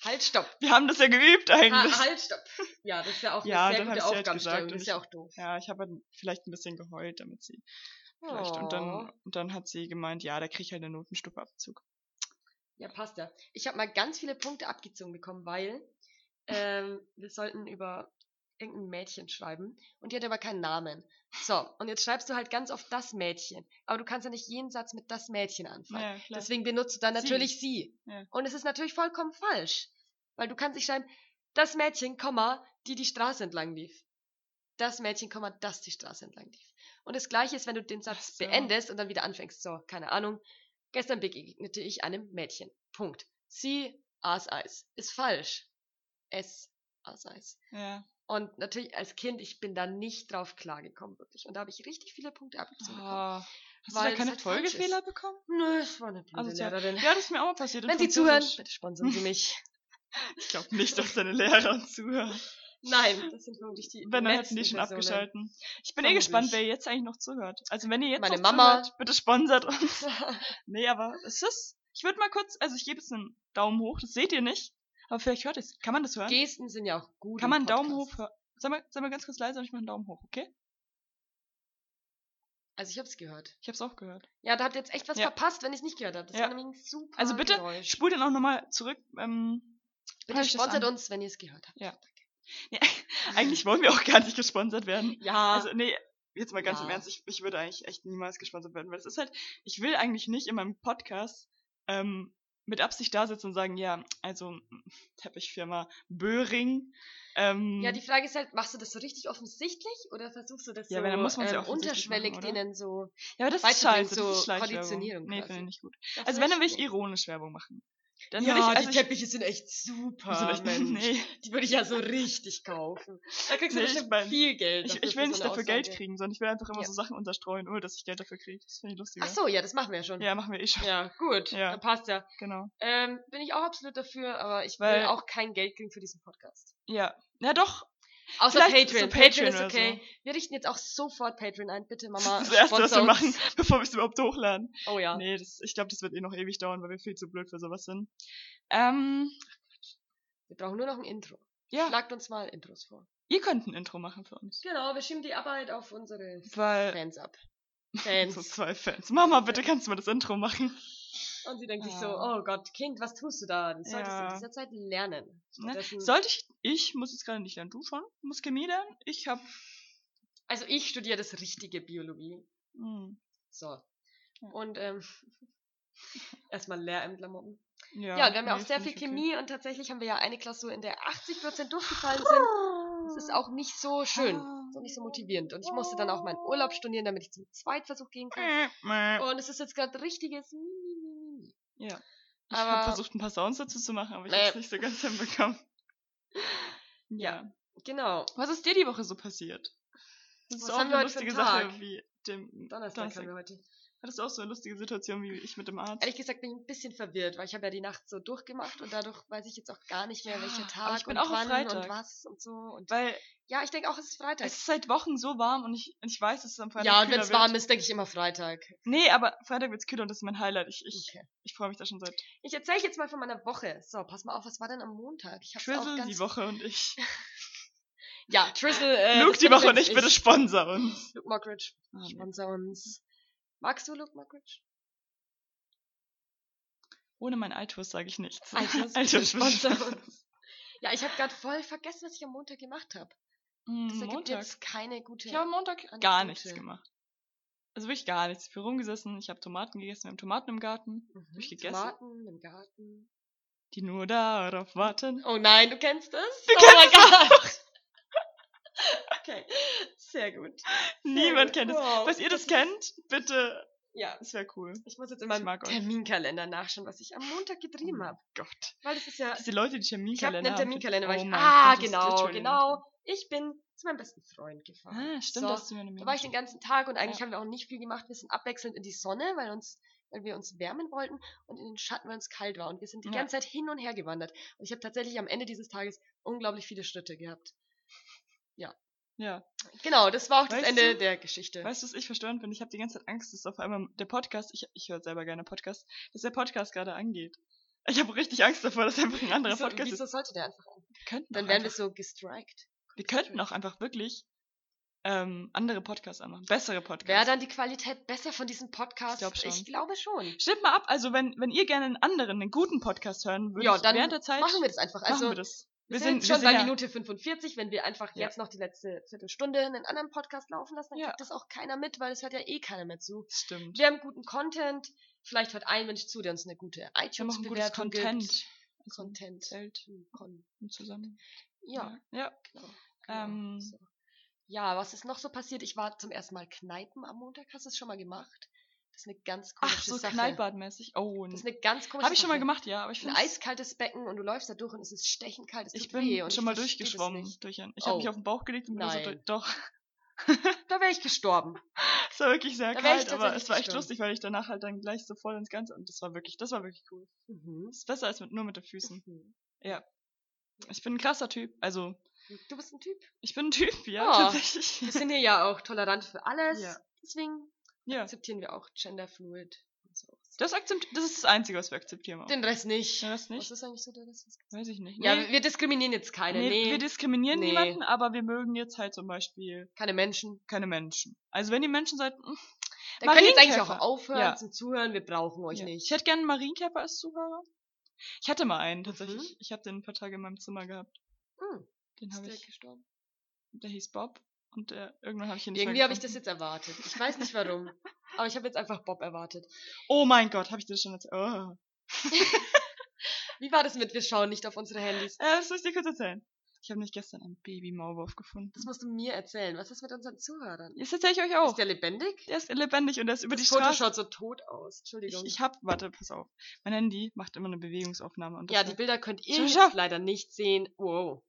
[SPEAKER 1] Halt, stopp.
[SPEAKER 2] wir haben das ja geübt eigentlich.
[SPEAKER 1] Ha, halt, stopp. Ja, das ist ja auch eine
[SPEAKER 2] Ja,
[SPEAKER 1] sehr
[SPEAKER 2] dann hab
[SPEAKER 1] gute
[SPEAKER 2] ich sie halt
[SPEAKER 1] Aufgabenstellung.
[SPEAKER 2] gesagt und
[SPEAKER 1] das ist ja auch doof.
[SPEAKER 2] Ja, ich habe dann vielleicht ein bisschen geheult, damit sie vielleicht. Und
[SPEAKER 1] Oh.
[SPEAKER 2] dann, und dann hat sie gemeint, ja, da kriege ich halt einen Notenstufeabzug.
[SPEAKER 1] Ja, passt ja. Ich habe mal ganz viele Punkte abgezogen bekommen, weil ähm, wir sollten über irgendein Mädchen schreiben und die hat aber keinen Namen. So, und jetzt schreibst du halt ganz oft das Mädchen. Aber du kannst ja nicht jeden Satz mit das Mädchen anfangen.
[SPEAKER 2] Ja, klar.
[SPEAKER 1] Deswegen benutzt du dann
[SPEAKER 2] Sie.
[SPEAKER 1] natürlich sie.
[SPEAKER 2] Ja.
[SPEAKER 1] Und es ist natürlich vollkommen falsch. Weil du kannst nicht schreiben, das Mädchen, Komma, die die Straße entlang lief. Das Mädchen, Komma, das die Straße entlang lief. Und das gleiche ist, wenn du den Satz
[SPEAKER 2] so.
[SPEAKER 1] beendest und dann wieder anfängst. So, keine Ahnung. Gestern begegnete ich einem Mädchen. Punkt. Sie aß Eis. Ist falsch. Es aß Eis.
[SPEAKER 2] ja.
[SPEAKER 1] Und natürlich als Kind, ich bin da nicht drauf klargekommen, wirklich. Und da habe ich richtig viele Punkte abgezogen. bekommen.
[SPEAKER 2] Ah. Hast
[SPEAKER 1] Oh, Weil es
[SPEAKER 2] du da keine
[SPEAKER 1] halt falsch ist.
[SPEAKER 2] Folgefehler bekommen?
[SPEAKER 1] Nö, es war eine blöde
[SPEAKER 2] Ah. Also, tja,
[SPEAKER 1] Lehrerin.
[SPEAKER 2] Ja, das ist mir auch mal passiert. in
[SPEAKER 1] Wenn Sie zuhören,
[SPEAKER 2] Französisch.
[SPEAKER 1] bitte sponsern Sie mich.
[SPEAKER 2] Ich glaube nicht, dass deine Lehrer zuhören.
[SPEAKER 1] Nein, das sind vermutlich die
[SPEAKER 2] Wenn, dann hätten
[SPEAKER 1] letzten
[SPEAKER 2] die schon
[SPEAKER 1] Personen.
[SPEAKER 2] abgeschalten. Ich bin eh
[SPEAKER 1] Vermutlich.
[SPEAKER 2] gespannt, wer jetzt eigentlich noch zuhört. Also wenn ihr jetzt
[SPEAKER 1] Meine
[SPEAKER 2] noch
[SPEAKER 1] Mama.
[SPEAKER 2] zuhört, bitte sponsert uns. Nee, aber es ist. Ich würde mal kurz, also ich gebe jetzt einen Daumen hoch, das seht ihr nicht. Aber vielleicht hört ihr es. Kann man das hören?
[SPEAKER 1] Gesten sind ja auch gut.
[SPEAKER 2] Kann
[SPEAKER 1] im
[SPEAKER 2] man einen Daumen
[SPEAKER 1] Podcast.
[SPEAKER 2] hoch hören? Sag mal, sag mal ganz kurz leise und ich mache einen Daumen hoch, okay?
[SPEAKER 1] Also ich hab's gehört.
[SPEAKER 2] Ich hab's auch gehört.
[SPEAKER 1] Ja, da habt ihr jetzt echt was
[SPEAKER 2] Ja.
[SPEAKER 1] verpasst, wenn ich nicht gehört habe. Das war
[SPEAKER 2] Ja.
[SPEAKER 1] nämlich ein super
[SPEAKER 2] Also bitte
[SPEAKER 1] Geräusch.
[SPEAKER 2] Spul den auch nochmal zurück. Ähm,
[SPEAKER 1] Bitte
[SPEAKER 2] euch das
[SPEAKER 1] sponsert
[SPEAKER 2] an.
[SPEAKER 1] uns, wenn ihr es gehört habt.
[SPEAKER 2] Ja. nee, eigentlich wollen wir auch gar nicht gesponsert werden.
[SPEAKER 1] Ja.
[SPEAKER 2] Also, nee, jetzt mal ganz im
[SPEAKER 1] Ja.
[SPEAKER 2] Ernst, ich, ich würde eigentlich echt niemals gesponsert werden, weil es ist halt, ich will eigentlich nicht in meinem Podcast ähm, mit Absicht da sitzen und sagen, ja, also Teppichfirma Böhring. Ähm,
[SPEAKER 1] ja, die Frage ist halt, machst du das so richtig offensichtlich oder versuchst du das so
[SPEAKER 2] Ja,
[SPEAKER 1] ähm,
[SPEAKER 2] aber dann muss man's ja offensichtlich
[SPEAKER 1] unterschwellig
[SPEAKER 2] machen, oder?
[SPEAKER 1] denen so...
[SPEAKER 2] ja, aber das
[SPEAKER 1] weiß
[SPEAKER 2] ist
[SPEAKER 1] nicht, wenn
[SPEAKER 2] scheiße,
[SPEAKER 1] so
[SPEAKER 2] das ist Schleichwerbung.
[SPEAKER 1] Konditionierung
[SPEAKER 2] nee,
[SPEAKER 1] quasi.
[SPEAKER 2] finde ich nicht gut.
[SPEAKER 1] Ja,
[SPEAKER 2] Also wenn, dann will
[SPEAKER 1] vielleicht
[SPEAKER 2] ich ironisch Werbung machen. Dann
[SPEAKER 1] ja,
[SPEAKER 2] würde ich, also
[SPEAKER 1] die Teppiche sind echt super,
[SPEAKER 2] ich, also ich,
[SPEAKER 1] Ah, Mensch.
[SPEAKER 2] nee,
[SPEAKER 1] Die würde ich ja so richtig kaufen. Da kriegst du
[SPEAKER 2] Nee, ich
[SPEAKER 1] bestimmt
[SPEAKER 2] mein-
[SPEAKER 1] viel Geld
[SPEAKER 2] ich,
[SPEAKER 1] dafür
[SPEAKER 2] ich will
[SPEAKER 1] für
[SPEAKER 2] nicht
[SPEAKER 1] so eine
[SPEAKER 2] dafür Geld
[SPEAKER 1] Aussage.
[SPEAKER 2] kriegen, sondern ich will einfach immer
[SPEAKER 1] Ja.
[SPEAKER 2] so Sachen unterstreuen, ohne dass ich Geld dafür kriege. Das finde ich lustiger.
[SPEAKER 1] Ach so, ja, das machen wir ja schon.
[SPEAKER 2] Ja, machen wir eh schon.
[SPEAKER 1] Ja, gut,
[SPEAKER 2] Ja.
[SPEAKER 1] dann passt ja.
[SPEAKER 2] Genau.
[SPEAKER 1] Ähm, bin ich auch absolut dafür, aber ich
[SPEAKER 2] Weil-
[SPEAKER 1] will auch kein Geld kriegen für diesen Podcast.
[SPEAKER 2] Ja. Ja, doch,
[SPEAKER 1] Außer
[SPEAKER 2] Vielleicht
[SPEAKER 1] Patreon.
[SPEAKER 2] so
[SPEAKER 1] Patreon
[SPEAKER 2] Patreon
[SPEAKER 1] ist
[SPEAKER 2] oder
[SPEAKER 1] okay. Wir richten jetzt auch sofort Patreon ein. Bitte, Mama.
[SPEAKER 2] das erste, was wir
[SPEAKER 1] sponsor uns.
[SPEAKER 2] machen, bevor wir es überhaupt hochladen.
[SPEAKER 1] Oh ja.
[SPEAKER 2] Nee, das, ich glaube, das wird eh noch ewig dauern, weil wir viel zu blöd für sowas sind. Ähm,
[SPEAKER 1] Wir brauchen nur noch ein Intro.
[SPEAKER 2] ja,
[SPEAKER 1] Schlagt uns mal Intros vor.
[SPEAKER 2] ihr könnt ein Intro machen für uns.
[SPEAKER 1] Genau, wir schieben die Arbeit auf unsere
[SPEAKER 2] Weil
[SPEAKER 1] Fans ab.
[SPEAKER 2] so
[SPEAKER 1] Fans.
[SPEAKER 2] zwei Fans. Mama, bitte kannst du mal das Intro machen.
[SPEAKER 1] Und sie denkt sich so,
[SPEAKER 2] Ja.
[SPEAKER 1] oh Gott, Kind, was tust du da? Das solltest du in
[SPEAKER 2] Ah. Ja.
[SPEAKER 1] dieser Zeit lernen.
[SPEAKER 2] Ne?
[SPEAKER 1] Stattdessen-
[SPEAKER 2] Sollte ich, ich muss jetzt gerade nicht lernen, du schon, muss Chemie lernen. Ich hab,
[SPEAKER 1] Also ich studiere das richtige Biologie.
[SPEAKER 2] mh,
[SPEAKER 1] So.
[SPEAKER 2] Ja.
[SPEAKER 1] Und ähm, erstmal Lehrämtler mobben.
[SPEAKER 2] ja,
[SPEAKER 1] Ja, und wir haben ja
[SPEAKER 2] nee,
[SPEAKER 1] auch sehr viel
[SPEAKER 2] find ich okay.
[SPEAKER 1] Chemie und tatsächlich haben wir ja eine Klausur, in der 80% durchgefallen sind. Das ist auch nicht so schön,
[SPEAKER 2] Ah.
[SPEAKER 1] so nicht so motivierend. Und ich musste dann auch meinen Urlaub stornieren, damit ich zum Zweitversuch gehen kann.
[SPEAKER 2] Äh, mäh.
[SPEAKER 1] Und es ist jetzt gerade richtiges Mi, Mi, Mi, Mi.
[SPEAKER 2] Ja. Ich
[SPEAKER 1] aber-
[SPEAKER 2] habe versucht, ein paar Sounds dazu zu machen, aber ich
[SPEAKER 1] Mäh.
[SPEAKER 2] habe es nicht so ganz hinbekommen.
[SPEAKER 1] Ja.
[SPEAKER 2] ja.
[SPEAKER 1] Genau.
[SPEAKER 2] Was ist dir die Woche so passiert? Das
[SPEAKER 1] Was
[SPEAKER 2] ist auch
[SPEAKER 1] haben wir
[SPEAKER 2] eine
[SPEAKER 1] heute für
[SPEAKER 2] lustige
[SPEAKER 1] einen Tag?
[SPEAKER 2] Sache wie dem
[SPEAKER 1] Donnerstag, haben wir heute.
[SPEAKER 2] Hattest du auch so eine lustige Situation wie ich mit dem Arzt?
[SPEAKER 1] Ehrlich gesagt bin ich ein bisschen verwirrt, weil ich habe ja die Nacht so durchgemacht und dadurch weiß ich jetzt auch gar nicht mehr,
[SPEAKER 2] Ja,
[SPEAKER 1] welcher
[SPEAKER 2] Ah, aber
[SPEAKER 1] Tag
[SPEAKER 2] ich bin
[SPEAKER 1] und
[SPEAKER 2] auch auf
[SPEAKER 1] wann und
[SPEAKER 2] Freitag.
[SPEAKER 1] was und so. Und
[SPEAKER 2] Weil
[SPEAKER 1] ja, ich denke auch, es ist Freitag.
[SPEAKER 2] es ist seit Wochen so warm und ich, und ich weiß, dass es am Freitag
[SPEAKER 1] ja, und
[SPEAKER 2] kühler
[SPEAKER 1] wenn es
[SPEAKER 2] wird.
[SPEAKER 1] warm ist, denke ich immer Freitag.
[SPEAKER 2] Nee, aber Freitag wird es kühler und das ist mein Highlight. Ich, ich,
[SPEAKER 1] Okay.
[SPEAKER 2] ich freue mich da schon seit
[SPEAKER 1] Ich erzähle euch jetzt mal von meiner Woche. So, pass mal auf, was war denn am Montag? Ich hab's auch
[SPEAKER 2] Trizzle
[SPEAKER 1] ganz
[SPEAKER 2] die Woche und ich.
[SPEAKER 1] Ja, Trizzle. Äh,
[SPEAKER 2] Luke
[SPEAKER 1] das
[SPEAKER 2] die
[SPEAKER 1] bin
[SPEAKER 2] Woche und
[SPEAKER 1] übrigens
[SPEAKER 2] ich, bitte sponsor uns.
[SPEAKER 1] Luke Mockridge,
[SPEAKER 2] Ah, nee.
[SPEAKER 1] sponsor uns. Magst du Luke Mockridge?
[SPEAKER 2] Ohne mein iTunes sage ich nichts.
[SPEAKER 1] iTunes, bitte
[SPEAKER 2] iTunes
[SPEAKER 1] sponsor uns. Ja, ich habe gerade voll vergessen, was ich am Montag gemacht habe.
[SPEAKER 2] Mm,
[SPEAKER 1] Das ergibt
[SPEAKER 2] Montag.
[SPEAKER 1] jetzt keine gute.
[SPEAKER 2] Ich habe am Montag
[SPEAKER 1] Anekdote.
[SPEAKER 2] gar nichts gemacht. Also wirklich gar nichts. Ich bin rumgesessen, ich habe Tomaten gegessen, wir haben Tomaten im Garten,
[SPEAKER 1] mhm.
[SPEAKER 2] hab ich gegessen?
[SPEAKER 1] Tomaten im Garten.
[SPEAKER 2] die nur darauf warten.
[SPEAKER 1] Oh nein, du kennst das?
[SPEAKER 2] Du
[SPEAKER 1] oh
[SPEAKER 2] kennst
[SPEAKER 1] mein Gott! okay, sehr gut. Sehr
[SPEAKER 2] Niemand
[SPEAKER 1] gut.
[SPEAKER 2] kennt es.
[SPEAKER 1] Wow.
[SPEAKER 2] Falls ihr das kennt, bitte,
[SPEAKER 1] Ja,
[SPEAKER 2] es wäre cool.
[SPEAKER 1] ich muss jetzt in meinem
[SPEAKER 2] mag euch. Oh
[SPEAKER 1] Terminkalender nachschauen, was ich am Montag getrieben habe.
[SPEAKER 2] Gott.
[SPEAKER 1] Weil das ist ja
[SPEAKER 2] Diese Leute, die
[SPEAKER 1] Ich habe
[SPEAKER 2] Terminkalender
[SPEAKER 1] einen Terminkalender, weil
[SPEAKER 2] Oh
[SPEAKER 1] ich,
[SPEAKER 2] mein
[SPEAKER 1] ah,
[SPEAKER 2] Gott, das ist
[SPEAKER 1] genau,
[SPEAKER 2] literally
[SPEAKER 1] genau. Ich bin zu meinem besten Freund gefahren.
[SPEAKER 2] Ah, stimmt,
[SPEAKER 1] So,
[SPEAKER 2] das ist mir eine
[SPEAKER 1] Da war ich den ganzen Tag und eigentlich
[SPEAKER 2] Ja.
[SPEAKER 1] haben wir auch nicht viel gemacht. Wir sind abwechselnd in die Sonne, weil uns weil wir uns wärmen wollten und in den Schatten, weil uns kalt war. Und wir sind die
[SPEAKER 2] Ja.
[SPEAKER 1] ganze Zeit hin und her gewandert. Und ich habe tatsächlich am Ende dieses Tages unglaublich viele Schritte gehabt.
[SPEAKER 2] Ja.
[SPEAKER 1] Genau, das war auch das
[SPEAKER 2] Weißt
[SPEAKER 1] Ende
[SPEAKER 2] du-
[SPEAKER 1] der Geschichte.
[SPEAKER 2] Weißt du, was ich verstörend bin? Ich habe die ganze Zeit Angst, dass auf einmal der Podcast, ich, ich höre selber gerne Podcasts, dass der Podcast gerade angeht. Ich habe richtig Angst davor, dass einfach ein anderer
[SPEAKER 1] wieso,
[SPEAKER 2] Podcast ist.
[SPEAKER 1] wieso sollte der einfach
[SPEAKER 2] Wir könnten
[SPEAKER 1] Dann
[SPEAKER 2] doch
[SPEAKER 1] wären wir
[SPEAKER 2] einfach,
[SPEAKER 1] so gestrikt.
[SPEAKER 2] wir könnten auch einfach wirklich ähm, andere Podcasts anmachen, bessere Podcasts.
[SPEAKER 1] Wäre dann die Qualität besser von diesem Podcast?
[SPEAKER 2] Ich glaub schon.
[SPEAKER 1] glaube schon.
[SPEAKER 2] Stimmt mal ab, also wenn, wenn ihr gerne einen anderen, einen guten Podcast hören würdet,
[SPEAKER 1] Ja, dann
[SPEAKER 2] während der Zeit
[SPEAKER 1] machen wir das einfach.
[SPEAKER 2] machen
[SPEAKER 1] Also,
[SPEAKER 2] wir das.
[SPEAKER 1] wir sind,
[SPEAKER 2] wir
[SPEAKER 1] schon bei
[SPEAKER 2] ja-
[SPEAKER 1] Minute 45. Wenn wir einfach
[SPEAKER 2] Ja.
[SPEAKER 1] jetzt noch die letzte Viertelstunde einen anderen Podcast laufen lassen, dann
[SPEAKER 2] Ja.
[SPEAKER 1] kriegt das auch keiner mit, weil es hört ja eh keiner mehr zu.
[SPEAKER 2] Stimmt.
[SPEAKER 1] Wir haben guten Content. Vielleicht hört ein Mensch zu, der uns eine gute
[SPEAKER 2] Wir machen gutes
[SPEAKER 1] iTunes-Bewertung gibt.
[SPEAKER 2] Content. Also,
[SPEAKER 1] Content.
[SPEAKER 2] Zelt
[SPEAKER 1] Con
[SPEAKER 2] zusammen.
[SPEAKER 1] ja,
[SPEAKER 2] Ja.
[SPEAKER 1] genau. genau.
[SPEAKER 2] Ähm,
[SPEAKER 1] so. Ja, was ist noch so passiert? Ich war zum ersten Mal Kneipen am Montag. Hast du es schon mal gemacht? Das ist eine ganz komische
[SPEAKER 2] Ach, so
[SPEAKER 1] Sache.
[SPEAKER 2] Kneippbadmäßig. Oh,
[SPEAKER 1] Das ist
[SPEAKER 2] habe
[SPEAKER 1] eine ganz komische
[SPEAKER 2] ich schon mal
[SPEAKER 1] Sache.
[SPEAKER 2] gemacht, ja, aber ich
[SPEAKER 1] ein
[SPEAKER 2] finde
[SPEAKER 1] eiskaltes Becken und du läufst da durch und es ist stechend kalt. Es
[SPEAKER 2] ich
[SPEAKER 1] tut weh
[SPEAKER 2] bin
[SPEAKER 1] eh und
[SPEAKER 2] schon
[SPEAKER 1] ich
[SPEAKER 2] mal
[SPEAKER 1] versteh das
[SPEAKER 2] durchgeschwommen
[SPEAKER 1] nicht.
[SPEAKER 2] durch ein. Ich habe mich
[SPEAKER 1] Oh.
[SPEAKER 2] auf den Bauch gelegt und bin so
[SPEAKER 1] Nein.
[SPEAKER 2] durch. Doch,
[SPEAKER 1] Da wäre ich gestorben.
[SPEAKER 2] es war wirklich sehr
[SPEAKER 1] Da wär ich
[SPEAKER 2] kalt, aber
[SPEAKER 1] tatsächlich
[SPEAKER 2] es war echt
[SPEAKER 1] gestorben.
[SPEAKER 2] lustig, weil ich danach halt dann gleich so voll ins Ganze und das war wirklich, das war wirklich cool.
[SPEAKER 1] Mhm.
[SPEAKER 2] Das ist besser als mit, nur mit den Füßen. Ich bin ein krasser Typ, also
[SPEAKER 1] Du bist ein Typ.
[SPEAKER 2] ich bin ein Typ, ja,
[SPEAKER 1] Ah. Wir
[SPEAKER 2] tatsächlich.
[SPEAKER 1] sind hier ja auch tolerant für alles.
[SPEAKER 2] Ja.
[SPEAKER 1] Deswegen
[SPEAKER 2] Ja,
[SPEAKER 1] akzeptieren wir auch Genderfluid und so.
[SPEAKER 2] das akzept, das ist das Einzige, was wir akzeptieren. Auch.
[SPEAKER 1] Den Rest nicht.
[SPEAKER 2] Ja, das
[SPEAKER 1] Was
[SPEAKER 2] nicht,
[SPEAKER 1] ist eigentlich so der Rest? Was gibt's?
[SPEAKER 2] weiß ich nicht.
[SPEAKER 1] Ja,
[SPEAKER 2] Nee,
[SPEAKER 1] wir- wir diskriminieren jetzt keine.
[SPEAKER 2] nee,
[SPEAKER 1] Nee,
[SPEAKER 2] wir diskriminieren
[SPEAKER 1] Nee.
[SPEAKER 2] niemanden, aber wir mögen jetzt halt zum Beispiel
[SPEAKER 1] keine Menschen.
[SPEAKER 2] keine Menschen. Also wenn ihr Menschen seid, mh,
[SPEAKER 1] Dann könnt ihr jetzt eigentlich auch
[SPEAKER 2] Marienkäfer.
[SPEAKER 1] aufhören
[SPEAKER 2] Ja.
[SPEAKER 1] zum Zuhören. Wir brauchen euch
[SPEAKER 2] Ja. Ich
[SPEAKER 1] nicht.
[SPEAKER 2] hätte gerne einen Marienkäfer als Zuhörer. Ich hatte mal einen tatsächlich.
[SPEAKER 1] Mhm.
[SPEAKER 2] Ich habe den ein paar Tage in meinem Zimmer gehabt.
[SPEAKER 1] Hm,
[SPEAKER 2] Den
[SPEAKER 1] ist
[SPEAKER 2] habe
[SPEAKER 1] der
[SPEAKER 2] ich.
[SPEAKER 1] gestorben?
[SPEAKER 2] Der hieß Bob und der, irgendwann habe ich ihn nicht
[SPEAKER 1] Irgendwie
[SPEAKER 2] mehr
[SPEAKER 1] habe ich das jetzt erwartet. Ich weiß nicht warum. aber ich habe jetzt einfach Bob erwartet.
[SPEAKER 2] gefunden. Oh mein Gott, habe ich das schon erzählt. Oh.
[SPEAKER 1] Wie war das mit wir schauen nicht auf unsere Handys?
[SPEAKER 2] Ja, Äh, das soll ich dir kurz erzählen. Ich habe nicht gestern einen Baby-Maulwurf gefunden.
[SPEAKER 1] Das musst du mir erzählen. Was ist mit unseren Zuhörern?
[SPEAKER 2] Das erzähle ich euch auch.
[SPEAKER 1] Ist der lebendig?
[SPEAKER 2] der ist lebendig und der ist Oh. über
[SPEAKER 1] das
[SPEAKER 2] die
[SPEAKER 1] Foto
[SPEAKER 2] Straße.
[SPEAKER 1] schaut so tot aus.
[SPEAKER 2] Ich,
[SPEAKER 1] Entschuldigung.
[SPEAKER 2] ich hab, warte, pass auf. Mein Handy macht immer eine Bewegungsaufnahme. Und das
[SPEAKER 1] ja,
[SPEAKER 2] war-
[SPEAKER 1] die Bilder könnt ihr
[SPEAKER 2] Schau,
[SPEAKER 1] jetzt
[SPEAKER 2] schau.
[SPEAKER 1] leider nicht sehen. Wow.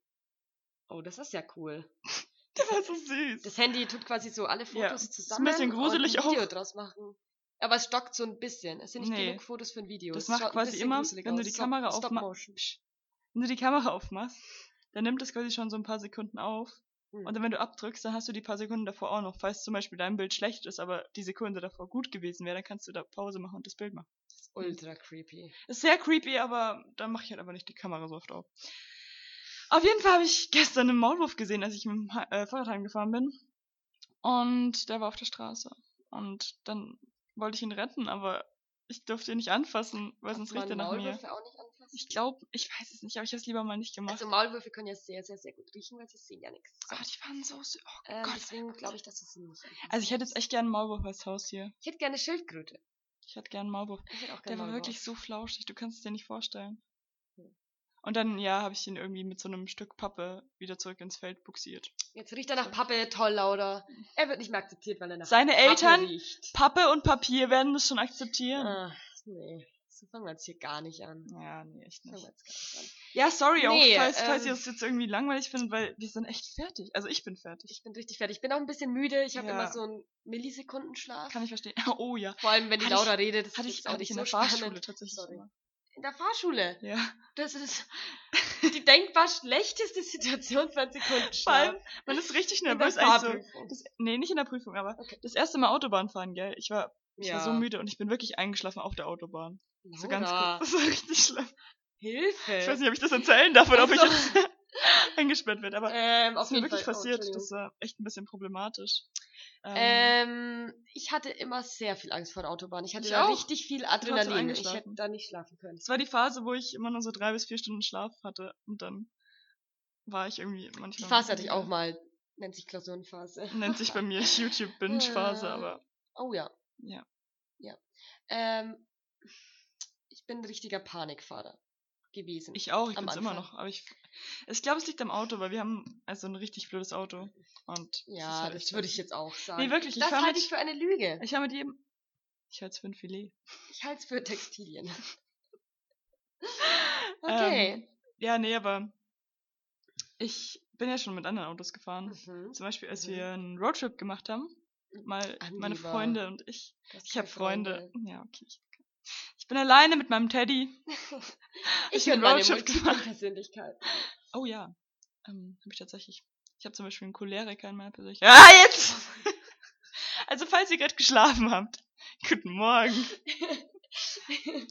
[SPEAKER 1] Oh, das ist ja cool.
[SPEAKER 2] das war so süß.
[SPEAKER 1] Das Handy tut quasi so alle Fotos
[SPEAKER 2] Ja, ist ein
[SPEAKER 1] zusammen
[SPEAKER 2] bisschen gruselig
[SPEAKER 1] und ein Video
[SPEAKER 2] auch.
[SPEAKER 1] draus machen. Aber es stockt so ein bisschen. Es sind nicht
[SPEAKER 2] Nee.
[SPEAKER 1] genug Fotos für ein Video.
[SPEAKER 2] Das
[SPEAKER 1] Es
[SPEAKER 2] macht
[SPEAKER 1] schaut ein
[SPEAKER 2] quasi
[SPEAKER 1] bisschen
[SPEAKER 2] immer,
[SPEAKER 1] gruselig
[SPEAKER 2] wenn du
[SPEAKER 1] aus.
[SPEAKER 2] die Kamera
[SPEAKER 1] Stop
[SPEAKER 2] aufma-
[SPEAKER 1] Motion.
[SPEAKER 2] wenn du die Kamera aufmachst, dann nimmt es quasi schon so ein paar Sekunden auf.
[SPEAKER 1] Hm.
[SPEAKER 2] Und dann, wenn du abdrückst, dann hast du die paar Sekunden davor auch noch. Falls zum Beispiel dein Bild schlecht ist, aber die Sekunde davor gut gewesen wäre, dann kannst du da Pause machen und das Bild machen.
[SPEAKER 1] Ultra creepy.
[SPEAKER 2] Ist sehr creepy, aber dann mache ich halt einfach nicht die Kamera so oft auf. Auf jeden Fall habe ich gestern einen Maulwurf gesehen, als ich mit dem Ha- äh, Fahrrad heimgefahren bin. Und der war auf der Straße. Und dann wollte ich ihn retten, aber ich durfte ihn nicht anfassen, weil sonst
[SPEAKER 1] Darf
[SPEAKER 2] riecht er
[SPEAKER 1] man
[SPEAKER 2] nach mir.
[SPEAKER 1] Maulwürfe auch nicht anfassen?
[SPEAKER 2] Ich glaube, ich weiß es nicht, aber ich habe es lieber mal nicht gemacht.
[SPEAKER 1] Also Maulwürfe können ja sehr, sehr, sehr gut riechen, weil sie sehen ja nichts.
[SPEAKER 2] Ah, die waren so süß. Oh
[SPEAKER 1] Ähm,
[SPEAKER 2] Gott.
[SPEAKER 1] deswegen glaube ich, dass du sie nicht anfassen
[SPEAKER 2] Also ich hätte
[SPEAKER 1] darfst.
[SPEAKER 2] jetzt echt gern einen Maulwurf als Haustier.
[SPEAKER 1] Ich hätte gerne Schildkröte.
[SPEAKER 2] Ich hätte gern einen Maulwurf.
[SPEAKER 1] Ich hätte auch
[SPEAKER 2] Der
[SPEAKER 1] gerne
[SPEAKER 2] war
[SPEAKER 1] Maulwurf.
[SPEAKER 2] wirklich so flauschig, du kannst es dir nicht vorstellen.
[SPEAKER 1] Hm.
[SPEAKER 2] Und dann, ja, habe ich ihn irgendwie mit so einem Stück Pappe wieder zurück ins Feld buxiert.
[SPEAKER 1] Jetzt riecht er nach Pappe, toll, Lauder. Er wird nicht mehr akzeptiert, weil er nach
[SPEAKER 2] Seine
[SPEAKER 1] Pappe
[SPEAKER 2] Eltern,
[SPEAKER 1] riecht.
[SPEAKER 2] Pappe und Papier werden das schon akzeptieren.
[SPEAKER 1] Ach, nee. So fangen wir jetzt hier gar nicht an.
[SPEAKER 2] Ja, nee, echt
[SPEAKER 1] Fangen wir
[SPEAKER 2] nicht.
[SPEAKER 1] jetzt gar nicht an.
[SPEAKER 2] Ja, sorry auch,
[SPEAKER 1] Nee,
[SPEAKER 2] falls, falls ihr
[SPEAKER 1] ähm,
[SPEAKER 2] es jetzt irgendwie langweilig findet, weil wir sind echt fertig. Also ich bin fertig.
[SPEAKER 1] Ich bin richtig fertig. Ich bin auch ein bisschen müde. Ich habe
[SPEAKER 2] Ja.
[SPEAKER 1] immer so einen Millisekundenschlaf.
[SPEAKER 2] Kann ich verstehen. Oh ja.
[SPEAKER 1] Vor allem, wenn die
[SPEAKER 2] Hatte ich-
[SPEAKER 1] Laura redet. Das
[SPEAKER 2] Hatte
[SPEAKER 1] ist
[SPEAKER 2] ich,
[SPEAKER 1] jetzt auch
[SPEAKER 2] hatte ich
[SPEAKER 1] nicht
[SPEAKER 2] in
[SPEAKER 1] so
[SPEAKER 2] der Fahrschule
[SPEAKER 1] spannend.
[SPEAKER 2] tatsächlich.
[SPEAKER 1] Sorry.
[SPEAKER 2] immer.
[SPEAKER 1] In der Fahrschule.
[SPEAKER 2] Ja.
[SPEAKER 1] Das ist die denkbar schlechteste Situation für einen
[SPEAKER 2] Vor
[SPEAKER 1] Sekundenschlaf.
[SPEAKER 2] allem, man ist richtig
[SPEAKER 1] In der
[SPEAKER 2] nervös, eigentlich so.
[SPEAKER 1] Fahrprüfung.
[SPEAKER 2] Das, nee, nicht in der Prüfung, aber
[SPEAKER 1] Okay.
[SPEAKER 2] das erste Mal Autobahn fahren, gell? Ich war, ich war so
[SPEAKER 1] Ja.
[SPEAKER 2] müde und ich bin wirklich eingeschlafen auf der Autobahn.
[SPEAKER 1] Laura,
[SPEAKER 2] So ganz kurz. Das war richtig schlimm.
[SPEAKER 1] Hilfe.
[SPEAKER 2] Ich weiß nicht, ob ich das erzählen darf oder ob ich
[SPEAKER 1] Also,
[SPEAKER 2] jetzt eingesperrt werde, aber
[SPEAKER 1] ähm,
[SPEAKER 2] das
[SPEAKER 1] auf
[SPEAKER 2] ist mir
[SPEAKER 1] jeden
[SPEAKER 2] wirklich
[SPEAKER 1] Fall.
[SPEAKER 2] passiert.
[SPEAKER 1] Oh,
[SPEAKER 2] das war echt ein bisschen problematisch. Ähm,
[SPEAKER 1] Ähm, ich hatte immer sehr viel Angst vor der Autobahn. Ich hatte
[SPEAKER 2] Ich
[SPEAKER 1] da
[SPEAKER 2] auch.
[SPEAKER 1] richtig viel
[SPEAKER 2] so
[SPEAKER 1] Adrenalin. Ich
[SPEAKER 2] eingeschlafen.
[SPEAKER 1] hätte da nicht schlafen können.
[SPEAKER 2] das war die Phase, wo ich immer nur so drei bis vier Stunden Schlaf hatte und dann war ich irgendwie
[SPEAKER 1] Die
[SPEAKER 2] manchmal.
[SPEAKER 1] Phase hatte ich auch mal. Nennt sich Klausurenphase.
[SPEAKER 2] Nennt sich bei mir YouTube-Binge-Phase,
[SPEAKER 1] Ja.
[SPEAKER 2] aber
[SPEAKER 1] Oh ja.
[SPEAKER 2] Ja.
[SPEAKER 1] Ja. Ähm, ich bin ein richtiger Panikfahrer gewesen.
[SPEAKER 2] ich auch, ich
[SPEAKER 1] Am
[SPEAKER 2] bin's immer
[SPEAKER 1] Anfang.
[SPEAKER 2] noch. Aber ich, ich glaube, es liegt am Auto, weil wir haben also ein richtig blödes Auto. Und es ist
[SPEAKER 1] ja,
[SPEAKER 2] halt
[SPEAKER 1] das
[SPEAKER 2] echt
[SPEAKER 1] würde
[SPEAKER 2] dann-
[SPEAKER 1] ich jetzt auch sagen.
[SPEAKER 2] Nee, wirklich, ich
[SPEAKER 1] das
[SPEAKER 2] fahr
[SPEAKER 1] halte
[SPEAKER 2] mit- Äh.
[SPEAKER 1] ich für eine Lüge.
[SPEAKER 2] Ich habe mit jedem. Ich halte es für ein Filet.
[SPEAKER 1] Ich halte es für Textilien. Okay.
[SPEAKER 2] Ähm, ja, nee, aber ne, ich bin ja schon mit anderen Autos gefahren.
[SPEAKER 1] Mhm.
[SPEAKER 2] Zum Beispiel, als
[SPEAKER 1] Mhm.
[SPEAKER 2] wir einen Roadtrip gemacht haben, mal
[SPEAKER 1] Andi
[SPEAKER 2] meine
[SPEAKER 1] war-
[SPEAKER 2] Freunde und ich.
[SPEAKER 1] Das
[SPEAKER 2] Ich habe
[SPEAKER 1] für
[SPEAKER 2] Freunde. Ja, okay. Ich, ich bin alleine mit meinem Teddy.
[SPEAKER 1] Ich
[SPEAKER 2] Ich
[SPEAKER 1] bin
[SPEAKER 2] bin
[SPEAKER 1] meine
[SPEAKER 2] Roadtrip gefahren.
[SPEAKER 1] Persönlichkeit.
[SPEAKER 2] Oh ja, ähm, habe ich tatsächlich. Ich habe zum Beispiel einen Choleriker in meiner Persönlichkeit. Ah, jetzt! Also, falls ihr gerade geschlafen habt, guten Morgen.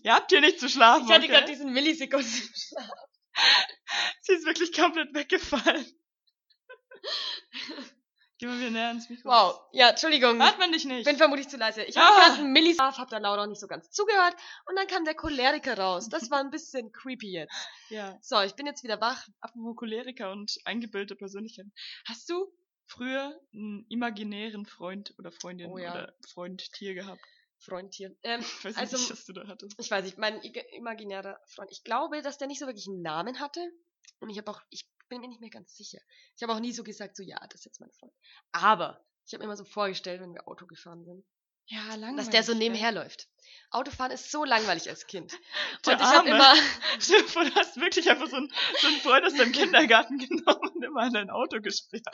[SPEAKER 2] Ihr habt hier nicht zu schlafen.
[SPEAKER 1] Ich hatte
[SPEAKER 2] okay?
[SPEAKER 1] gerade diesen Millisekunden.
[SPEAKER 2] Sie ist wirklich komplett weggefallen. Geh mal wieder näher ans Mikro.
[SPEAKER 1] Wow. Ja, Entschuldigung.
[SPEAKER 2] Hört man dich nicht.
[SPEAKER 1] Bin vermutlich zu leise. Ich
[SPEAKER 2] Ah.
[SPEAKER 1] habe gerade einen Millisekund, hab da laut auch nicht so ganz zugehört. Und dann kam der Choleriker raus. Das war ein bisschen creepy jetzt.
[SPEAKER 2] ja.
[SPEAKER 1] So, ich bin jetzt wieder wach.
[SPEAKER 2] Apropos Choleriker und eingebildete Persönlichkeiten. Hast du früher einen imaginären Freund oder Freundin
[SPEAKER 1] Oh ja.
[SPEAKER 2] oder Freund-Tier gehabt?
[SPEAKER 1] Freund hier. Ähm,
[SPEAKER 2] Ich weiß
[SPEAKER 1] Also-
[SPEAKER 2] nicht, was du da hattest.
[SPEAKER 1] ich weiß nicht, mein ig- imaginärer Freund. Ich glaube, dass der nicht so wirklich einen Namen hatte. Und ich habe auch, ich bin mir nicht mehr ganz sicher. Ich habe auch nie so gesagt, so ja, das ist jetzt mein Freund. Aber ich habe mir immer so vorgestellt, wenn wir Auto gefahren sind,
[SPEAKER 2] Ja, langweilig.
[SPEAKER 1] dass der so nebenher läuft. Autofahren ist so langweilig als Kind.
[SPEAKER 2] Der
[SPEAKER 1] Und ich habe
[SPEAKER 2] Arme.
[SPEAKER 1] immer,
[SPEAKER 2] Stell dir vor, du hast wirklich einfach so einen, so einen Freund aus deinem Kindergarten genommen und immer in dein Auto gesperrt.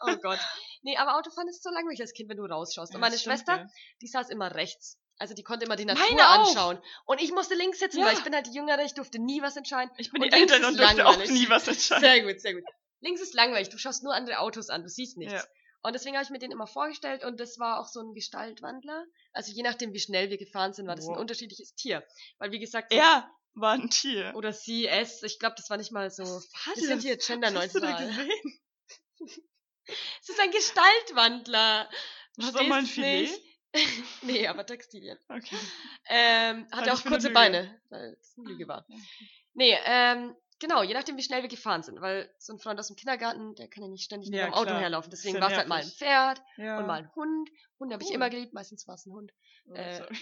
[SPEAKER 1] oh Gott. Nee, aber Autofahren ist so langweilig als Kind, wenn du rausschaust. Und meine Schwester, die saß immer rechts. Also die konnte immer die Natur
[SPEAKER 2] Meine auch.
[SPEAKER 1] anschauen. Und ich musste links sitzen,
[SPEAKER 2] Ja.
[SPEAKER 1] weil ich bin halt die Jüngere, ich durfte nie was entscheiden.
[SPEAKER 2] Ich bin
[SPEAKER 1] Und
[SPEAKER 2] die Eltern
[SPEAKER 1] links
[SPEAKER 2] und
[SPEAKER 1] ist
[SPEAKER 2] durfte
[SPEAKER 1] langweilig.
[SPEAKER 2] auch nie was entscheiden.
[SPEAKER 1] Sehr gut, sehr gut. Links ist langweilig, du schaust nur andere Autos an, du siehst nichts.
[SPEAKER 2] Ja.
[SPEAKER 1] Und deswegen habe ich mir den immer vorgestellt und das war auch so ein Gestaltwandler. Also je nachdem, wie schnell wir gefahren sind, war das
[SPEAKER 2] Wow.
[SPEAKER 1] ein unterschiedliches Tier. Weil wie gesagt, so-
[SPEAKER 2] Er war ein Tier.
[SPEAKER 1] oder sie, es, ich glaube, das war nicht mal so.
[SPEAKER 2] war
[SPEAKER 1] Wir sind hier
[SPEAKER 2] Hast du da
[SPEAKER 1] genderneutral.
[SPEAKER 2] gesehen?
[SPEAKER 1] Es ist ein Gestaltwandler.
[SPEAKER 2] War das auch mal ein
[SPEAKER 1] Verstehst
[SPEAKER 2] Filet?
[SPEAKER 1] nicht? nee, aber Textilien.
[SPEAKER 2] Okay.
[SPEAKER 1] Ähm,
[SPEAKER 2] Halte
[SPEAKER 1] hat er
[SPEAKER 2] also ich
[SPEAKER 1] auch
[SPEAKER 2] für eine
[SPEAKER 1] kurze
[SPEAKER 2] Lüge.
[SPEAKER 1] Beine, weil es
[SPEAKER 2] Ah,
[SPEAKER 1] eine Lüge war.
[SPEAKER 2] Ja.
[SPEAKER 1] Nee, ähm, genau, je nachdem, wie schnell wir gefahren sind, weil so ein Freund aus dem Kindergarten, der kann ja nicht ständig
[SPEAKER 2] Ja,
[SPEAKER 1] neben dem Auto
[SPEAKER 2] klar.
[SPEAKER 1] herlaufen.
[SPEAKER 2] Ist
[SPEAKER 1] Deswegen
[SPEAKER 2] ja
[SPEAKER 1] war es halt mal ein
[SPEAKER 2] nervig.
[SPEAKER 1] Pferd
[SPEAKER 2] Ja.
[SPEAKER 1] und mal ein Hund. Hunde habe ich
[SPEAKER 2] Cool.
[SPEAKER 1] immer geliebt, meistens war es ein Hund.
[SPEAKER 2] Oh,
[SPEAKER 1] äh,
[SPEAKER 2] sorry.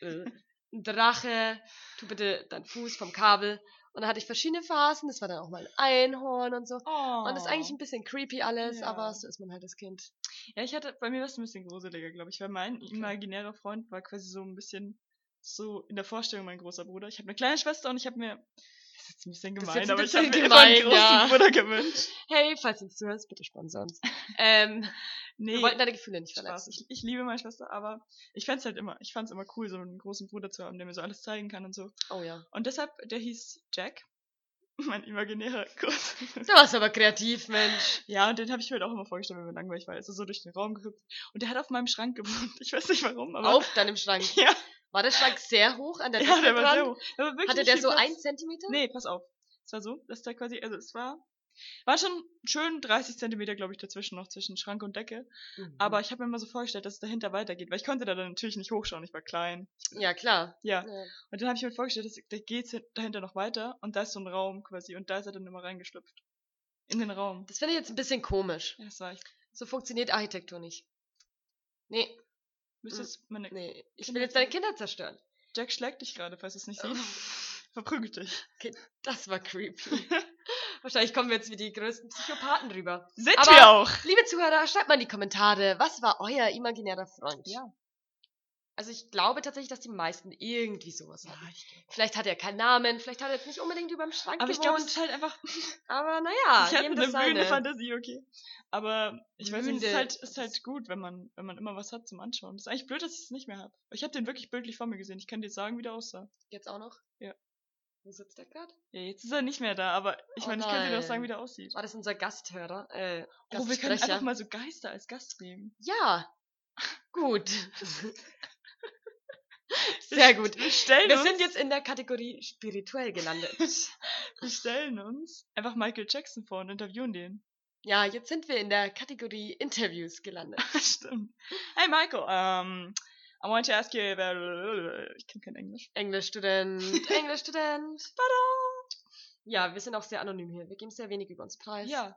[SPEAKER 1] Äh, ein Drache, tu bitte deinen Fuß vom Kabel. Und dann hatte ich verschiedene Phasen, das war dann auch mal ein Einhorn und so. Und das ist eigentlich ein bisschen creepy alles,
[SPEAKER 2] Ja.
[SPEAKER 1] aber so ist man halt als Kind.
[SPEAKER 2] Oh. ja, ich hatte, bei mir war es ein bisschen gruseliger, glaube ich, weil mein imaginärer Freund war quasi so ein bisschen so in der Vorstellung mein großer Bruder. Ich habe eine kleine Schwester und ich habe mir, das ist jetzt ein bisschen
[SPEAKER 1] Das ist
[SPEAKER 2] gemein,
[SPEAKER 1] jetzt ein
[SPEAKER 2] aber ich habe mir
[SPEAKER 1] bisschen
[SPEAKER 2] immer einen
[SPEAKER 1] gemein,
[SPEAKER 2] großen
[SPEAKER 1] ja.
[SPEAKER 2] Bruder gewünscht.
[SPEAKER 1] Hey, falls du uns zuhörst, bitte sponsor uns. ähm,
[SPEAKER 2] Nee,
[SPEAKER 1] wir wollten deine Gefühle nicht
[SPEAKER 2] Spaß.
[SPEAKER 1] verletzen.
[SPEAKER 2] Ich, ich liebe meine Schwester, aber ich fand's halt immer, ich fand's immer cool, so einen großen Bruder zu haben, der mir so alles zeigen kann und so.
[SPEAKER 1] Oh ja.
[SPEAKER 2] Und deshalb, der hieß Jack. Mein imaginärer Kurs.
[SPEAKER 1] Du warst aber kreativ, Mensch.
[SPEAKER 2] Ja, und den habe ich mir halt auch immer vorgestellt, wenn mir langweilig war. Er Ist so durch den Raum gehüpft. Und der hat auf meinem Schrank gewohnt. Ich weiß nicht warum, aber.
[SPEAKER 1] Auf deinem Schrank.
[SPEAKER 2] Ja,
[SPEAKER 1] War der Schrank sehr hoch an der Decke
[SPEAKER 2] ja der war
[SPEAKER 1] dran?
[SPEAKER 2] sehr hoch. Der war wirklich
[SPEAKER 1] Hatte
[SPEAKER 2] nicht
[SPEAKER 1] der
[SPEAKER 2] viel
[SPEAKER 1] so
[SPEAKER 2] Platz.
[SPEAKER 1] ein Zentimeter?
[SPEAKER 2] Nee, pass auf. Es war so, dass der quasi, also es war, war schon schön 30 Zentimeter, glaube ich, dazwischen noch, zwischen Schrank und Decke.
[SPEAKER 1] Mhm.
[SPEAKER 2] Aber ich habe mir immer so vorgestellt, dass es dahinter weitergeht, weil ich konnte da dann natürlich nicht hochschauen, ich war klein.
[SPEAKER 1] Ja, klar.
[SPEAKER 2] Ja.
[SPEAKER 1] Ja.
[SPEAKER 2] Und dann habe ich mir vorgestellt, dass, da geht's hin- dahinter noch weiter und da ist so ein Raum quasi und da ist er dann immer reingeschlüpft. In den Raum.
[SPEAKER 1] Das finde ich jetzt ein bisschen komisch.
[SPEAKER 2] Ja, das war ich.
[SPEAKER 1] So funktioniert Architektur nicht. Nee, Mhm.
[SPEAKER 2] Müsstest meine
[SPEAKER 1] nee. Ich
[SPEAKER 2] Kinder-
[SPEAKER 1] will jetzt deine Kinder zerstören.
[SPEAKER 2] Jack schlägt dich gerade, falls du es nicht
[SPEAKER 1] Oh.
[SPEAKER 2] siehst. Verprügelt dich.
[SPEAKER 1] Das war creepy. Wahrscheinlich kommen wir jetzt wie die größten Psychopathen rüber.
[SPEAKER 2] Sind
[SPEAKER 1] Aber-
[SPEAKER 2] wir auch.
[SPEAKER 1] Liebe Zuhörer, schreibt mal in die Kommentare, was war euer imaginärer Freund?
[SPEAKER 2] Ja.
[SPEAKER 1] Also ich glaube tatsächlich, dass die meisten irgendwie sowas hatten. Vielleicht hat er keinen Namen, vielleicht hat er jetzt nicht unbedingt über dem Schrank
[SPEAKER 2] Aber ich glaube,
[SPEAKER 1] gewohnt.
[SPEAKER 2] es ist halt einfach.
[SPEAKER 1] aber naja,
[SPEAKER 2] ich hatte
[SPEAKER 1] jedem
[SPEAKER 2] eine
[SPEAKER 1] das seine.
[SPEAKER 2] blühende Fantasie, okay. Aber ich weiß nicht, es ist
[SPEAKER 1] Blühende-
[SPEAKER 2] halt, ist halt gut, wenn man, wenn man immer was hat zum Anschauen. ist eigentlich blöd, dass ich es nicht mehr habe. Ich habe den wirklich bildlich vor mir gesehen. Ich kann dir sagen, wie der aussah.
[SPEAKER 1] Jetzt auch noch?
[SPEAKER 2] Ja.
[SPEAKER 1] Wo sitzt der gerade?
[SPEAKER 2] Ja, jetzt ist er nicht mehr da, aber ich
[SPEAKER 1] Oh
[SPEAKER 2] meine, ich kann dir doch sagen, wie
[SPEAKER 1] nein.
[SPEAKER 2] der aussieht.
[SPEAKER 1] War das unser Gasthörer? Äh,
[SPEAKER 2] Oh, wir können
[SPEAKER 1] Gastsprecher?
[SPEAKER 2] einfach mal so Geister als Gast nehmen.
[SPEAKER 1] Ja. Gut. Sehr gut.
[SPEAKER 2] Wir stellen
[SPEAKER 1] Wir
[SPEAKER 2] uns
[SPEAKER 1] sind jetzt in der Kategorie spirituell gelandet.
[SPEAKER 2] Wir stellen uns einfach Michael Jackson vor und interviewen den.
[SPEAKER 1] Ja, jetzt sind wir in der Kategorie Interviews gelandet.
[SPEAKER 2] Stimmt. Hey Michael, um, I want to ask you about... Ich kann kein Englisch.
[SPEAKER 1] Englischstudent, Englischstudent.
[SPEAKER 2] Tada!
[SPEAKER 1] Ja, wir sind auch sehr anonym hier. Wir geben sehr wenig über uns preis.
[SPEAKER 2] Ja.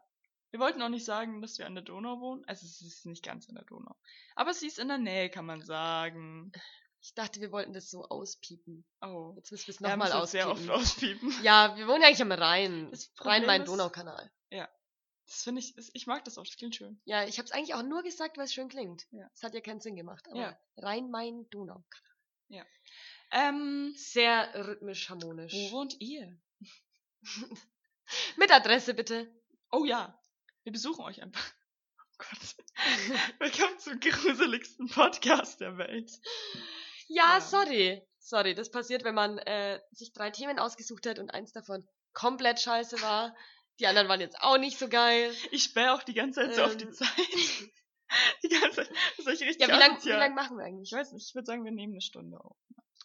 [SPEAKER 2] Wir wollten auch nicht sagen, dass wir an der Donau wohnen. Also es ist nicht ganz an der Donau. Aber sie ist in der Nähe, kann man sagen.
[SPEAKER 1] Ich dachte, wir wollten das so auspiepen.
[SPEAKER 2] Oh.
[SPEAKER 1] Jetzt müssen wir es
[SPEAKER 2] Ja,
[SPEAKER 1] nochmal
[SPEAKER 2] muss uns sehr
[SPEAKER 1] auspiepen.
[SPEAKER 2] oft auspiepen.
[SPEAKER 1] ja, wir wohnen ja eigentlich am Rhein.
[SPEAKER 2] Das Problem ist-
[SPEAKER 1] Rhein-Main-Donau-Kanal.
[SPEAKER 2] Das finde ich... ist- Ich mag das auch. Das klingt schön.
[SPEAKER 1] Ja, ich habe es eigentlich auch nur gesagt, weil es schön klingt.
[SPEAKER 2] Ja.
[SPEAKER 1] Es hat ja keinen Sinn gemacht. Aber
[SPEAKER 2] Ja.
[SPEAKER 1] Rhein-Main-Donau.
[SPEAKER 2] Ähm...
[SPEAKER 1] Sehr rhythmisch harmonisch.
[SPEAKER 2] Wo wohnt ihr?
[SPEAKER 1] Mit Adresse bitte.
[SPEAKER 2] Oh ja. Wir besuchen euch einfach. Oh Gott. Willkommen zum gruseligsten Podcast der Welt.
[SPEAKER 1] Ja,
[SPEAKER 2] Ja.
[SPEAKER 1] sorry. Sorry, das passiert, wenn man äh, sich drei Themen ausgesucht hat und eins davon komplett scheiße war. Die anderen waren jetzt auch nicht so geil.
[SPEAKER 2] Ich spähe auch die ganze Zeit so auf die
[SPEAKER 1] Ähm.
[SPEAKER 2] Zeit. Die ganze Zeit. Das soll ich
[SPEAKER 1] Ja,
[SPEAKER 2] richtig
[SPEAKER 1] wie lange
[SPEAKER 2] asozial.
[SPEAKER 1] lang machen wir
[SPEAKER 2] Ich
[SPEAKER 1] eigentlich?
[SPEAKER 2] weiß nicht, ich würde sagen, wir nehmen eine Stunde auf.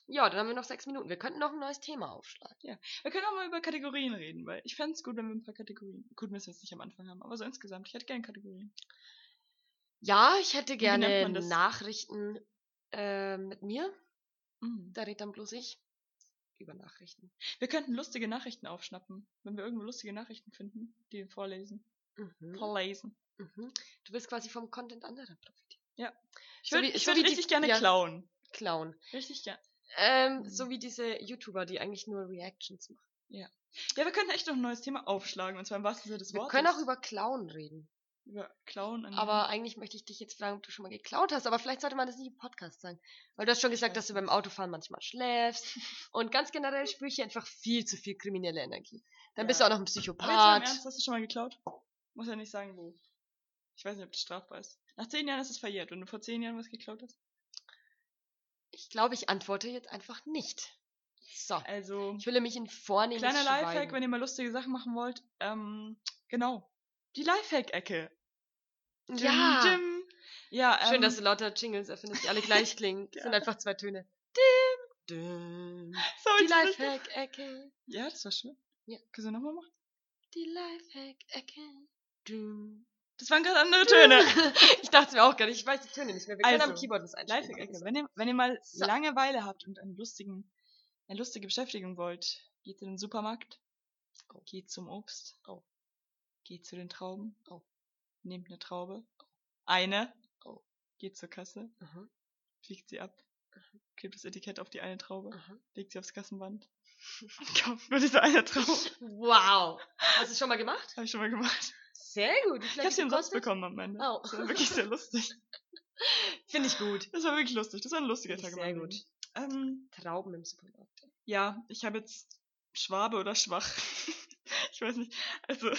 [SPEAKER 1] Ja, dann haben wir noch sechs Minuten. Wir könnten noch ein neues Thema aufschlagen.
[SPEAKER 2] Wir können auch mal über Kategorien reden, weil ich fänd's gut, wenn wir ein paar Kategorien. Gut, müssen wir jetzt nicht am Anfang haben, aber so insgesamt. Ich hätte gerne Kategorien.
[SPEAKER 1] Ja, ich hätte
[SPEAKER 2] nennt
[SPEAKER 1] gerne
[SPEAKER 2] man das?
[SPEAKER 1] Nachrichten äh, mit mir.
[SPEAKER 2] Mhm.
[SPEAKER 1] Da redet dann bloß ich über Nachrichten.
[SPEAKER 2] Wir könnten lustige Nachrichten aufschnappen, wenn wir irgendwo lustige Nachrichten finden, die wir vorlesen.
[SPEAKER 1] Mhm.
[SPEAKER 2] Vorlesen.
[SPEAKER 1] Mhm. Du willst quasi vom Content anderer profitieren.
[SPEAKER 2] Ich
[SPEAKER 1] So
[SPEAKER 2] würde
[SPEAKER 1] wie-
[SPEAKER 2] ich
[SPEAKER 1] so
[SPEAKER 2] würd
[SPEAKER 1] wie die-
[SPEAKER 2] richtig gerne
[SPEAKER 1] ja.
[SPEAKER 2] klauen.
[SPEAKER 1] Clown.
[SPEAKER 2] Richtig gerne.
[SPEAKER 1] Ähm, so wie diese YouTuber, die eigentlich nur Reactions machen.
[SPEAKER 2] Ja, wir könnten echt noch ein neues Thema aufschlagen, und zwar im wahrsten Sinne des
[SPEAKER 1] Wir
[SPEAKER 2] Wortes. Mhm.
[SPEAKER 1] können auch über Clown reden.
[SPEAKER 2] über Klauen an
[SPEAKER 1] Aber eigentlich möchte ich dich jetzt fragen, ob du schon mal geklaut hast. Aber vielleicht sollte man das nicht im Podcast sagen. Weil du hast schon gesagt, dass du beim Autofahren manchmal schläfst. Und ganz generell spüre ich hier einfach viel zu viel kriminelle Energie. Dann bist du
[SPEAKER 2] Ja.
[SPEAKER 1] auch noch ein
[SPEAKER 2] Aber jetzt mal im
[SPEAKER 1] Psychopath.
[SPEAKER 2] Ernst, hast du schon mal geklaut? Muss ja nicht sagen, wo. Ich weiß nicht, ob das strafbar ist. Nach zehn Jahren ist es verjährt, wenn du vor zehn Jahren was geklaut hast.
[SPEAKER 1] Ich glaube, ich antworte jetzt einfach nicht. So.
[SPEAKER 2] Also,
[SPEAKER 1] Ich will mich in vornehmes
[SPEAKER 2] kleiner Lifehack,
[SPEAKER 1] Schweigen.
[SPEAKER 2] wenn ihr mal lustige Sachen machen wollt. Ähm, genau. Die Lifehack-Ecke. Dim,
[SPEAKER 1] Ja.
[SPEAKER 2] dim. Ja, ähm,
[SPEAKER 1] Schön, dass du lauter Jingles erfindest, die alle gleich klingen. Das sind
[SPEAKER 2] Ja.
[SPEAKER 1] einfach zwei Töne. Dim. Dim.
[SPEAKER 2] sorry,
[SPEAKER 1] Die
[SPEAKER 2] das ist-
[SPEAKER 1] Lifehack-Ecke.
[SPEAKER 2] Ja, das war schön.
[SPEAKER 1] Ja.
[SPEAKER 2] Können wir nochmal machen?
[SPEAKER 1] Die Lifehack-Ecke. Dim.
[SPEAKER 2] Das waren gerade andere Töne.
[SPEAKER 1] ich dachte mir auch gar nicht, ich weiß die Töne nicht mehr. Wir können am
[SPEAKER 2] Also,
[SPEAKER 1] Keyboard was einstellen.
[SPEAKER 2] Lifehack-Ecke. Wenn ihr, wenn ihr mal
[SPEAKER 1] So.
[SPEAKER 2] Langeweile habt und einen lustigen, eine lustige Beschäftigung wollt, geht in den Supermarkt,
[SPEAKER 1] Oh.
[SPEAKER 2] geht zum Obst,
[SPEAKER 1] Oh.
[SPEAKER 2] geht zu den Trauben,
[SPEAKER 1] Oh.
[SPEAKER 2] nehmt eine Traube, eine,
[SPEAKER 1] Oh.
[SPEAKER 2] geht zur Kasse,
[SPEAKER 1] Aha,
[SPEAKER 2] fliegt sie ab,
[SPEAKER 1] Mhm.
[SPEAKER 2] klebt das Etikett auf die eine Traube,
[SPEAKER 1] aha.
[SPEAKER 2] legt sie aufs Kassenband und kauft nur diese eine Traube.
[SPEAKER 1] Mhm. Wow. Hast du es schon mal gemacht?
[SPEAKER 2] Habe ich schon mal gemacht.
[SPEAKER 1] Sehr gut. Wie viel
[SPEAKER 2] Ich
[SPEAKER 1] hat
[SPEAKER 2] habe
[SPEAKER 1] die
[SPEAKER 2] sie umsonst
[SPEAKER 1] gekostet?
[SPEAKER 2] bekommen am Ende.
[SPEAKER 1] Oh.
[SPEAKER 2] Das war wirklich sehr lustig.
[SPEAKER 1] Finde ich gut.
[SPEAKER 2] Das war wirklich lustig. Das war ein lustiger
[SPEAKER 1] Finde
[SPEAKER 2] Tag.
[SPEAKER 1] ich
[SPEAKER 2] in
[SPEAKER 1] sehr
[SPEAKER 2] meinem
[SPEAKER 1] gut.
[SPEAKER 2] Leben. Ähm,
[SPEAKER 1] Trauben im Supermarkt.
[SPEAKER 2] Ja, ich habe jetzt Schwabe oder Schwach. ich weiß nicht. Also,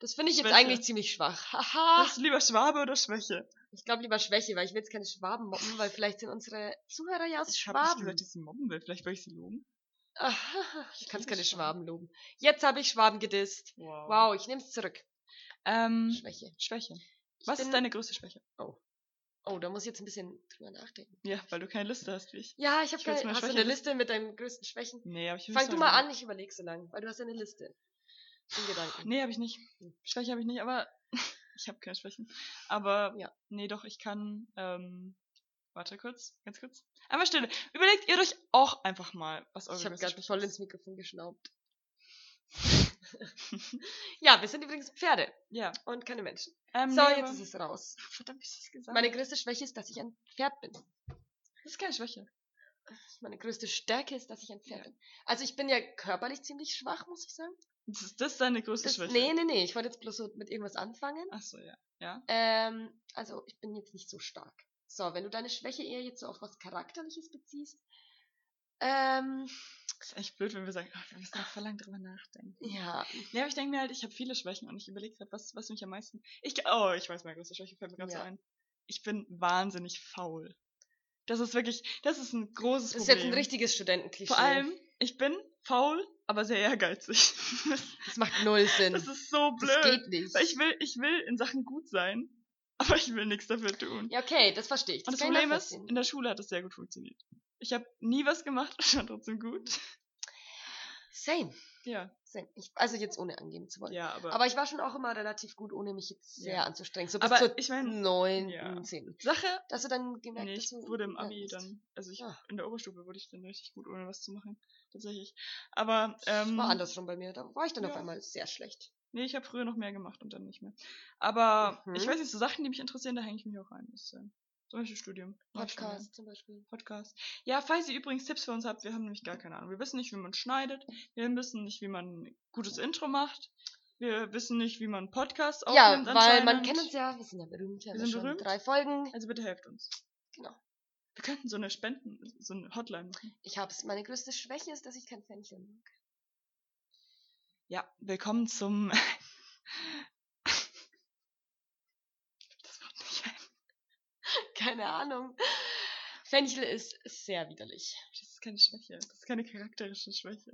[SPEAKER 1] Das finde ich jetzt
[SPEAKER 2] Schwäche.
[SPEAKER 1] eigentlich ziemlich schwach. Haha.
[SPEAKER 2] hast du lieber Schwabe oder Schwäche?
[SPEAKER 1] Ich glaube lieber Schwäche, weil ich will jetzt keine Schwaben mobben, weil vielleicht sind unsere Zuhörer ja aus
[SPEAKER 2] Ich habe nicht
[SPEAKER 1] Schwaben.
[SPEAKER 2] gesagt, dass ich sie mobben will. Vielleicht will ich sie loben.
[SPEAKER 1] Aha, ich kann
[SPEAKER 2] liebe
[SPEAKER 1] keine
[SPEAKER 2] Schwaben.
[SPEAKER 1] Schwaben loben. Jetzt habe ich Schwaben gedisst.
[SPEAKER 2] Wow.
[SPEAKER 1] Wow, ich nehme es zurück.
[SPEAKER 2] Ähm,
[SPEAKER 1] Schwäche.
[SPEAKER 2] Schwäche.
[SPEAKER 1] Ich
[SPEAKER 2] Was
[SPEAKER 1] bin-
[SPEAKER 2] ist deine größte Schwäche?
[SPEAKER 1] Oh, da muss ich jetzt ein bisschen drüber nachdenken.
[SPEAKER 2] Ja, weil du keine Liste hast wie ich.
[SPEAKER 1] Ja, ich habe
[SPEAKER 2] Ich will jetzt
[SPEAKER 1] keine.
[SPEAKER 2] meine
[SPEAKER 1] Hast du
[SPEAKER 2] Schwäche
[SPEAKER 1] eine
[SPEAKER 2] wissen.
[SPEAKER 1] Liste mit deinen größten Schwächen?
[SPEAKER 2] Nee, aber ich
[SPEAKER 1] Fang du mal an, ich überlege so lange, weil du hast ja eine Liste. In Gedanken.
[SPEAKER 2] Nee, habe ich nicht. Schwäche habe ich nicht, aber ich habe keine Schwächen. Aber
[SPEAKER 1] Ja.
[SPEAKER 2] nee, doch, ich kann. Ähm, warte kurz, ganz kurz. Einmal Stille. Überlegt ihr euch auch einfach mal, was eure
[SPEAKER 1] ich habe
[SPEAKER 2] größte
[SPEAKER 1] gerade
[SPEAKER 2] Schwäche
[SPEAKER 1] voll
[SPEAKER 2] ist.
[SPEAKER 1] ins Mikrofon geschnaubt. ja, wir sind übrigens Pferde
[SPEAKER 2] Ja.
[SPEAKER 1] und keine Menschen.
[SPEAKER 2] Ähm,
[SPEAKER 1] So,
[SPEAKER 2] nee, aber-
[SPEAKER 1] jetzt ist es raus.
[SPEAKER 2] Verdammt, wie ist das gesagt?
[SPEAKER 1] Meine größte Schwäche ist, dass ich ein Pferd bin.
[SPEAKER 2] das ist keine Schwäche.
[SPEAKER 1] Meine größte Stärke ist, dass ich ein Pferd
[SPEAKER 2] Ja.
[SPEAKER 1] bin. Also ich bin ja körperlich ziemlich schwach, muss ich sagen.
[SPEAKER 2] Das ist, das ist deine größte
[SPEAKER 1] Das,
[SPEAKER 2] Schwäche.
[SPEAKER 1] nee, nee, nee. Ich wollte jetzt bloß so mit irgendwas anfangen.
[SPEAKER 2] Achso, ja.
[SPEAKER 1] Ähm, also ich bin jetzt nicht so stark. So, wenn du deine Schwäche eher jetzt so auf was Charakterliches beziehst. Ähm,
[SPEAKER 2] Das ist echt blöd, wenn wir sagen, ach, wir müssen noch voll lang drüber nachdenken.
[SPEAKER 1] ja,
[SPEAKER 2] Ja, aber ich denke mir halt, ich habe viele Schwächen und ich überlege gerade, was, was mich am meisten. Ich, oh, ich weiß, meine größte Schwäche fällt mir gerade so
[SPEAKER 1] Ja.
[SPEAKER 2] ein. Ich bin wahnsinnig faul. Das ist wirklich, das ist ein großes
[SPEAKER 1] das ist
[SPEAKER 2] Problem.
[SPEAKER 1] jetzt ein richtiges Studentenklischee.
[SPEAKER 2] Vor allem, ich bin faul, aber sehr ehrgeizig.
[SPEAKER 1] Das macht null Sinn.
[SPEAKER 2] das ist so
[SPEAKER 1] Das
[SPEAKER 2] blöd.
[SPEAKER 1] geht nicht.
[SPEAKER 2] Weil ich will, ich will in Sachen gut sein, aber ich will nichts dafür tun.
[SPEAKER 1] ja, okay, das verstehe ich.
[SPEAKER 2] Und das
[SPEAKER 1] kann ich
[SPEAKER 2] Problem ist,
[SPEAKER 1] nachvollziehen.
[SPEAKER 2] in der Schule hat das sehr gut funktioniert. Ich habe nie was gemacht und war trotzdem gut.
[SPEAKER 1] Same.
[SPEAKER 2] Ja,
[SPEAKER 1] Same. Ich, also jetzt ohne angeben zu wollen.
[SPEAKER 2] ja, aber,
[SPEAKER 1] Aber ich war schon auch immer relativ gut, ohne mich jetzt sehr
[SPEAKER 2] Ja.
[SPEAKER 1] anzustrengen. So bis
[SPEAKER 2] aber
[SPEAKER 1] zur
[SPEAKER 2] ich meine, ja.
[SPEAKER 1] 9. 10.
[SPEAKER 2] Sache,
[SPEAKER 1] Dass du dann gemerkt
[SPEAKER 2] nee,
[SPEAKER 1] hast,
[SPEAKER 2] ich
[SPEAKER 1] dass du
[SPEAKER 2] wurde im
[SPEAKER 1] ja,
[SPEAKER 2] Abi
[SPEAKER 1] ist-
[SPEAKER 2] dann, also ich,
[SPEAKER 1] Ja.
[SPEAKER 2] in der Oberstufe wurde ich dann richtig gut, ohne was zu machen, tatsächlich. Aber, ähm,
[SPEAKER 1] War andersrum bei mir. Da war ich dann auf
[SPEAKER 2] ja.
[SPEAKER 1] einmal sehr schlecht.
[SPEAKER 2] nee, ich habe früher noch mehr gemacht und dann nicht mehr. Aber, ich
[SPEAKER 1] Mhm.
[SPEAKER 2] weiß nicht, so Sachen, die mich interessieren, da hänge ich mich auch rein, muss ich sagen. Zum Beispiel Studium. mach ich schon gern.
[SPEAKER 1] Podcast zum Beispiel.
[SPEAKER 2] Podcast. Ja, falls ihr übrigens Tipps für uns habt, wir haben nämlich gar keine Ahnung. Wir wissen nicht, wie man schneidet. Wir wissen nicht, wie man ein gutes Intro macht. Wir wissen nicht, wie man einen Podcast
[SPEAKER 1] Ja,
[SPEAKER 2] aufnimmt.
[SPEAKER 1] weil man
[SPEAKER 2] anscheinend.
[SPEAKER 1] kennt uns ja, wir sind ja berühmt, wir haben
[SPEAKER 2] sind
[SPEAKER 1] ja schon
[SPEAKER 2] berühmt.
[SPEAKER 1] drei Folgen.
[SPEAKER 2] Also bitte helft uns.
[SPEAKER 1] Genau.
[SPEAKER 2] Wir könnten so eine Spenden, so eine Hotline machen.
[SPEAKER 1] Ich hab's. Meine größte Schwäche ist, dass ich kein Fännchen mag.
[SPEAKER 2] Ja, willkommen zum
[SPEAKER 1] keine Ahnung. Fenchel ist sehr widerlich.
[SPEAKER 2] Das ist keine Schwäche. Das ist keine charakterische Schwäche.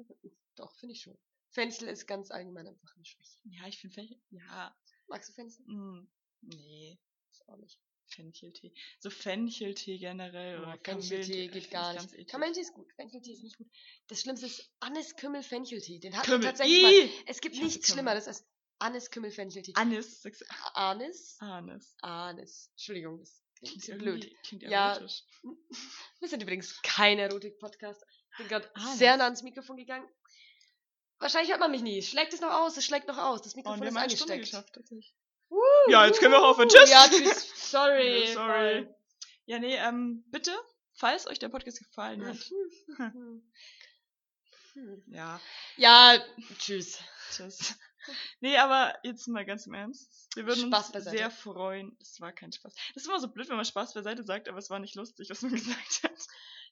[SPEAKER 1] Doch, finde ich schon. Fenchel ist ganz allgemein einfach eine Schwäche.
[SPEAKER 2] Ja, ich finde Fenchel. Ja.
[SPEAKER 1] Magst du Fenchel?
[SPEAKER 2] Mm, nee.
[SPEAKER 1] Ist auch nicht.
[SPEAKER 2] Fencheltee. So Fencheltee generell
[SPEAKER 1] Oh,
[SPEAKER 2] oder
[SPEAKER 1] Fencheltee
[SPEAKER 2] Kamillentee,
[SPEAKER 1] geht
[SPEAKER 2] äh,
[SPEAKER 1] gar
[SPEAKER 2] finde ich
[SPEAKER 1] nicht.
[SPEAKER 2] ganz eklig.
[SPEAKER 1] Kamillentee ist gut, Fencheltee ist nicht gut. Das Schlimmste ist Anis Kümmel Fencheltee. Den hat man
[SPEAKER 2] Kümmel.
[SPEAKER 1] tatsächlich mal.
[SPEAKER 2] Ih!
[SPEAKER 1] Es gibt
[SPEAKER 2] Ich hasse
[SPEAKER 1] nichts
[SPEAKER 2] Kümmel.
[SPEAKER 1] Schlimmeres als Anis Kümmel Fencheltee.
[SPEAKER 2] Anis. sagst du,
[SPEAKER 1] Anis?
[SPEAKER 2] Anis.
[SPEAKER 1] Anis. Entschuldigung, das klingt ein bisschen
[SPEAKER 2] Irgendwie
[SPEAKER 1] blöd.
[SPEAKER 2] Klingt
[SPEAKER 1] Ja,
[SPEAKER 2] erotisch.
[SPEAKER 1] Wir sind übrigens kein Erotik-Podcast. Ich bin gerade
[SPEAKER 2] Anis.
[SPEAKER 1] sehr nah ans Mikrofon gegangen. Wahrscheinlich hört man mich nie. Schlägt es noch aus? Es schlägt noch aus. Das
[SPEAKER 2] Oh,
[SPEAKER 1] Mikrofon
[SPEAKER 2] und wir
[SPEAKER 1] ist
[SPEAKER 2] haben eine Stunde
[SPEAKER 1] angesteckt.
[SPEAKER 2] geschafft. tatsächlich.
[SPEAKER 1] Wuhu.
[SPEAKER 2] Ja, jetzt können wir auch auf den Tisch.
[SPEAKER 1] Oh, Ja, tschüss. Sorry.
[SPEAKER 2] Ja, sorry. Ja, nee, ähm, bitte, falls euch der Podcast gefallen
[SPEAKER 1] Bye.
[SPEAKER 2] hat. Ja,
[SPEAKER 1] Ja, tschüss.
[SPEAKER 2] tschüss. Nee, aber jetzt mal ganz im Ernst. Wir würden
[SPEAKER 1] Spaß
[SPEAKER 2] uns
[SPEAKER 1] beiseite.
[SPEAKER 2] sehr freuen. Es war kein Spaß. Das ist immer so blöd, wenn man Spaß beiseite sagt, aber es war nicht lustig, was man gesagt hat.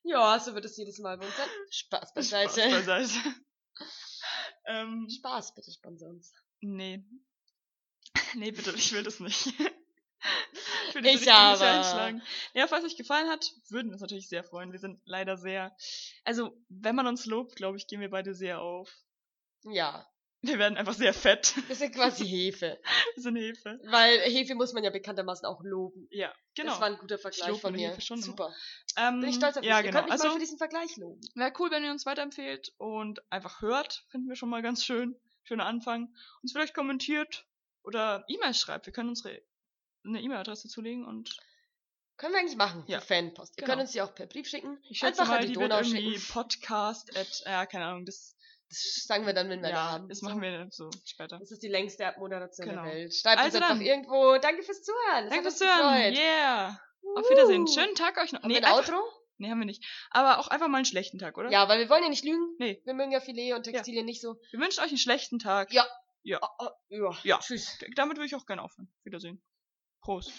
[SPEAKER 1] Ja, so wird es jedes Mal bei uns sein. Spaß
[SPEAKER 2] Spaß
[SPEAKER 1] beiseite.
[SPEAKER 2] beiseite. ähm,
[SPEAKER 1] Spaß, bitte sponsor uns.
[SPEAKER 2] nee. Nee, bitte, ich will das nicht. ich will
[SPEAKER 1] Ich
[SPEAKER 2] diese Richtung nicht
[SPEAKER 1] aber.
[SPEAKER 2] einschlagen. Ja, falls euch gefallen hat, würden wir uns natürlich sehr freuen. Wir sind leider sehr, also, wenn man uns lobt, glaube ich, gehen wir beide sehr auf.
[SPEAKER 1] Ja,
[SPEAKER 2] Wir werden einfach sehr fett.
[SPEAKER 1] wir sind quasi Hefe.
[SPEAKER 2] Wir sind Hefe.
[SPEAKER 1] Weil Hefe muss man ja bekanntermaßen auch loben.
[SPEAKER 2] Ja, genau.
[SPEAKER 1] Das war ein guter Vergleich
[SPEAKER 2] lobe
[SPEAKER 1] von mir.
[SPEAKER 2] Hefe schon immer.
[SPEAKER 1] Super.
[SPEAKER 2] ähm,
[SPEAKER 1] Bin ich stolz auf
[SPEAKER 2] Ja,
[SPEAKER 1] dich. Ihr
[SPEAKER 2] genau.
[SPEAKER 1] könnt mich mal
[SPEAKER 2] Also,
[SPEAKER 1] für diesen Vergleich loben.
[SPEAKER 2] wäre cool, wenn ihr uns weiterempfehlt und einfach hört. Finden wir schon mal ganz schön. Schöner Anfang. Uns vielleicht kommentiert oder E-Mail schreibt. Wir können unsere eine E-Mail-Adresse zulegen und
[SPEAKER 1] Können wir eigentlich machen,
[SPEAKER 2] Ja.
[SPEAKER 1] die Fanpost. Ihr
[SPEAKER 2] Genau.
[SPEAKER 1] könnt uns die auch per Brief schicken.
[SPEAKER 2] ich schätze
[SPEAKER 1] Einfach
[SPEAKER 2] mal,
[SPEAKER 1] an die,
[SPEAKER 2] die wird
[SPEAKER 1] Donau
[SPEAKER 2] irgendwie
[SPEAKER 1] schicken.
[SPEAKER 2] Podcast at, ja, keine Ahnung, das,
[SPEAKER 1] Das sagen wir dann, wenn wir da
[SPEAKER 2] ja,
[SPEAKER 1] haben.
[SPEAKER 2] das machen wir so später.
[SPEAKER 1] Das ist die längste Abmoderation
[SPEAKER 2] Genau.
[SPEAKER 1] der Welt. Schreibt
[SPEAKER 2] Also
[SPEAKER 1] uns einfach
[SPEAKER 2] dann.
[SPEAKER 1] irgendwo. Danke fürs Zuhören. Das
[SPEAKER 2] Danke
[SPEAKER 1] hat
[SPEAKER 2] fürs
[SPEAKER 1] uns
[SPEAKER 2] Hören.
[SPEAKER 1] gefreut.
[SPEAKER 2] Yeah. Auf
[SPEAKER 1] Wuhu.
[SPEAKER 2] Wiedersehen. Schönen Tag euch noch.
[SPEAKER 1] Haben wir
[SPEAKER 2] Nee,
[SPEAKER 1] ein
[SPEAKER 2] einfach,
[SPEAKER 1] Outro?
[SPEAKER 2] nee, haben wir nicht. Aber auch einfach mal einen schlechten Tag, oder?
[SPEAKER 1] Ja, weil wir wollen ja nicht lügen.
[SPEAKER 2] Nee.
[SPEAKER 1] Wir mögen ja Filet und Textilien nicht so.
[SPEAKER 2] Wir wünschen euch einen schlechten Tag.
[SPEAKER 1] Oh, oh, ja.
[SPEAKER 2] Ja.
[SPEAKER 1] Tschüss.
[SPEAKER 2] Damit würde ich auch gerne aufhören. Wiedersehen. Prost.